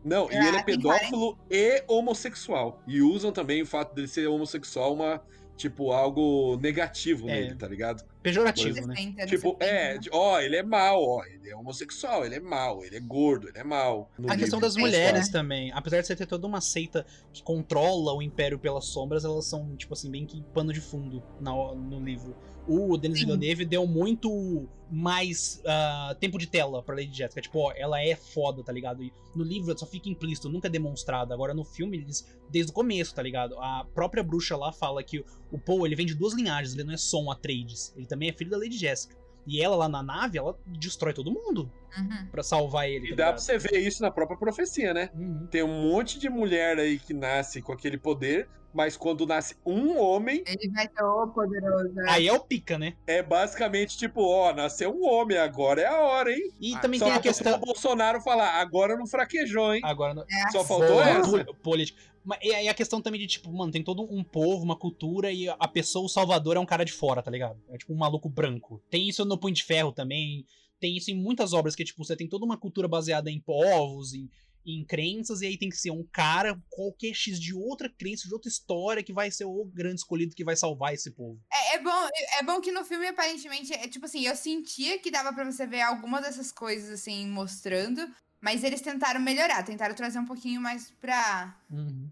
Speaker 2: Não, e
Speaker 4: Ah,
Speaker 2: ele é
Speaker 4: tem
Speaker 2: pedófilo e homossexual. E usam também o fato dele ser homossexual uma, tipo, algo negativo
Speaker 3: É.
Speaker 2: nele, tá ligado?
Speaker 3: Pejorativo, né?
Speaker 2: tipo, é, de- ó, ele é mal, ó, ele é homossexual, ele é mal, ele é gordo, ele é mal.
Speaker 3: A questão
Speaker 2: É
Speaker 3: das
Speaker 2: Tá.
Speaker 3: mulheres também. Apesar de você ter toda uma seita que controla o Império pelas sombras, elas são, tipo assim, bem que pano de fundo na, no livro. O Denis
Speaker 4: Sim.
Speaker 3: Villeneuve deu muito mais ah, tempo de tela pra Lady Jessica. Tipo, ó, ela é foda, tá ligado? E no livro só fica implícito, nunca é demonstrado. Agora no filme, eles, desde o começo, tá ligado? A própria bruxa lá fala que o Paul, ele vem de duas linhagens, ele não é só um Atreides. Ele também é filho da Lady Jessica. E ela lá na nave, ela destrói todo mundo.
Speaker 4: Uhum.
Speaker 3: pra salvar ele.
Speaker 2: E dá
Speaker 3: tá
Speaker 2: pra
Speaker 3: ligado?
Speaker 2: você ver isso na própria profecia, né?
Speaker 3: Uhum.
Speaker 2: Tem um monte de mulher aí que nasce com aquele poder, mas quando nasce um homem,
Speaker 4: Ele vai ser o poderoso. né?
Speaker 3: Aí é o pica, né?
Speaker 2: é basicamente tipo, ó, nasceu um homem, agora é a hora, hein?
Speaker 3: E
Speaker 1: Ah,
Speaker 3: também
Speaker 2: Só
Speaker 3: tem a
Speaker 2: faltou
Speaker 3: questão.
Speaker 2: o Bolsonaro falar, agora não fraquejou, hein?
Speaker 3: Agora no...
Speaker 4: É.
Speaker 2: Só faltou
Speaker 3: Boa,
Speaker 2: essa.
Speaker 3: pol- Política. Mas e aí a questão também de, tipo, mano, tem todo um povo, uma cultura, e a pessoa, o salvador, é um cara de fora, tá ligado? É tipo um maluco branco. Tem isso no Punho de Ferro também. Tem isso em muitas obras, que, tipo, você tem toda uma cultura baseada em povos, em, em crenças, e aí tem que ser um cara, qualquer X de outra crença, de outra história, que vai ser o grande escolhido que vai salvar esse povo.
Speaker 4: É, é bom, é bom que no filme, aparentemente, é tipo assim, eu sentia que dava pra você ver algumas dessas coisas, assim, mostrando, mas eles tentaram melhorar, tentaram trazer um pouquinho mais pra,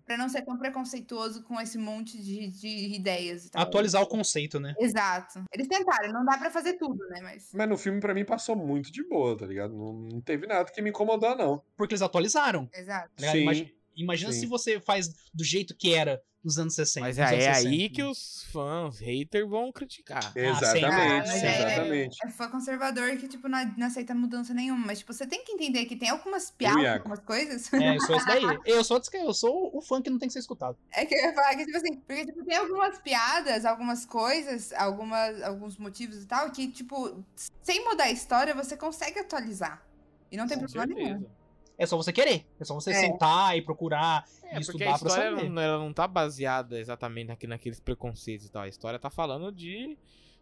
Speaker 4: pra não ser tão preconceituoso com esse monte de, de ideias e tal.
Speaker 3: Atualizar o conceito, né?
Speaker 4: Exato. Eles tentaram, não dá pra fazer tudo, né? Mas.
Speaker 2: Mas no filme, pra mim, passou muito de boa, tá ligado? Não, não teve nada que me incomodou, não.
Speaker 3: Porque eles atualizaram.
Speaker 4: Exato.
Speaker 3: Tá ligado? Imagi- Imagina
Speaker 2: sim.
Speaker 3: se você faz do jeito que era nos anos 60.
Speaker 1: Mas
Speaker 3: nos
Speaker 1: é,
Speaker 3: anos
Speaker 1: é
Speaker 3: 60.
Speaker 1: aí que os fãs, haters, vão criticar.
Speaker 2: Exatamente,
Speaker 4: Ah,
Speaker 3: sim.
Speaker 2: exatamente.
Speaker 4: É fã conservador que, tipo, não, não aceita mudança nenhuma. Mas, tipo, você tem que entender que tem algumas piadas,
Speaker 2: Iago.
Speaker 4: algumas coisas.
Speaker 3: É, eu sou esse daí. Eu sou, desse que- eu sou o fã que não tem que ser escutado.
Speaker 4: É que eu ia falar que, tipo assim, porque tipo, tem algumas piadas, algumas coisas, algumas, alguns motivos e tal, que, tipo, sem mudar a história, você consegue atualizar. E não tem
Speaker 1: Com
Speaker 4: problema nenhum.
Speaker 1: certeza.
Speaker 3: É só você querer. É só você
Speaker 4: É.
Speaker 3: sentar e procurar.
Speaker 1: É, porque a
Speaker 3: estudar pra
Speaker 1: história
Speaker 3: saber.
Speaker 1: não, ela não tá baseada exatamente aqui naqueles preconceitos e tal. A história tá falando de.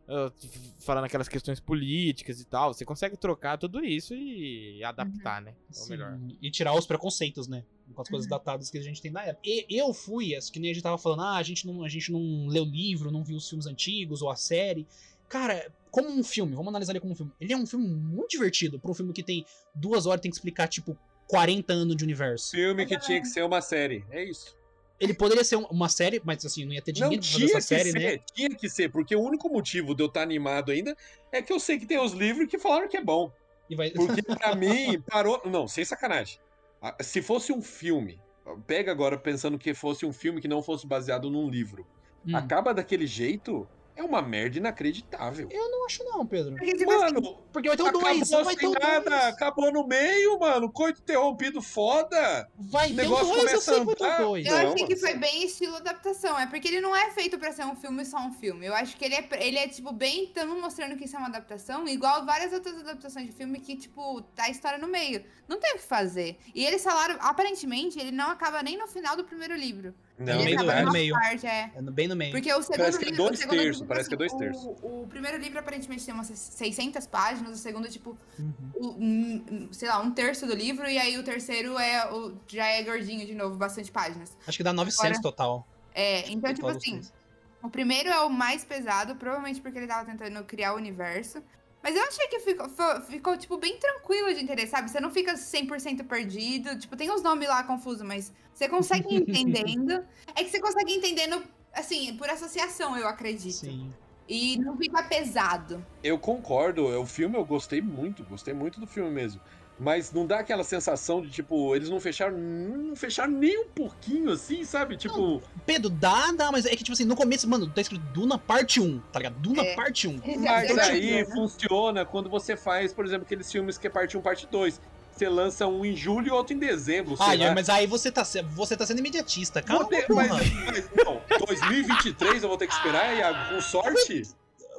Speaker 1: ah, f- falando aquelas questões políticas e tal. Você consegue trocar tudo isso e adaptar,
Speaker 4: Uhum.
Speaker 1: né? Ou
Speaker 3: Sim,
Speaker 1: melhor. Uhum.
Speaker 3: E tirar os preconceitos, né? Com as coisas datadas que a gente tem da época. E eu fui, as que nem a gente tava falando, ah, a gente não, a gente não leu livro, não viu os filmes antigos ou a série. Cara, como um filme, vamos analisar ele como um filme. Ele é um filme muito divertido pra um filme que tem duas horas e tem que explicar, tipo, 40 anos de universo.
Speaker 2: Filme que tinha que ser uma série, é isso.
Speaker 3: Ele poderia ser um- uma série, mas assim, não ia ter
Speaker 2: Não
Speaker 3: dinheiro pra fazer
Speaker 2: tinha
Speaker 3: essa
Speaker 2: que
Speaker 3: série,
Speaker 2: ser,
Speaker 3: né?
Speaker 2: tinha que ser, porque o único motivo de eu estar animado ainda é que eu sei que tem os livros que falaram que é bom.
Speaker 3: E vai...
Speaker 2: Porque pra mim, parou. Não, sem sacanagem. Ah, Se fosse um filme, pega agora pensando que fosse um filme que não fosse baseado num livro.
Speaker 3: Hum,
Speaker 2: Acaba daquele jeito, é uma merda inacreditável.
Speaker 3: Eu não acho não, Pedro.
Speaker 4: Porque, tipo, assim,
Speaker 2: Mano,
Speaker 3: Porque vai ter o
Speaker 2: acabou
Speaker 3: 2, vai ter
Speaker 2: sem
Speaker 3: o
Speaker 2: nada,
Speaker 3: 2.
Speaker 2: acabou no meio, mano. Coito interrompido foda.
Speaker 3: Vai
Speaker 2: O
Speaker 3: ter o
Speaker 2: negócio
Speaker 3: 2, eu
Speaker 2: começa Ah,
Speaker 3: sei que vai
Speaker 2: a
Speaker 3: ter o 2.
Speaker 4: eu
Speaker 2: não,
Speaker 4: achei que
Speaker 2: mano.
Speaker 4: foi bem estilo adaptação. É porque ele não é feito pra ser um filme só um filme. Eu acho que ele é, pra- ele é tipo, bem, estamos mostrando que isso é uma adaptação, igual várias outras adaptações de filme que, tipo, tá a história no meio. Não tem o que fazer. E eles falaram, aparentemente, ele não acaba nem no final do primeiro livro.
Speaker 2: Não,
Speaker 4: ele
Speaker 3: meio do-
Speaker 4: acaba
Speaker 3: é no
Speaker 4: numa
Speaker 2: verdade.
Speaker 3: meio.
Speaker 4: parte, é.
Speaker 3: É no- bem no meio.
Speaker 4: Porque o segundo
Speaker 2: que é
Speaker 4: livro- o
Speaker 2: dois
Speaker 4: segundo
Speaker 2: terços,
Speaker 4: livro,
Speaker 2: parece que é dois
Speaker 4: o-
Speaker 2: terços.
Speaker 4: O, primeiro livro aparentemente tem umas 600 páginas, o segundo é tipo,
Speaker 3: Uhum.
Speaker 4: o- um- um- sei lá, um terço do livro, e aí o terceiro é o, já é gordinho de novo, bastante páginas.
Speaker 3: Acho que dá 900
Speaker 4: Agora-
Speaker 3: total.
Speaker 4: É, então,
Speaker 3: Total
Speaker 4: tipo
Speaker 3: dos
Speaker 4: assim,
Speaker 3: três.
Speaker 4: o primeiro é o mais pesado, provavelmente porque ele tava tentando criar o universo. Mas eu achei que ficou, fo- ficou, tipo, bem tranquilo de entender, sabe? Você não fica 100% perdido. Tipo, tem uns nomes lá confusos, mas você consegue ir entendendo. É que você consegue ir entendendo, assim, por associação, eu acredito.
Speaker 3: Sim.
Speaker 4: E não fica pesado.
Speaker 2: Eu concordo, é, o filme eu gostei muito, gostei muito do filme mesmo. Mas não dá aquela sensação de, tipo, eles não fecharam, não fecharam nem um pouquinho assim, sabe? Tipo,
Speaker 3: Pedro, dá, dá, mas é que, tipo assim, no começo, mano, tá escrito Duna Parte 1, tá ligado? Duna
Speaker 4: É. tipo, né?
Speaker 3: Parte 1.
Speaker 2: mas tipo,
Speaker 4: Eu acho
Speaker 2: "Ah, aí
Speaker 4: que-
Speaker 2: funciona quando você faz, por exemplo, aqueles filmes que é parte 1, parte 2. Você lança um em julho e outro em dezembro. Sei
Speaker 3: Ah,
Speaker 2: lá.
Speaker 3: Ian, mas aí você tá, se- você tá sendo imediatista,
Speaker 2: Vou
Speaker 3: calma,
Speaker 2: ter-
Speaker 3: porra.
Speaker 2: mas, mas não, 2023 eu vou ter que esperar, Iago, com sorte.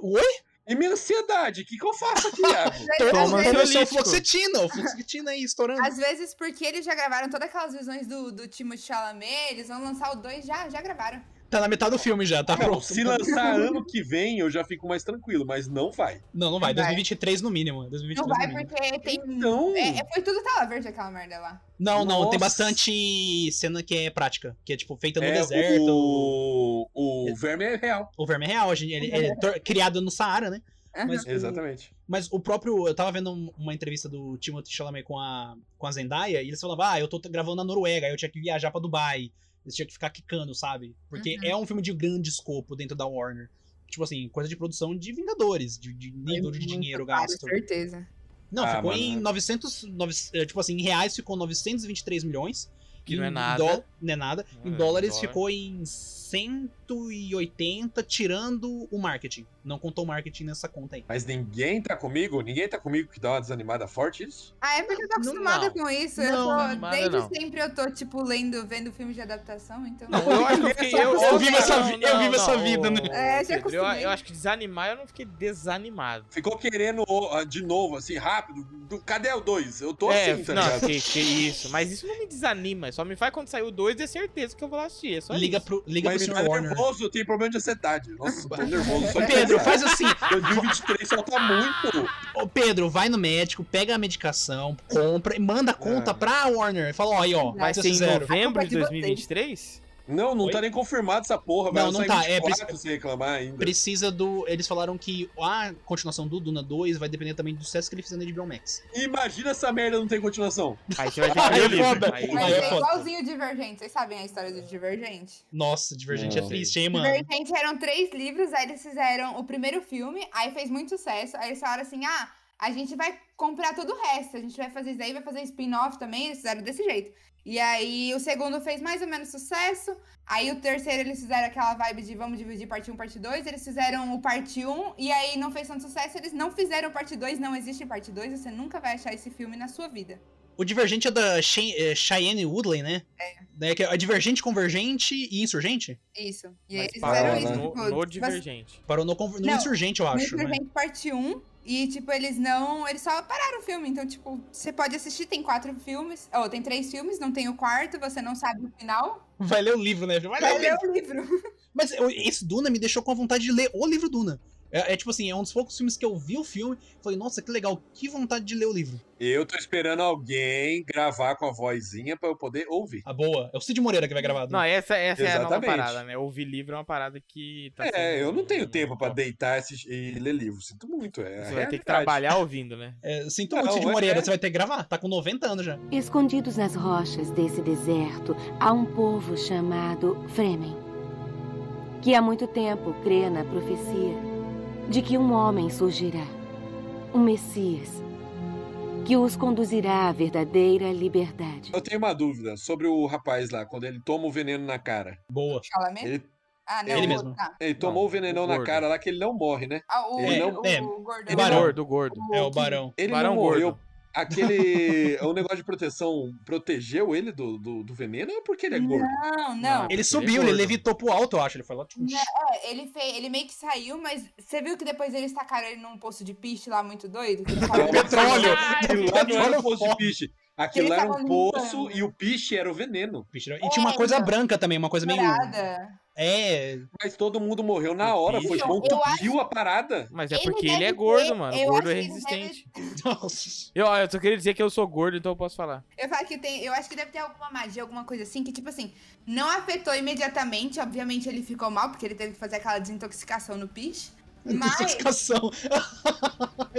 Speaker 3: Oi?
Speaker 2: E minha ansiedade, o que, que eu faço aqui, Iago?
Speaker 1: Toma
Speaker 2: um
Speaker 3: Toma o seu
Speaker 1: ansiolítico.
Speaker 3: fluoxetina, o fluoxetina aí estourando.
Speaker 4: Às vezes, porque eles já gravaram todas aquelas visões do, do Timo Chalamet, eles vão lançar o 2, já, já gravaram.
Speaker 3: Tá na metade do filme já, tá
Speaker 2: Não,
Speaker 3: pronto.
Speaker 2: se lançar ano que vem, eu já fico mais tranquilo, mas não vai.
Speaker 3: Não, não vai.
Speaker 4: Não vai.
Speaker 3: 2023 no mínimo. 2023
Speaker 4: Não vai
Speaker 3: no mínimo.
Speaker 4: porque tem.
Speaker 2: Então.
Speaker 4: É, é- foi tudo tela verde aquela merda lá.
Speaker 3: Não, não,
Speaker 2: Nossa.
Speaker 3: tem bastante cena que é prática, que é tipo feita no
Speaker 2: é,
Speaker 3: deserto. O,
Speaker 2: O, o verme é real.
Speaker 3: verme é real, gente, ele, ele é tor- criado no Saara, né? Mas, o,
Speaker 2: Exatamente.
Speaker 3: mas o próprio. Eu tava vendo um- uma entrevista do Timothy Chalamet com a, com a Zendaya, e eles falavam, ah, eu tô gravando na Noruega, aí eu tinha que viajar pra Dubai. Eles tinham que ficar quicando, sabe? Porque é um filme de grande escopo dentro da Warner. Tipo assim, coisa de produção de Vingadores, de, de nível de
Speaker 4: Muito
Speaker 3: dinheiro
Speaker 4: caro,
Speaker 3: gasto.
Speaker 4: certeza.
Speaker 3: Não,
Speaker 2: Ah,
Speaker 3: ficou
Speaker 2: mano.
Speaker 3: em 900, nove- eh, tipo assim, em reais ficou 923 milhões.
Speaker 1: Que não
Speaker 3: Em
Speaker 1: é nada.
Speaker 3: dó- não é nada.
Speaker 1: Não
Speaker 3: em
Speaker 1: é
Speaker 3: dólares
Speaker 1: dólar.
Speaker 3: ficou em s- 180 tirando o marketing. Não contou o marketing nessa conta aí.
Speaker 2: Mas ninguém tá comigo? Ninguém tá comigo que dá uma desanimada forte isso?
Speaker 4: Ah, é porque eu tô
Speaker 3: Não,
Speaker 4: acostumada
Speaker 3: não.
Speaker 4: com isso.
Speaker 3: Não,
Speaker 4: eu tô,
Speaker 1: desanimada
Speaker 4: desde
Speaker 1: não.
Speaker 4: sempre eu tô, tipo, lendo, vendo filme de adaptação, então.
Speaker 1: Não, eu acho que eu fiquei. Eu,
Speaker 3: Eu vivo essa
Speaker 1: não,
Speaker 3: vi- eu
Speaker 1: não,
Speaker 3: vivo essa
Speaker 1: não,
Speaker 3: vida, né?
Speaker 1: ô,
Speaker 4: É, já
Speaker 1: Pedro, eu,
Speaker 4: acostumei.
Speaker 1: eu acho que desanimar, eu não fiquei desanimado.
Speaker 2: Ficou querendo ó, de novo, assim, rápido. Do- Cadê o dois? Eu tô
Speaker 1: é,
Speaker 2: assim, tá
Speaker 1: não,
Speaker 2: ligado?
Speaker 1: que, que isso. Mas isso não me desanima. Só me faz quando sair o 2 ter certeza que eu vou lá assistir. É só
Speaker 3: Liga
Speaker 1: isso.
Speaker 3: pro, liga pro
Speaker 2: Mas me dá
Speaker 3: Sr. Warner.
Speaker 2: nervoso, tem problema de ansiedade. Nossa, tô nervoso. Só de
Speaker 3: Pedro,
Speaker 2: pensar.
Speaker 3: faz assim.
Speaker 2: 2023 falta muito.
Speaker 3: Ô, Pedro, vai no médico, pega a medicação, compra e manda a conta
Speaker 2: É.
Speaker 3: pra Warner. Fala, ó, aí, ó.
Speaker 1: Vai
Speaker 3: vocês
Speaker 1: ser em
Speaker 3: fizeram.
Speaker 1: novembro
Speaker 4: A culpa é
Speaker 1: de
Speaker 4: de vocês.
Speaker 1: 2023?
Speaker 2: Não, não
Speaker 3: Oi?
Speaker 2: tá nem confirmado essa porra,
Speaker 3: Não,
Speaker 2: velho.
Speaker 3: não
Speaker 2: Sai
Speaker 3: tá, é,
Speaker 2: 24 se reclamar ainda.
Speaker 3: Precisa do. Eles falaram que a continuação do Duna 2 vai depender também do sucesso que ele fizer na HBO Max.
Speaker 2: Imagina essa merda não tem continuação.
Speaker 1: Aí você vai ter
Speaker 3: Aí
Speaker 1: que ler o
Speaker 3: é
Speaker 1: livro.
Speaker 3: foda.
Speaker 1: Aí-
Speaker 4: Mas
Speaker 3: Aí é
Speaker 4: é
Speaker 3: foda.
Speaker 4: igualzinho o Divergente. Vocês sabem a história do Divergente?
Speaker 3: Nossa, Divergente
Speaker 1: Não.
Speaker 3: é triste, hein, mano?
Speaker 4: Divergente eram três livros, aí eles fizeram o primeiro filme, aí fez muito sucesso. Aí eles falaram assim: ah, a gente vai comprar todo o resto, a gente vai fazer isso aí, vai fazer spin-off também. Eles fizeram desse jeito. E aí o segundo fez mais ou menos sucesso. Aí o terceiro eles fizeram aquela vibe de vamos dividir parte 1, parte 2. Eles fizeram o parte 1 e aí não fez tanto sucesso. Eles não fizeram parte 2, não existe parte 2. Você nunca vai achar esse filme na sua vida.
Speaker 3: O Divergente é da Shen- é, Cheyenne Woodley, né? É. que É Divergente, Convergente e Insurgente?
Speaker 4: Isso. E aí
Speaker 1: Mas
Speaker 4: eles
Speaker 1: parou
Speaker 4: fizeram
Speaker 2: parada,
Speaker 4: isso.
Speaker 2: né?
Speaker 1: no,
Speaker 4: tipo,
Speaker 1: no
Speaker 4: mas-
Speaker 1: Divergente.
Speaker 3: Parou no, Conver- no
Speaker 4: Não,
Speaker 3: Insurgente, eu acho.
Speaker 4: Stranger
Speaker 3: né?
Speaker 4: Things parte 1. E, tipo, eles não. Eles só pararam o filme. Então, tipo, você pode assistir, tem quatro filmes. Ou tem três filmes, não tem o quarto, você não sabe o final.
Speaker 3: Vai ler o livro, né? Vai ler
Speaker 2: é
Speaker 4: Vai
Speaker 3: o livro.
Speaker 4: ler o livro.
Speaker 3: Mas eu- esse Duna me deixou com a vontade de ler o livro Duna. É, é tipo assim, é um dos poucos filmes que eu vi o filme. Falei, nossa, que legal, que vontade de ler o livro.
Speaker 2: Eu tô esperando alguém gravar com a vozinha pra eu poder ouvir.
Speaker 3: A boa. É o Cid Moreira que vai gravar.
Speaker 1: Não, essa, essa é a nova
Speaker 2: Exatamente.
Speaker 1: parada, né? Ouvir livro é uma parada que tá
Speaker 2: É,
Speaker 1: sendo-
Speaker 2: eu não tenho tempo pra
Speaker 1: Ó,
Speaker 2: deitar assistir e ler livro. Sinto muito, é. a
Speaker 1: Você vai ter
Speaker 2: realidade.
Speaker 1: que trabalhar ouvindo, né?
Speaker 3: É, sinto
Speaker 2: Não,
Speaker 3: muito, Cid
Speaker 2: é-
Speaker 3: Moreira,
Speaker 2: é.
Speaker 3: você vai ter que gravar. Tá com 90 anos já.
Speaker 5: Escondidos nas rochas desse deserto, há um povo chamado Fremen, que há muito tempo crê na profecia de que um homem surgirá, um Messias, que os conduzirá à verdadeira liberdade.
Speaker 2: Eu tenho uma dúvida sobre o rapaz lá, quando ele toma o veneno na cara.
Speaker 3: Boa. É
Speaker 4: Chalamet?
Speaker 2: Ele,
Speaker 4: Ah, não.
Speaker 3: ele
Speaker 4: o
Speaker 3: mesmo.
Speaker 4: outro, tá.
Speaker 2: ele tomou
Speaker 1: Não,
Speaker 2: o venenão
Speaker 1: o
Speaker 2: na
Speaker 1: gordo.
Speaker 2: cara lá que ele não morre, né?
Speaker 4: Ah, o,
Speaker 2: Ele
Speaker 4: o-
Speaker 2: não-
Speaker 4: o-
Speaker 3: é,
Speaker 4: o gordão.
Speaker 1: Do
Speaker 3: Barão.
Speaker 1: gordo, gordo.
Speaker 3: É o Barão.
Speaker 2: Ele
Speaker 1: Barão
Speaker 2: não morreu.
Speaker 1: gordo.
Speaker 2: Aquele. O negócio de proteção protegeu ele do, do, do veneno ou porque ele é gordo?
Speaker 4: Não, não.
Speaker 1: Não.
Speaker 3: Ele
Speaker 1: Ele
Speaker 3: subiu,
Speaker 1: é
Speaker 3: ele
Speaker 1: gordo.
Speaker 3: levitou pro alto, eu acho. Ele foi lá, tipo,
Speaker 4: Não. É, ele, fe... ele meio que saiu, mas você viu que depois eles tacaram ele num poço de piste lá muito doido? Que ele tava-
Speaker 3: petróleo.
Speaker 2: Aquilo lá não era um poço de piche. Aquilo
Speaker 4: Ele
Speaker 2: lá era um
Speaker 4: tava
Speaker 2: poço
Speaker 4: limpando.
Speaker 2: e o piche era o veneno.
Speaker 3: bicho, né? E tinha uma coisa branca também, uma coisa meio.
Speaker 4: Dourada.
Speaker 3: É.
Speaker 2: Mas todo mundo morreu na
Speaker 1: O
Speaker 2: hora, foi
Speaker 1: piche?
Speaker 2: bom.
Speaker 4: Eu acho-
Speaker 2: Tu viu a parada?
Speaker 1: Mas é
Speaker 4: Ele
Speaker 1: porque ele
Speaker 4: deve
Speaker 1: é
Speaker 4: ter-
Speaker 1: gordo, mano.
Speaker 4: eu
Speaker 1: Gordo
Speaker 4: acho
Speaker 1: é
Speaker 4: que ele deve-
Speaker 1: resistente.
Speaker 3: Nossa.
Speaker 1: Eu, ó, eu só queria dizer que eu sou gordo, então eu posso falar.
Speaker 4: Eu falo que tem. Eu acho que deve ter alguma magia, alguma coisa assim, que, tipo assim, não afetou imediatamente. Obviamente ele ficou mal, porque ele teve que fazer aquela desintoxicação no piche. Mas.
Speaker 3: Intoxicação.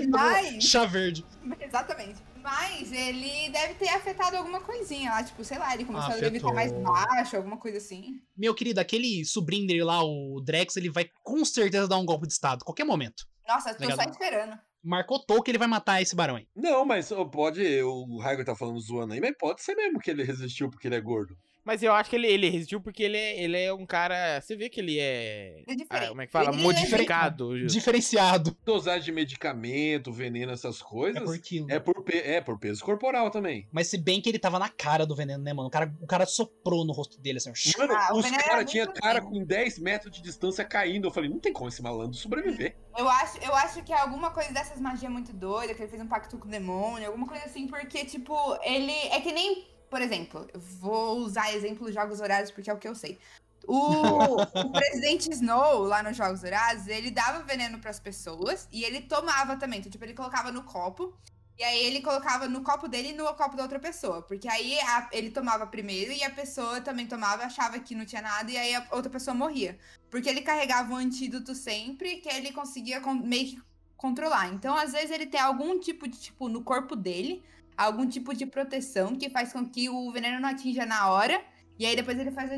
Speaker 4: mas
Speaker 3: Chá verde.
Speaker 4: exatamente. Mas ele deve ter afetado alguma coisinha lá, tipo, sei lá, ele começou a
Speaker 3: Afetou.
Speaker 4: levitar mais baixo, alguma coisa assim.
Speaker 3: Meu querido, aquele sobrinho dele lá, o Drex, ele vai com certeza dar um golpe de estado, qualquer momento.
Speaker 4: Nossa, eu tô só
Speaker 3: Obrigado.
Speaker 4: esperando.
Speaker 3: Marcou toque, ele vai matar esse barão aí.
Speaker 2: Não, mas ó, pode. O Raigor tá falando zoando aí, mas pode ser mesmo que ele resistiu porque ele é gordo.
Speaker 1: Mas eu acho que ele, ele resistiu porque ele é, ele é um cara. Você vê que ele é.
Speaker 4: É
Speaker 1: ah,
Speaker 4: diferente.
Speaker 1: como é que fala?
Speaker 4: Ele é
Speaker 1: Modificado. Ju.
Speaker 3: Diferenciado.
Speaker 2: Dosagem de medicamento, veneno, essas
Speaker 3: É por
Speaker 2: coisas.
Speaker 3: quilo.
Speaker 2: É por, pe- é por peso corporal também.
Speaker 3: Mas se bem que ele tava na cara do veneno, né, mano? O cara, o cara soprou no rosto dele, assim. ó.
Speaker 2: Mano,
Speaker 4: Ah, o
Speaker 2: os
Speaker 4: veneno era
Speaker 2: caras
Speaker 4: muito
Speaker 2: tinham cara
Speaker 4: bem.
Speaker 2: com 10 metros de distância caindo. Eu falei, não tem como esse malandro sobreviver.
Speaker 4: Eu acho, eu acho que é alguma coisa dessas magias muito doida, que ele fez um pacto com o demônio, alguma coisa assim, porque, tipo, ele. É que nem. Por exemplo, eu vou usar exemplo dos Jogos Horários porque é o que eu sei. O, o presidente Snow, lá nos Jogos Horários, ele dava veneno pras pessoas e ele tomava também. Então, tipo, ele colocava no copo. E aí ele colocava no copo dele e no copo da outra pessoa. Porque aí a- ele tomava primeiro e a pessoa também tomava, achava que não tinha nada, e aí a outra pessoa morria. Porque ele carregava um antídoto sempre que ele conseguia con- meio que controlar. Então, às vezes, ele tem algum tipo de, tipo, no corpo dele, algum tipo de proteção que faz com que o veneno não atinja na hora. E aí depois ele faz a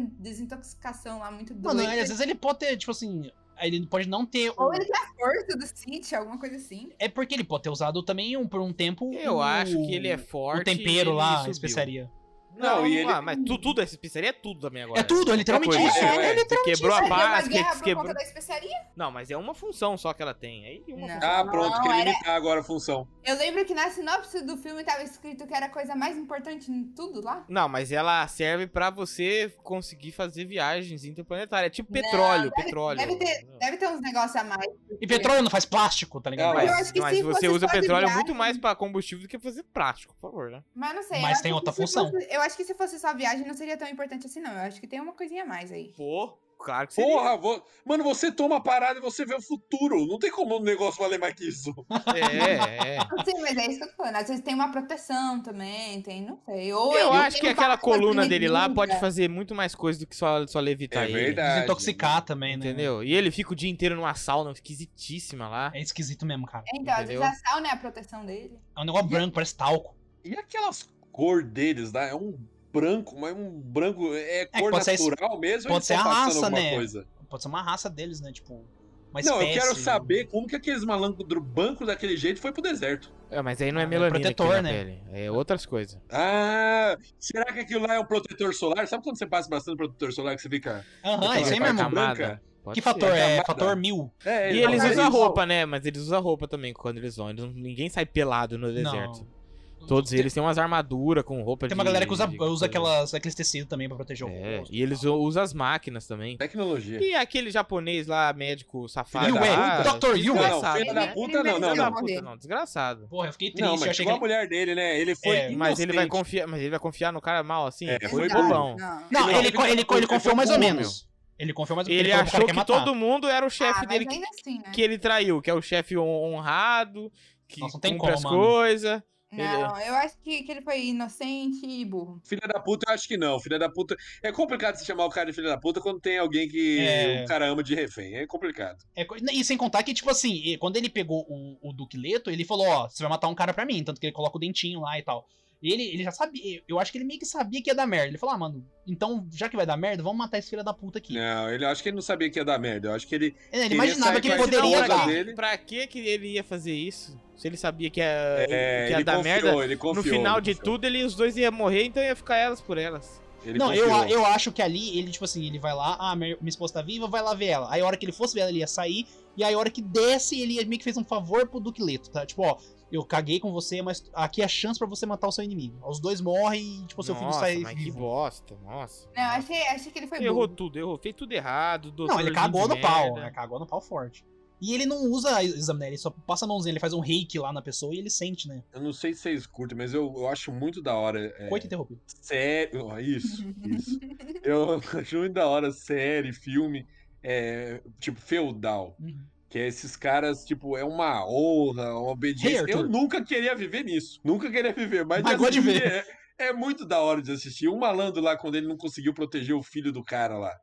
Speaker 4: desintoxicação lá muito doida.
Speaker 3: Mano, aí, às vezes ele pode ter, tipo assim. Ele pode não ter. o-
Speaker 4: Ou ele tem a força do City, alguma coisa assim.
Speaker 3: É porque ele pode ter usado também um- por um tempo.
Speaker 1: Eu
Speaker 3: o-
Speaker 1: acho que ele é forte.
Speaker 3: O tempero
Speaker 1: e ele
Speaker 3: lá, a
Speaker 1: subiu.
Speaker 3: especiaria.
Speaker 1: Não,
Speaker 2: Não, e ele-
Speaker 1: ah, mas tu, tudo, essa pizzaria é tudo também agora.
Speaker 3: É tudo, é literalmente
Speaker 1: coisa,
Speaker 3: isso.
Speaker 1: é,
Speaker 2: é,
Speaker 1: Você quebrou a
Speaker 4: Deu uma
Speaker 1: base,
Speaker 4: guerra
Speaker 1: que,
Speaker 4: por
Speaker 1: quebrou...
Speaker 4: conta da especiaria?
Speaker 1: Não, mas é uma função só que ela tem. Aí uma
Speaker 4: Não.
Speaker 1: função.
Speaker 2: Ah, pronto, queria
Speaker 4: era-
Speaker 2: limitar agora a função.
Speaker 4: Eu lembro que na sinopse do filme tava escrito que era a coisa mais importante em tudo lá.
Speaker 1: Não, mas ela serve pra você conseguir fazer viagens interplanetárias. É tipo petróleo, petróleo.
Speaker 4: Deve ter, deve ter uns negócios a mais.
Speaker 3: E petróleo não faz plástico, tá ligado?
Speaker 2: Não,
Speaker 1: Mas,
Speaker 4: Eu acho que
Speaker 1: mas
Speaker 4: se
Speaker 1: você
Speaker 4: fosse
Speaker 1: usa
Speaker 4: só de
Speaker 1: petróleo
Speaker 4: viagem-
Speaker 1: muito mais pra combustível do que fazer plástico, por favor, né?
Speaker 4: Mas não sei. eu
Speaker 3: Mas
Speaker 4: acho
Speaker 3: tem
Speaker 4: que
Speaker 3: outra
Speaker 4: se
Speaker 3: função.
Speaker 4: fosse- eu acho que se fosse só viagem não seria tão importante assim, não. Eu acho que tem uma coisinha a mais aí.
Speaker 1: Pô, claro que seria.
Speaker 2: Porra, vo- mano, você toma a parada e você vê o futuro. Não tem como um negócio valer mais que isso.
Speaker 1: É, é.
Speaker 4: Não sei, mas é isso que eu tô falando. Às vezes tem uma proteção também, tem, não sei. Ou
Speaker 1: Eu
Speaker 4: ele
Speaker 1: acho
Speaker 4: tem
Speaker 1: que
Speaker 4: um
Speaker 1: aquela
Speaker 4: fato pra
Speaker 1: coluna
Speaker 4: ser
Speaker 1: dele lá
Speaker 4: medida.
Speaker 1: pode fazer muito mais coisa do que só, só levitar ele.
Speaker 3: Desintoxicar também, É né?
Speaker 1: Entendeu? E ele fica o dia inteiro numa sauna esquisitíssima lá.
Speaker 3: É esquisito mesmo, cara.
Speaker 4: É, Então,
Speaker 1: Entendeu?
Speaker 4: às vezes a sauna é a proteção dele.
Speaker 3: É um negócio branco, parece talco.
Speaker 2: E aquelas cor deles, né? É um branco, mas um branco é cor
Speaker 3: pode ser es-
Speaker 2: natural mesmo? ou
Speaker 3: pode
Speaker 2: eles
Speaker 3: ser
Speaker 2: tão
Speaker 3: a
Speaker 2: passando
Speaker 3: raça,
Speaker 2: alguma
Speaker 3: né?
Speaker 2: Coisa?
Speaker 3: Pode ser uma raça deles, né? Tipo, uma
Speaker 2: Não, eu quero
Speaker 3: espécie. né?
Speaker 2: saber como que aqueles malandros do banco daquele jeito foi pro deserto.
Speaker 1: É, mas aí não é
Speaker 3: Ah, é
Speaker 1: melanina
Speaker 3: protetor,
Speaker 1: aqui na
Speaker 3: né?
Speaker 1: pele. É outras coisas.
Speaker 2: Ah, será que aquilo lá é um protetor solar? Sabe quando você passa bastante protetor solar que você fica.
Speaker 3: Aham,
Speaker 2: Aquela
Speaker 3: é isso aí mesmo.
Speaker 2: camada.
Speaker 1: Pode
Speaker 3: Que
Speaker 1: ser.
Speaker 3: fator? É
Speaker 2: camada.
Speaker 3: fator mil.
Speaker 2: É,
Speaker 1: E eles
Speaker 2: mas
Speaker 1: usam roupa, né? Mas eles usam roupa também quando eles vão. Eles não- ninguém sai pelado no deserto.
Speaker 3: Não.
Speaker 1: Todos
Speaker 3: Tem-
Speaker 1: eles têm umas armaduras com roupa de.
Speaker 3: Tem uma galera que usa,
Speaker 1: de
Speaker 3: usa
Speaker 1: coisa.
Speaker 3: aquelas, aqueles tecidos também pra proteger o
Speaker 1: É,
Speaker 3: rosto.
Speaker 1: e eles u- usam as máquinas também.
Speaker 2: Tecnologia.
Speaker 1: E aquele japonês lá, médico safado.
Speaker 2: Filho da
Speaker 1: lá,
Speaker 3: puta. Dr. Yue.
Speaker 1: desgraçado,
Speaker 2: Filho
Speaker 1: né?
Speaker 2: da puta, não, não,
Speaker 1: Filho da
Speaker 2: não.
Speaker 1: puta, não, desgraçado.
Speaker 3: Porra, eu fiquei triste.
Speaker 2: Não,
Speaker 3: eu
Speaker 2: mas
Speaker 3: achei
Speaker 2: chegou
Speaker 3: que
Speaker 2: a
Speaker 3: ele...
Speaker 2: mulher dele, né? Ele foi.
Speaker 3: É,
Speaker 1: Mas ele, vai
Speaker 2: inocente.
Speaker 1: confiar, mas ele vai confiar no cara mal assim?
Speaker 2: É,
Speaker 1: foi
Speaker 2: foi
Speaker 1: bobão.
Speaker 4: Não.
Speaker 3: Não,
Speaker 2: Não,
Speaker 3: ele,
Speaker 2: ele
Speaker 3: co- ele, co- ele
Speaker 2: foi
Speaker 3: confiou mais ou
Speaker 2: burro,
Speaker 3: menos. Ele confiou mais ou menos.
Speaker 1: Ele
Speaker 3: falou
Speaker 1: achou
Speaker 3: pro
Speaker 1: que,
Speaker 3: cara ia matar.
Speaker 1: todo mundo era o chefe
Speaker 4: Ah,
Speaker 1: dele
Speaker 4: mas
Speaker 1: que,
Speaker 4: ainda assim, né?
Speaker 1: que ele traiu, que é o chefe hon- honrado, que
Speaker 3: Nossa, não tem
Speaker 1: cumpre
Speaker 3: como,
Speaker 1: as
Speaker 3: mano.
Speaker 1: coisas. ele é-
Speaker 4: Não, eu acho que, que ele foi inocente e burro.
Speaker 2: Filha da puta, eu acho que não. Filha da puta. É complicado se chamar o cara de filha da puta quando tem alguém que
Speaker 3: É.
Speaker 2: o cara ama de refém. É complicado.
Speaker 3: É co- e sem contar que, tipo assim, e quando ele pegou o, o Duque Leto, ele falou, ó, você vai matar um cara pra mim, tanto que ele coloca o dentinho lá e tal. E ele, ele já sabia, eu acho que ele meio que sabia que ia dar merda. Ele falou, ah, mano, então, já que vai dar merda, vamos matar esse filho da puta aqui.
Speaker 2: Não, ele eu acho que ele não sabia que ia dar merda. Eu acho que É. ele.
Speaker 3: É, ele
Speaker 2: Queria
Speaker 3: imaginava
Speaker 2: sair
Speaker 3: que ele
Speaker 2: com esse
Speaker 3: poderia
Speaker 2: da hora
Speaker 3: dar.
Speaker 2: dele.
Speaker 1: pra que que ele ia fazer isso? Se ele sabia que ia,
Speaker 2: É,
Speaker 1: que ia
Speaker 2: ele
Speaker 1: dar
Speaker 2: confiou,
Speaker 1: merda.
Speaker 2: ele confiou.
Speaker 1: no final
Speaker 2: ele
Speaker 1: de
Speaker 2: confiou.
Speaker 1: tudo, ele, os dois iam morrer, então ia ficar elas por elas.
Speaker 2: Ele
Speaker 3: Não, eu,
Speaker 2: confiou.
Speaker 3: eu acho que ali, ele, tipo assim, ele vai lá, ah, minha, minha esposa tá viva, vai lá ver ela. Aí a hora que ele fosse ver ela, ele ia sair, e aí a hora que desce, ele meio que fez um favor pro Duque Leto, tá? Tipo, ó, eu caguei com você, mas aqui é a chance pra você matar o seu inimigo. Os dois morrem e, tipo, seu filho
Speaker 1: Nossa,
Speaker 3: sai
Speaker 1: mas que
Speaker 3: vivo.
Speaker 1: bosta, nossa.
Speaker 4: Não, eu achei, achei que ele foi
Speaker 1: Errou
Speaker 4: burro.
Speaker 1: tudo, errou. Fez tudo errado.
Speaker 3: Não, ele cagou no
Speaker 1: doutorzinho de
Speaker 3: pau,
Speaker 1: merda.
Speaker 3: né? Cagou no pau forte. E ele não usa exame, né? Ele só passa a mãozinha, ele faz um reiki lá na pessoa e ele sente, né?
Speaker 2: Eu não sei se vocês curtem, mas eu, eu acho muito da hora. É,
Speaker 3: Coito interrompido.
Speaker 2: sério. ó, Isso, isso. eu acho muito da hora série, filme, é, tipo, feudal.
Speaker 3: Uhum.
Speaker 2: Que é esses caras, tipo, é uma honra, uma obediência.
Speaker 3: Hey, Arthur.
Speaker 2: eu nunca queria viver nisso. Nunca queria viver, mas,
Speaker 3: Mas gosto de
Speaker 2: assistir
Speaker 3: ver.
Speaker 2: É, é muito da hora de assistir. O malandro lá, quando ele não conseguiu proteger o filho do cara lá.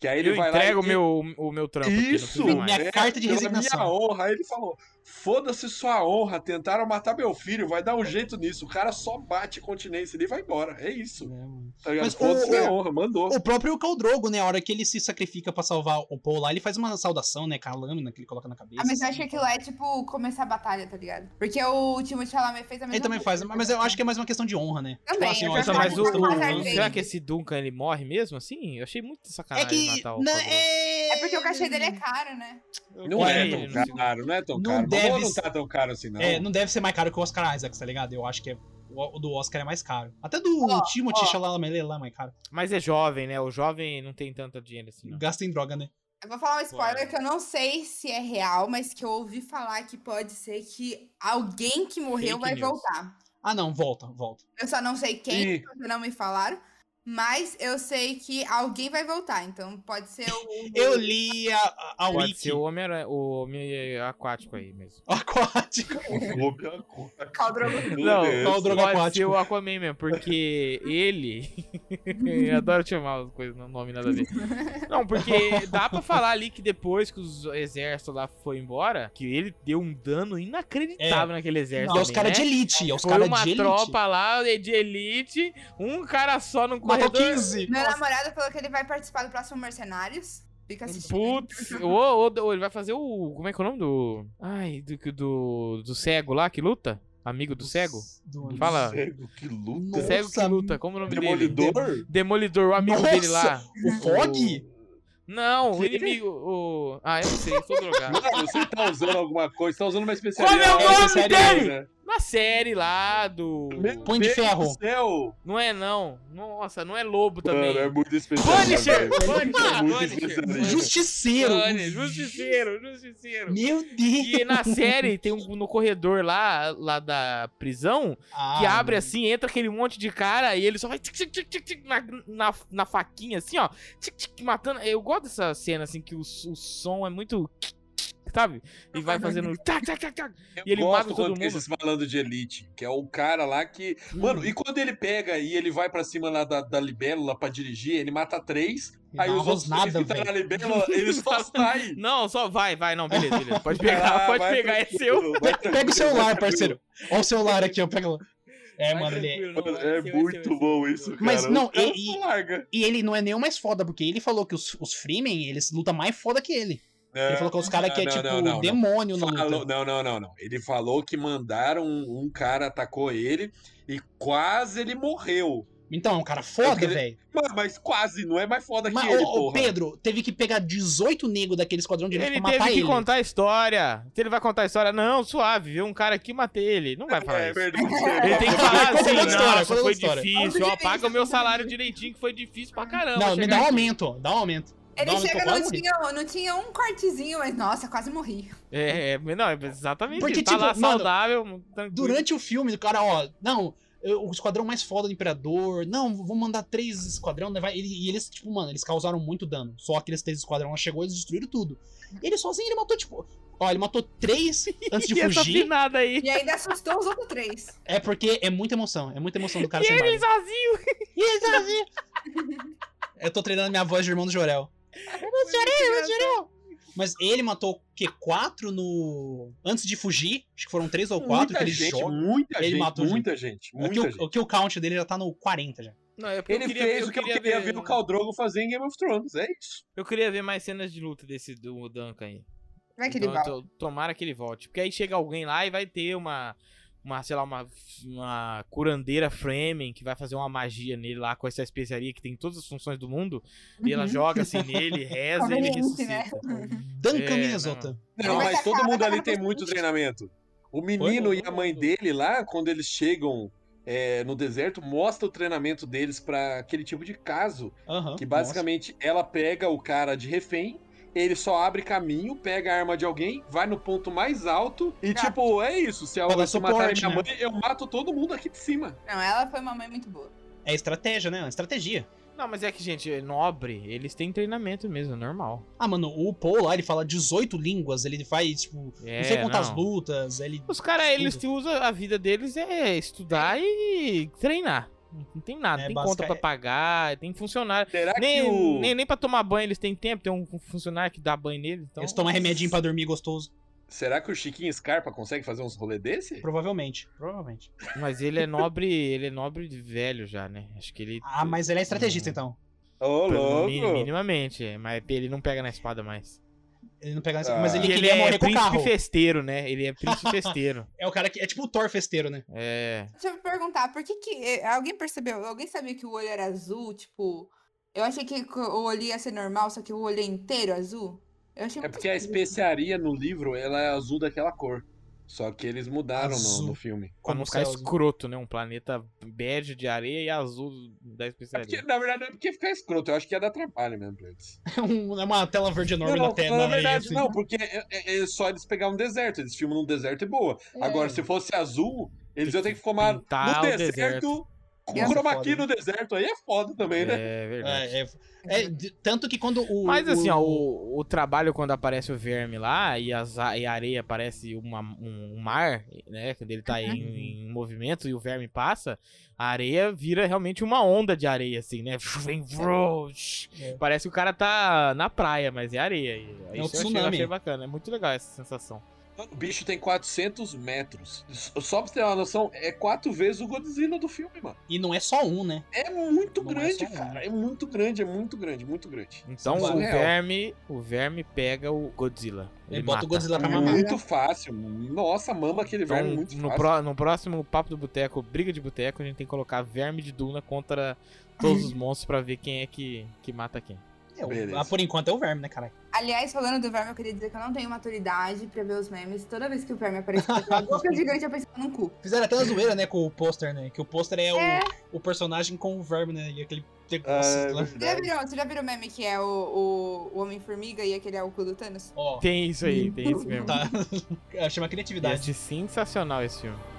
Speaker 2: Que aí ele
Speaker 1: eu
Speaker 2: vai
Speaker 1: entrego
Speaker 2: lá.
Speaker 1: o
Speaker 2: e-
Speaker 1: meu, o meu trampo. aqui, não
Speaker 2: Isso!
Speaker 1: preciso mais.
Speaker 3: Minha carta de
Speaker 2: pela
Speaker 3: resignação.
Speaker 2: Minha honra. Aí ele falou: foda-se sua honra, tentaram matar meu filho, vai dar um jeito nisso. O cara só bate continência ali e vai embora. É isso. Tá ligado?
Speaker 3: Mas o-
Speaker 2: Foda-se minha
Speaker 3: o-
Speaker 2: honra, mandou.
Speaker 3: O próprio Caldrogo, né? A hora que ele se sacrifica pra salvar o Paul lá, ele faz uma saudação, né? Com a lâmina que ele coloca na cabeça.
Speaker 4: Ah, mas eu
Speaker 3: assim,
Speaker 4: acho que
Speaker 3: tal.
Speaker 4: aquilo lá é tipo começar a batalha, tá ligado? Porque o Timothée Chalamet fez a mesma
Speaker 3: Ele também faz, mas eu acho que é mais uma questão de honra, né?
Speaker 4: Também, eu é já
Speaker 1: Nossa,
Speaker 3: ó,
Speaker 4: tava
Speaker 1: mas o,
Speaker 4: com
Speaker 3: estamos
Speaker 4: vontade
Speaker 1: o,
Speaker 3: honrando-
Speaker 4: dele.
Speaker 1: Então, será que esse Duncan ele morre mesmo assim? Eu achei muito
Speaker 3: É
Speaker 1: sacanagem
Speaker 3: que.
Speaker 1: matar o
Speaker 3: na-
Speaker 1: Caldrogo.
Speaker 3: é...
Speaker 4: É porque o cachê dele é caro, né?
Speaker 1: Eu
Speaker 2: Não
Speaker 1: comprei
Speaker 2: é
Speaker 3: Olha,
Speaker 1: ele,
Speaker 2: tão
Speaker 1: não
Speaker 2: caro, não é tão
Speaker 3: não
Speaker 2: caro.
Speaker 3: deve
Speaker 2: Deve... Não
Speaker 3: ser-
Speaker 2: tá tão caro assim, não.
Speaker 3: É, não deve ser mais caro que o Oscar Isaac, tá ligado? Eu acho que é. O o do Oscar é mais caro. Até do
Speaker 4: Ó,
Speaker 3: Timothy
Speaker 4: ó.
Speaker 3: Chalamet lá é mais caro.
Speaker 1: Mas é jovem, né? O jovem não tem tanto dinheiro assim, não.
Speaker 3: Gasta em droga, né?
Speaker 4: Eu vou falar um spoiler
Speaker 1: Bora.
Speaker 4: que eu não sei se é real, mas que eu ouvi falar que pode ser que alguém que morreu
Speaker 1: Fake
Speaker 4: vai
Speaker 1: news.
Speaker 4: voltar.
Speaker 3: Ah, não, volta, volta.
Speaker 4: Eu só não sei quem,
Speaker 2: E
Speaker 4: porque não me falaram. Mas eu sei que alguém vai voltar, então pode ser o.
Speaker 3: Eu li a, a, a
Speaker 1: Pode
Speaker 3: wiki.
Speaker 1: ser o homem, o homem aquático aí mesmo.
Speaker 3: Aquático.
Speaker 2: o clube é conta.
Speaker 4: Caldrogo.
Speaker 2: Deus.
Speaker 3: Qual o droga
Speaker 1: pode ser
Speaker 3: aquático?
Speaker 1: o Aquaman mesmo, porque ele... Eu adoro chamar as coisas, não nome nada a ver. Não, porque dá pra falar ali que depois que os exércitos lá foi embora, que ele deu um dano inacreditável naquele exército
Speaker 3: Não, é os
Speaker 1: também,
Speaker 3: caras
Speaker 1: né?
Speaker 3: de elite. É os
Speaker 1: Foi
Speaker 3: caras
Speaker 1: uma
Speaker 3: de elite.
Speaker 1: tropa lá de elite, um cara só no
Speaker 3: Matou
Speaker 1: corredor.
Speaker 3: 15.
Speaker 4: Meu namorado falou que ele vai participar do próximo Mercenários. Fica assistindo.
Speaker 1: Putz, ô, ô, ô, ele vai fazer o. Como é que é o nome do. Ai, do, do, do cego lá que luta? Amigo do cego?
Speaker 3: Do- do-
Speaker 1: Fala.
Speaker 2: Cego que luta.
Speaker 3: Nossa,
Speaker 1: Cego que luta, como é o nome dele?
Speaker 2: Demolidor?
Speaker 1: Demolidor, o amigo
Speaker 3: Nossa!
Speaker 1: dele lá.
Speaker 3: O Fog?
Speaker 1: Não, o
Speaker 2: Quê?
Speaker 1: inimigo. O... Ah, eu não sei, eu sou drogado.
Speaker 2: Mano, você tá usando alguma coisa, tá usando
Speaker 1: Qual é
Speaker 2: uma especialidade.
Speaker 1: o nome dele?
Speaker 2: né?
Speaker 1: Na série lá do.
Speaker 2: Meu
Speaker 3: Punho de
Speaker 2: Deus
Speaker 3: ferro.
Speaker 2: do Céu.
Speaker 1: Não é, não. Nossa, não é lobo
Speaker 2: Mano, é
Speaker 1: também.
Speaker 2: muito
Speaker 1: Punisher!
Speaker 2: especialista.
Speaker 1: Punisher!
Speaker 2: É muito
Speaker 1: Punisher!
Speaker 2: especialista.
Speaker 3: Justiceiro.
Speaker 1: Punisher! Justiceiro, justiceiro.
Speaker 3: Meu Deus.
Speaker 1: E na série tem um no corredor lá, lá da prisão que
Speaker 3: Ah,
Speaker 1: abre assim, entra aquele monte de cara e ele só vai tic, tic, tic, tic, tic, na, na, na faquinha assim, ó. Tic, tic, matando. Eu gosto dessa cena assim que o, s- o som é muito. Sabe? E vai fazendo. Tac, tac, tac, tac.
Speaker 2: Eu
Speaker 1: E ele
Speaker 2: gosto
Speaker 1: mata todo
Speaker 2: quando
Speaker 1: mundo.
Speaker 2: que Esses falando de elite, que é o cara lá que.
Speaker 3: Ah,
Speaker 2: Mano,
Speaker 3: Uhum.
Speaker 2: e quando ele pega e ele vai pra cima lá da, da libélula pra dirigir, ele mata três.
Speaker 3: Ele
Speaker 2: Aí
Speaker 3: não
Speaker 2: os outros
Speaker 3: arroz
Speaker 2: três que
Speaker 3: nada,
Speaker 2: tá na libélula, eles só saem.
Speaker 1: Não, só vai, vai, não, beleza, beleza. Pode pegar,
Speaker 2: Ah,
Speaker 1: pode
Speaker 2: vai
Speaker 1: pegar, é seu.
Speaker 2: tranquilo, vai
Speaker 3: Pe- Pega o celular, parceiro. Ó o celular aqui, ó. Pega lá. É,
Speaker 1: Vai
Speaker 3: mano, ele é...
Speaker 1: tranquilo, não,
Speaker 2: Mano,
Speaker 1: seu,
Speaker 2: é
Speaker 1: seu,
Speaker 2: muito
Speaker 1: seu.
Speaker 2: bom isso, cara.
Speaker 3: Mas não,
Speaker 2: Os caras
Speaker 3: e-
Speaker 2: não larga.
Speaker 3: E ele não é nem o mais foda, porque ele falou que os, os Freemen, eles lutam mais foda que ele. Ele falou que os caras que é
Speaker 2: não,
Speaker 3: tipo
Speaker 2: não, não, não.
Speaker 3: demônio na
Speaker 2: Falou-
Speaker 3: luta.
Speaker 2: não, não, não, não. Ele falou que mandaram um, um cara atacou ele e quase ele morreu.
Speaker 3: Então, é um cara
Speaker 2: Eu
Speaker 3: foda,
Speaker 2: queria-
Speaker 3: velho.
Speaker 2: Mano, mas quase, não é mais foda
Speaker 3: Mas
Speaker 2: que ele,
Speaker 3: ô, ô,
Speaker 2: porra.
Speaker 3: Pedro teve que pegar 18 negros daquele esquadrão de elite
Speaker 1: Ele
Speaker 3: pra matar
Speaker 1: teve que
Speaker 3: ele.
Speaker 1: contar a história. Se ele vai contar a história, não, suave, viu um cara aqui, matei ele. Não vai falar
Speaker 2: É
Speaker 1: isso.
Speaker 2: verdade.
Speaker 1: Ele tem que falar
Speaker 3: Conta
Speaker 1: assim,
Speaker 3: outra história,
Speaker 1: nossa,
Speaker 3: conta
Speaker 1: foi
Speaker 3: outra história.
Speaker 1: difícil, ó,
Speaker 4: Obviamente.
Speaker 1: paga o meu salário direitinho, que foi difícil pra caramba.
Speaker 3: Não, me
Speaker 1: chegar
Speaker 3: dá um
Speaker 1: aqui."
Speaker 3: aumento, dá um aumento.
Speaker 4: Ele
Speaker 3: Dá um aumento,
Speaker 4: chega,
Speaker 3: eu
Speaker 4: não
Speaker 3: quase morri.
Speaker 4: tinha, não tinha um cortezinho, mas nossa, quase morri.
Speaker 1: É, é, não, é exatamente
Speaker 3: Porque,
Speaker 1: isso. Tá
Speaker 3: tipo,
Speaker 1: lá
Speaker 3: mano,
Speaker 1: saudável, tranquilo.
Speaker 3: Durante o filme, o cara, ó, não, eu- o esquadrão mais foda do Imperador, não, vou mandar três esquadrão, né, vai, ele- e eles, tipo, mano, eles causaram muito dano. Só aqueles três esquadrão lá chegou, eles destruíram tudo. E ele sozinho, ele matou, tipo, ó, ele matou três antes de
Speaker 1: E essa
Speaker 3: fugir.
Speaker 1: finada aí.
Speaker 4: E ainda assustou os outros três.
Speaker 3: É porque é muita emoção, é muita emoção do cara
Speaker 1: E
Speaker 3: sem
Speaker 1: ele
Speaker 3: barba.
Speaker 1: sozinho.
Speaker 3: E ele sozinho. Eu tô treinando minha voz de irmão do Jorel. Mas ele matou o quê? Quatro no. Antes de fugir. Acho que foram três ou quatro que
Speaker 2: muita
Speaker 3: ele
Speaker 2: gente,
Speaker 3: joga.
Speaker 2: muita
Speaker 3: Ele
Speaker 2: gente,
Speaker 3: matou
Speaker 2: muita gente,
Speaker 3: É que
Speaker 2: muita
Speaker 3: o,
Speaker 2: gente.
Speaker 3: o que o count dele já tá no 40 já.
Speaker 1: Não, é porque
Speaker 2: Ele fez o que eu queria ver, o Khal Drogo fazer em Game of Thrones, é isso.
Speaker 1: Eu queria ver mais cenas de luta desse do Duncan aí.
Speaker 4: Vai que ele
Speaker 1: Então,
Speaker 4: volta.
Speaker 1: to- tomara que ele volte. Porque aí chega alguém lá e vai ter uma. Uma, sei lá, uma, uma curandeira Fremen que vai fazer uma magia nele lá com essa especiaria que tem todas as funções do mundo. E ela
Speaker 4: Uhum.
Speaker 1: joga assim nele, reza e ele
Speaker 4: Conveniente, né?
Speaker 1: ressuscita.
Speaker 3: Uhum. Duncan
Speaker 1: É,
Speaker 3: Minnesota.
Speaker 2: Não,
Speaker 4: Ele vai
Speaker 2: mas
Speaker 4: sacar,
Speaker 2: todo
Speaker 4: vai
Speaker 2: mundo
Speaker 4: sacar
Speaker 2: ali
Speaker 4: no
Speaker 2: tem
Speaker 4: bolso.
Speaker 2: muito treinamento. O menino
Speaker 1: Foi,
Speaker 2: e a
Speaker 1: todo
Speaker 2: mãe
Speaker 1: mundo.
Speaker 2: dele lá, quando eles chegam é, no deserto, mostra o treinamento deles pra aquele tipo de caso.
Speaker 3: Aham.
Speaker 2: Que basicamente ela pega o cara de refém, ele só abre caminho, pega a arma de alguém, vai no ponto mais alto e,
Speaker 4: Ah.
Speaker 2: tipo, é isso. Se
Speaker 3: Pra dar
Speaker 2: alguém matar
Speaker 3: suporte,
Speaker 2: minha mãe, eu mato todo mundo aqui de cima.
Speaker 4: Não, ela foi uma mãe muito boa.
Speaker 3: Nossa. É estratégia, né? É Estratégia.
Speaker 1: Não, mas é que, gente, é nobre, eles têm treinamento mesmo, é normal.
Speaker 3: Ah, mano, o Paul lá, ele fala 18 línguas, ele faz, tipo,
Speaker 1: É,
Speaker 3: não sei quantas
Speaker 1: não. Então,
Speaker 3: lutas, ele.
Speaker 1: Os caras, eles usam a vida deles é estudar e treinar. Não tem nada,
Speaker 3: É,
Speaker 1: tem
Speaker 3: basica-
Speaker 1: conta pra pagar, tem funcionário.
Speaker 2: Será
Speaker 1: Nem,
Speaker 2: que o.
Speaker 1: nem, nem pra tomar banho eles têm tempo, tem um funcionário que dá banho neles. Então...
Speaker 3: Eles tomam remedinho pra dormir gostoso.
Speaker 2: Será que o Chiquinho Scarpa consegue fazer uns rolê desse?
Speaker 3: Provavelmente. Provavelmente.
Speaker 1: Mas ele é nobre, ele é nobre de velho já, né? Acho que ele.
Speaker 3: Ah, mas ele é estrategista, então.
Speaker 2: Ô,
Speaker 1: Pelo
Speaker 2: louco!
Speaker 1: mini- Minimamente, é, mas ele não pega na espada mais.
Speaker 3: Ele não pega.
Speaker 2: Ah.
Speaker 3: Mas ele
Speaker 1: E
Speaker 3: queria morrer
Speaker 1: é
Speaker 3: com o
Speaker 1: príncipe
Speaker 3: carro.
Speaker 1: festeiro, né? Ele é príncipe festeiro.
Speaker 3: É o cara que. É tipo o Thor festeiro, né?
Speaker 1: É.
Speaker 4: Deixa eu perguntar, por que que... eh, Alguém percebeu? Alguém sabia que o olho era azul? Tipo, eu achei que co- o olho ia ser normal, só que o olho é inteiro azul. Eu achei
Speaker 2: É
Speaker 4: muito
Speaker 2: porque a
Speaker 4: esquisito.
Speaker 2: especiaria no livro ela é azul daquela cor. Só que eles mudaram no- no,
Speaker 3: Azul.
Speaker 2: filme.
Speaker 1: Pra não
Speaker 3: Como
Speaker 1: ficar
Speaker 3: céus.
Speaker 1: escroto, né? Um planeta bege de areia e azul da
Speaker 2: É porque,
Speaker 1: especiaria.
Speaker 2: na verdade, não é porque ficar escroto, eu acho que ia dar trabalho mesmo pra eles.
Speaker 3: Um- é uma tela verde enorme na tela.
Speaker 2: na
Speaker 3: né,
Speaker 2: verdade,
Speaker 3: assim.
Speaker 2: não, porque é, é- é só eles pegar um deserto. Eles filmam num deserto e boa. Agora, se fosse azul, eles
Speaker 1: Tem
Speaker 2: iam ter
Speaker 1: que
Speaker 2: que filmar
Speaker 1: pintar
Speaker 2: no
Speaker 1: o deserto.
Speaker 2: deserto, com
Speaker 3: Nossa,
Speaker 2: chroma
Speaker 3: foda,
Speaker 2: key
Speaker 3: né?
Speaker 2: no deserto. Aí é foda também, né?
Speaker 1: É verdade.
Speaker 3: É, é- é, de- tanto que quando o.
Speaker 1: Mas assim, ó, o, o trabalho quando aparece o verme lá e, as a- e a areia aparece uma- um, um mar, né? Quando ele tá
Speaker 3: Uhum.
Speaker 1: em, em movimento e o verme passa, a areia vira realmente uma onda de areia, assim, né? Vem, vrou, shh.
Speaker 3: É.
Speaker 1: Parece que o cara tá na praia, mas é areia. E-
Speaker 3: É um
Speaker 1: Isso eu achei, eu
Speaker 3: tsunami.
Speaker 1: achei bacana, é muito legal essa sensação.
Speaker 2: O bicho tem 400 metros. Só pra você ter uma noção, é quatro vezes o Godzilla do filme, mano.
Speaker 3: E não é só um, né?
Speaker 2: É muito
Speaker 3: Não é
Speaker 2: grande,
Speaker 3: só um.
Speaker 2: cara. É muito grande, é muito grande, muito grande.
Speaker 1: Então
Speaker 2: Isso é
Speaker 1: o
Speaker 2: surreal.
Speaker 1: verme, o verme pega o Godzilla. Ele,
Speaker 3: Ele bota
Speaker 1: mata.
Speaker 3: o Godzilla pra
Speaker 2: É
Speaker 3: mamar.
Speaker 2: muito fácil. Nossa, mama aquele
Speaker 1: Então,
Speaker 2: verme é muito
Speaker 1: no,
Speaker 2: fácil.
Speaker 1: pró- no próximo Papo do Boteco, Briga de Boteco, a gente tem que colocar verme de Duna contra todos os monstros pra ver quem é que, que mata quem.
Speaker 3: É, o-
Speaker 2: Beleza.
Speaker 3: ah, por enquanto é o verme, né, caralho?
Speaker 4: Aliás, falando do verme, eu queria dizer que eu não tenho maturidade pra ver os memes. Toda vez que o verme apareceu com a boca gigante, eu pensava num cu.
Speaker 3: Fizeram até uma zoeira, né, com o pôster, né? Que o pôster é,
Speaker 4: É.
Speaker 3: O, o personagem com o verme, né? E aquele.
Speaker 2: Ah, é
Speaker 3: Nossa,
Speaker 4: Você já
Speaker 2: verdade.
Speaker 4: viram, você já viram o meme que é o, o, o Homem-Formiga e aquele é o cu do Thanos?
Speaker 3: Ó,
Speaker 1: Tem isso aí, tem isso mesmo.
Speaker 3: tá. Chama criatividade.
Speaker 1: Esse é sensacional esse filme.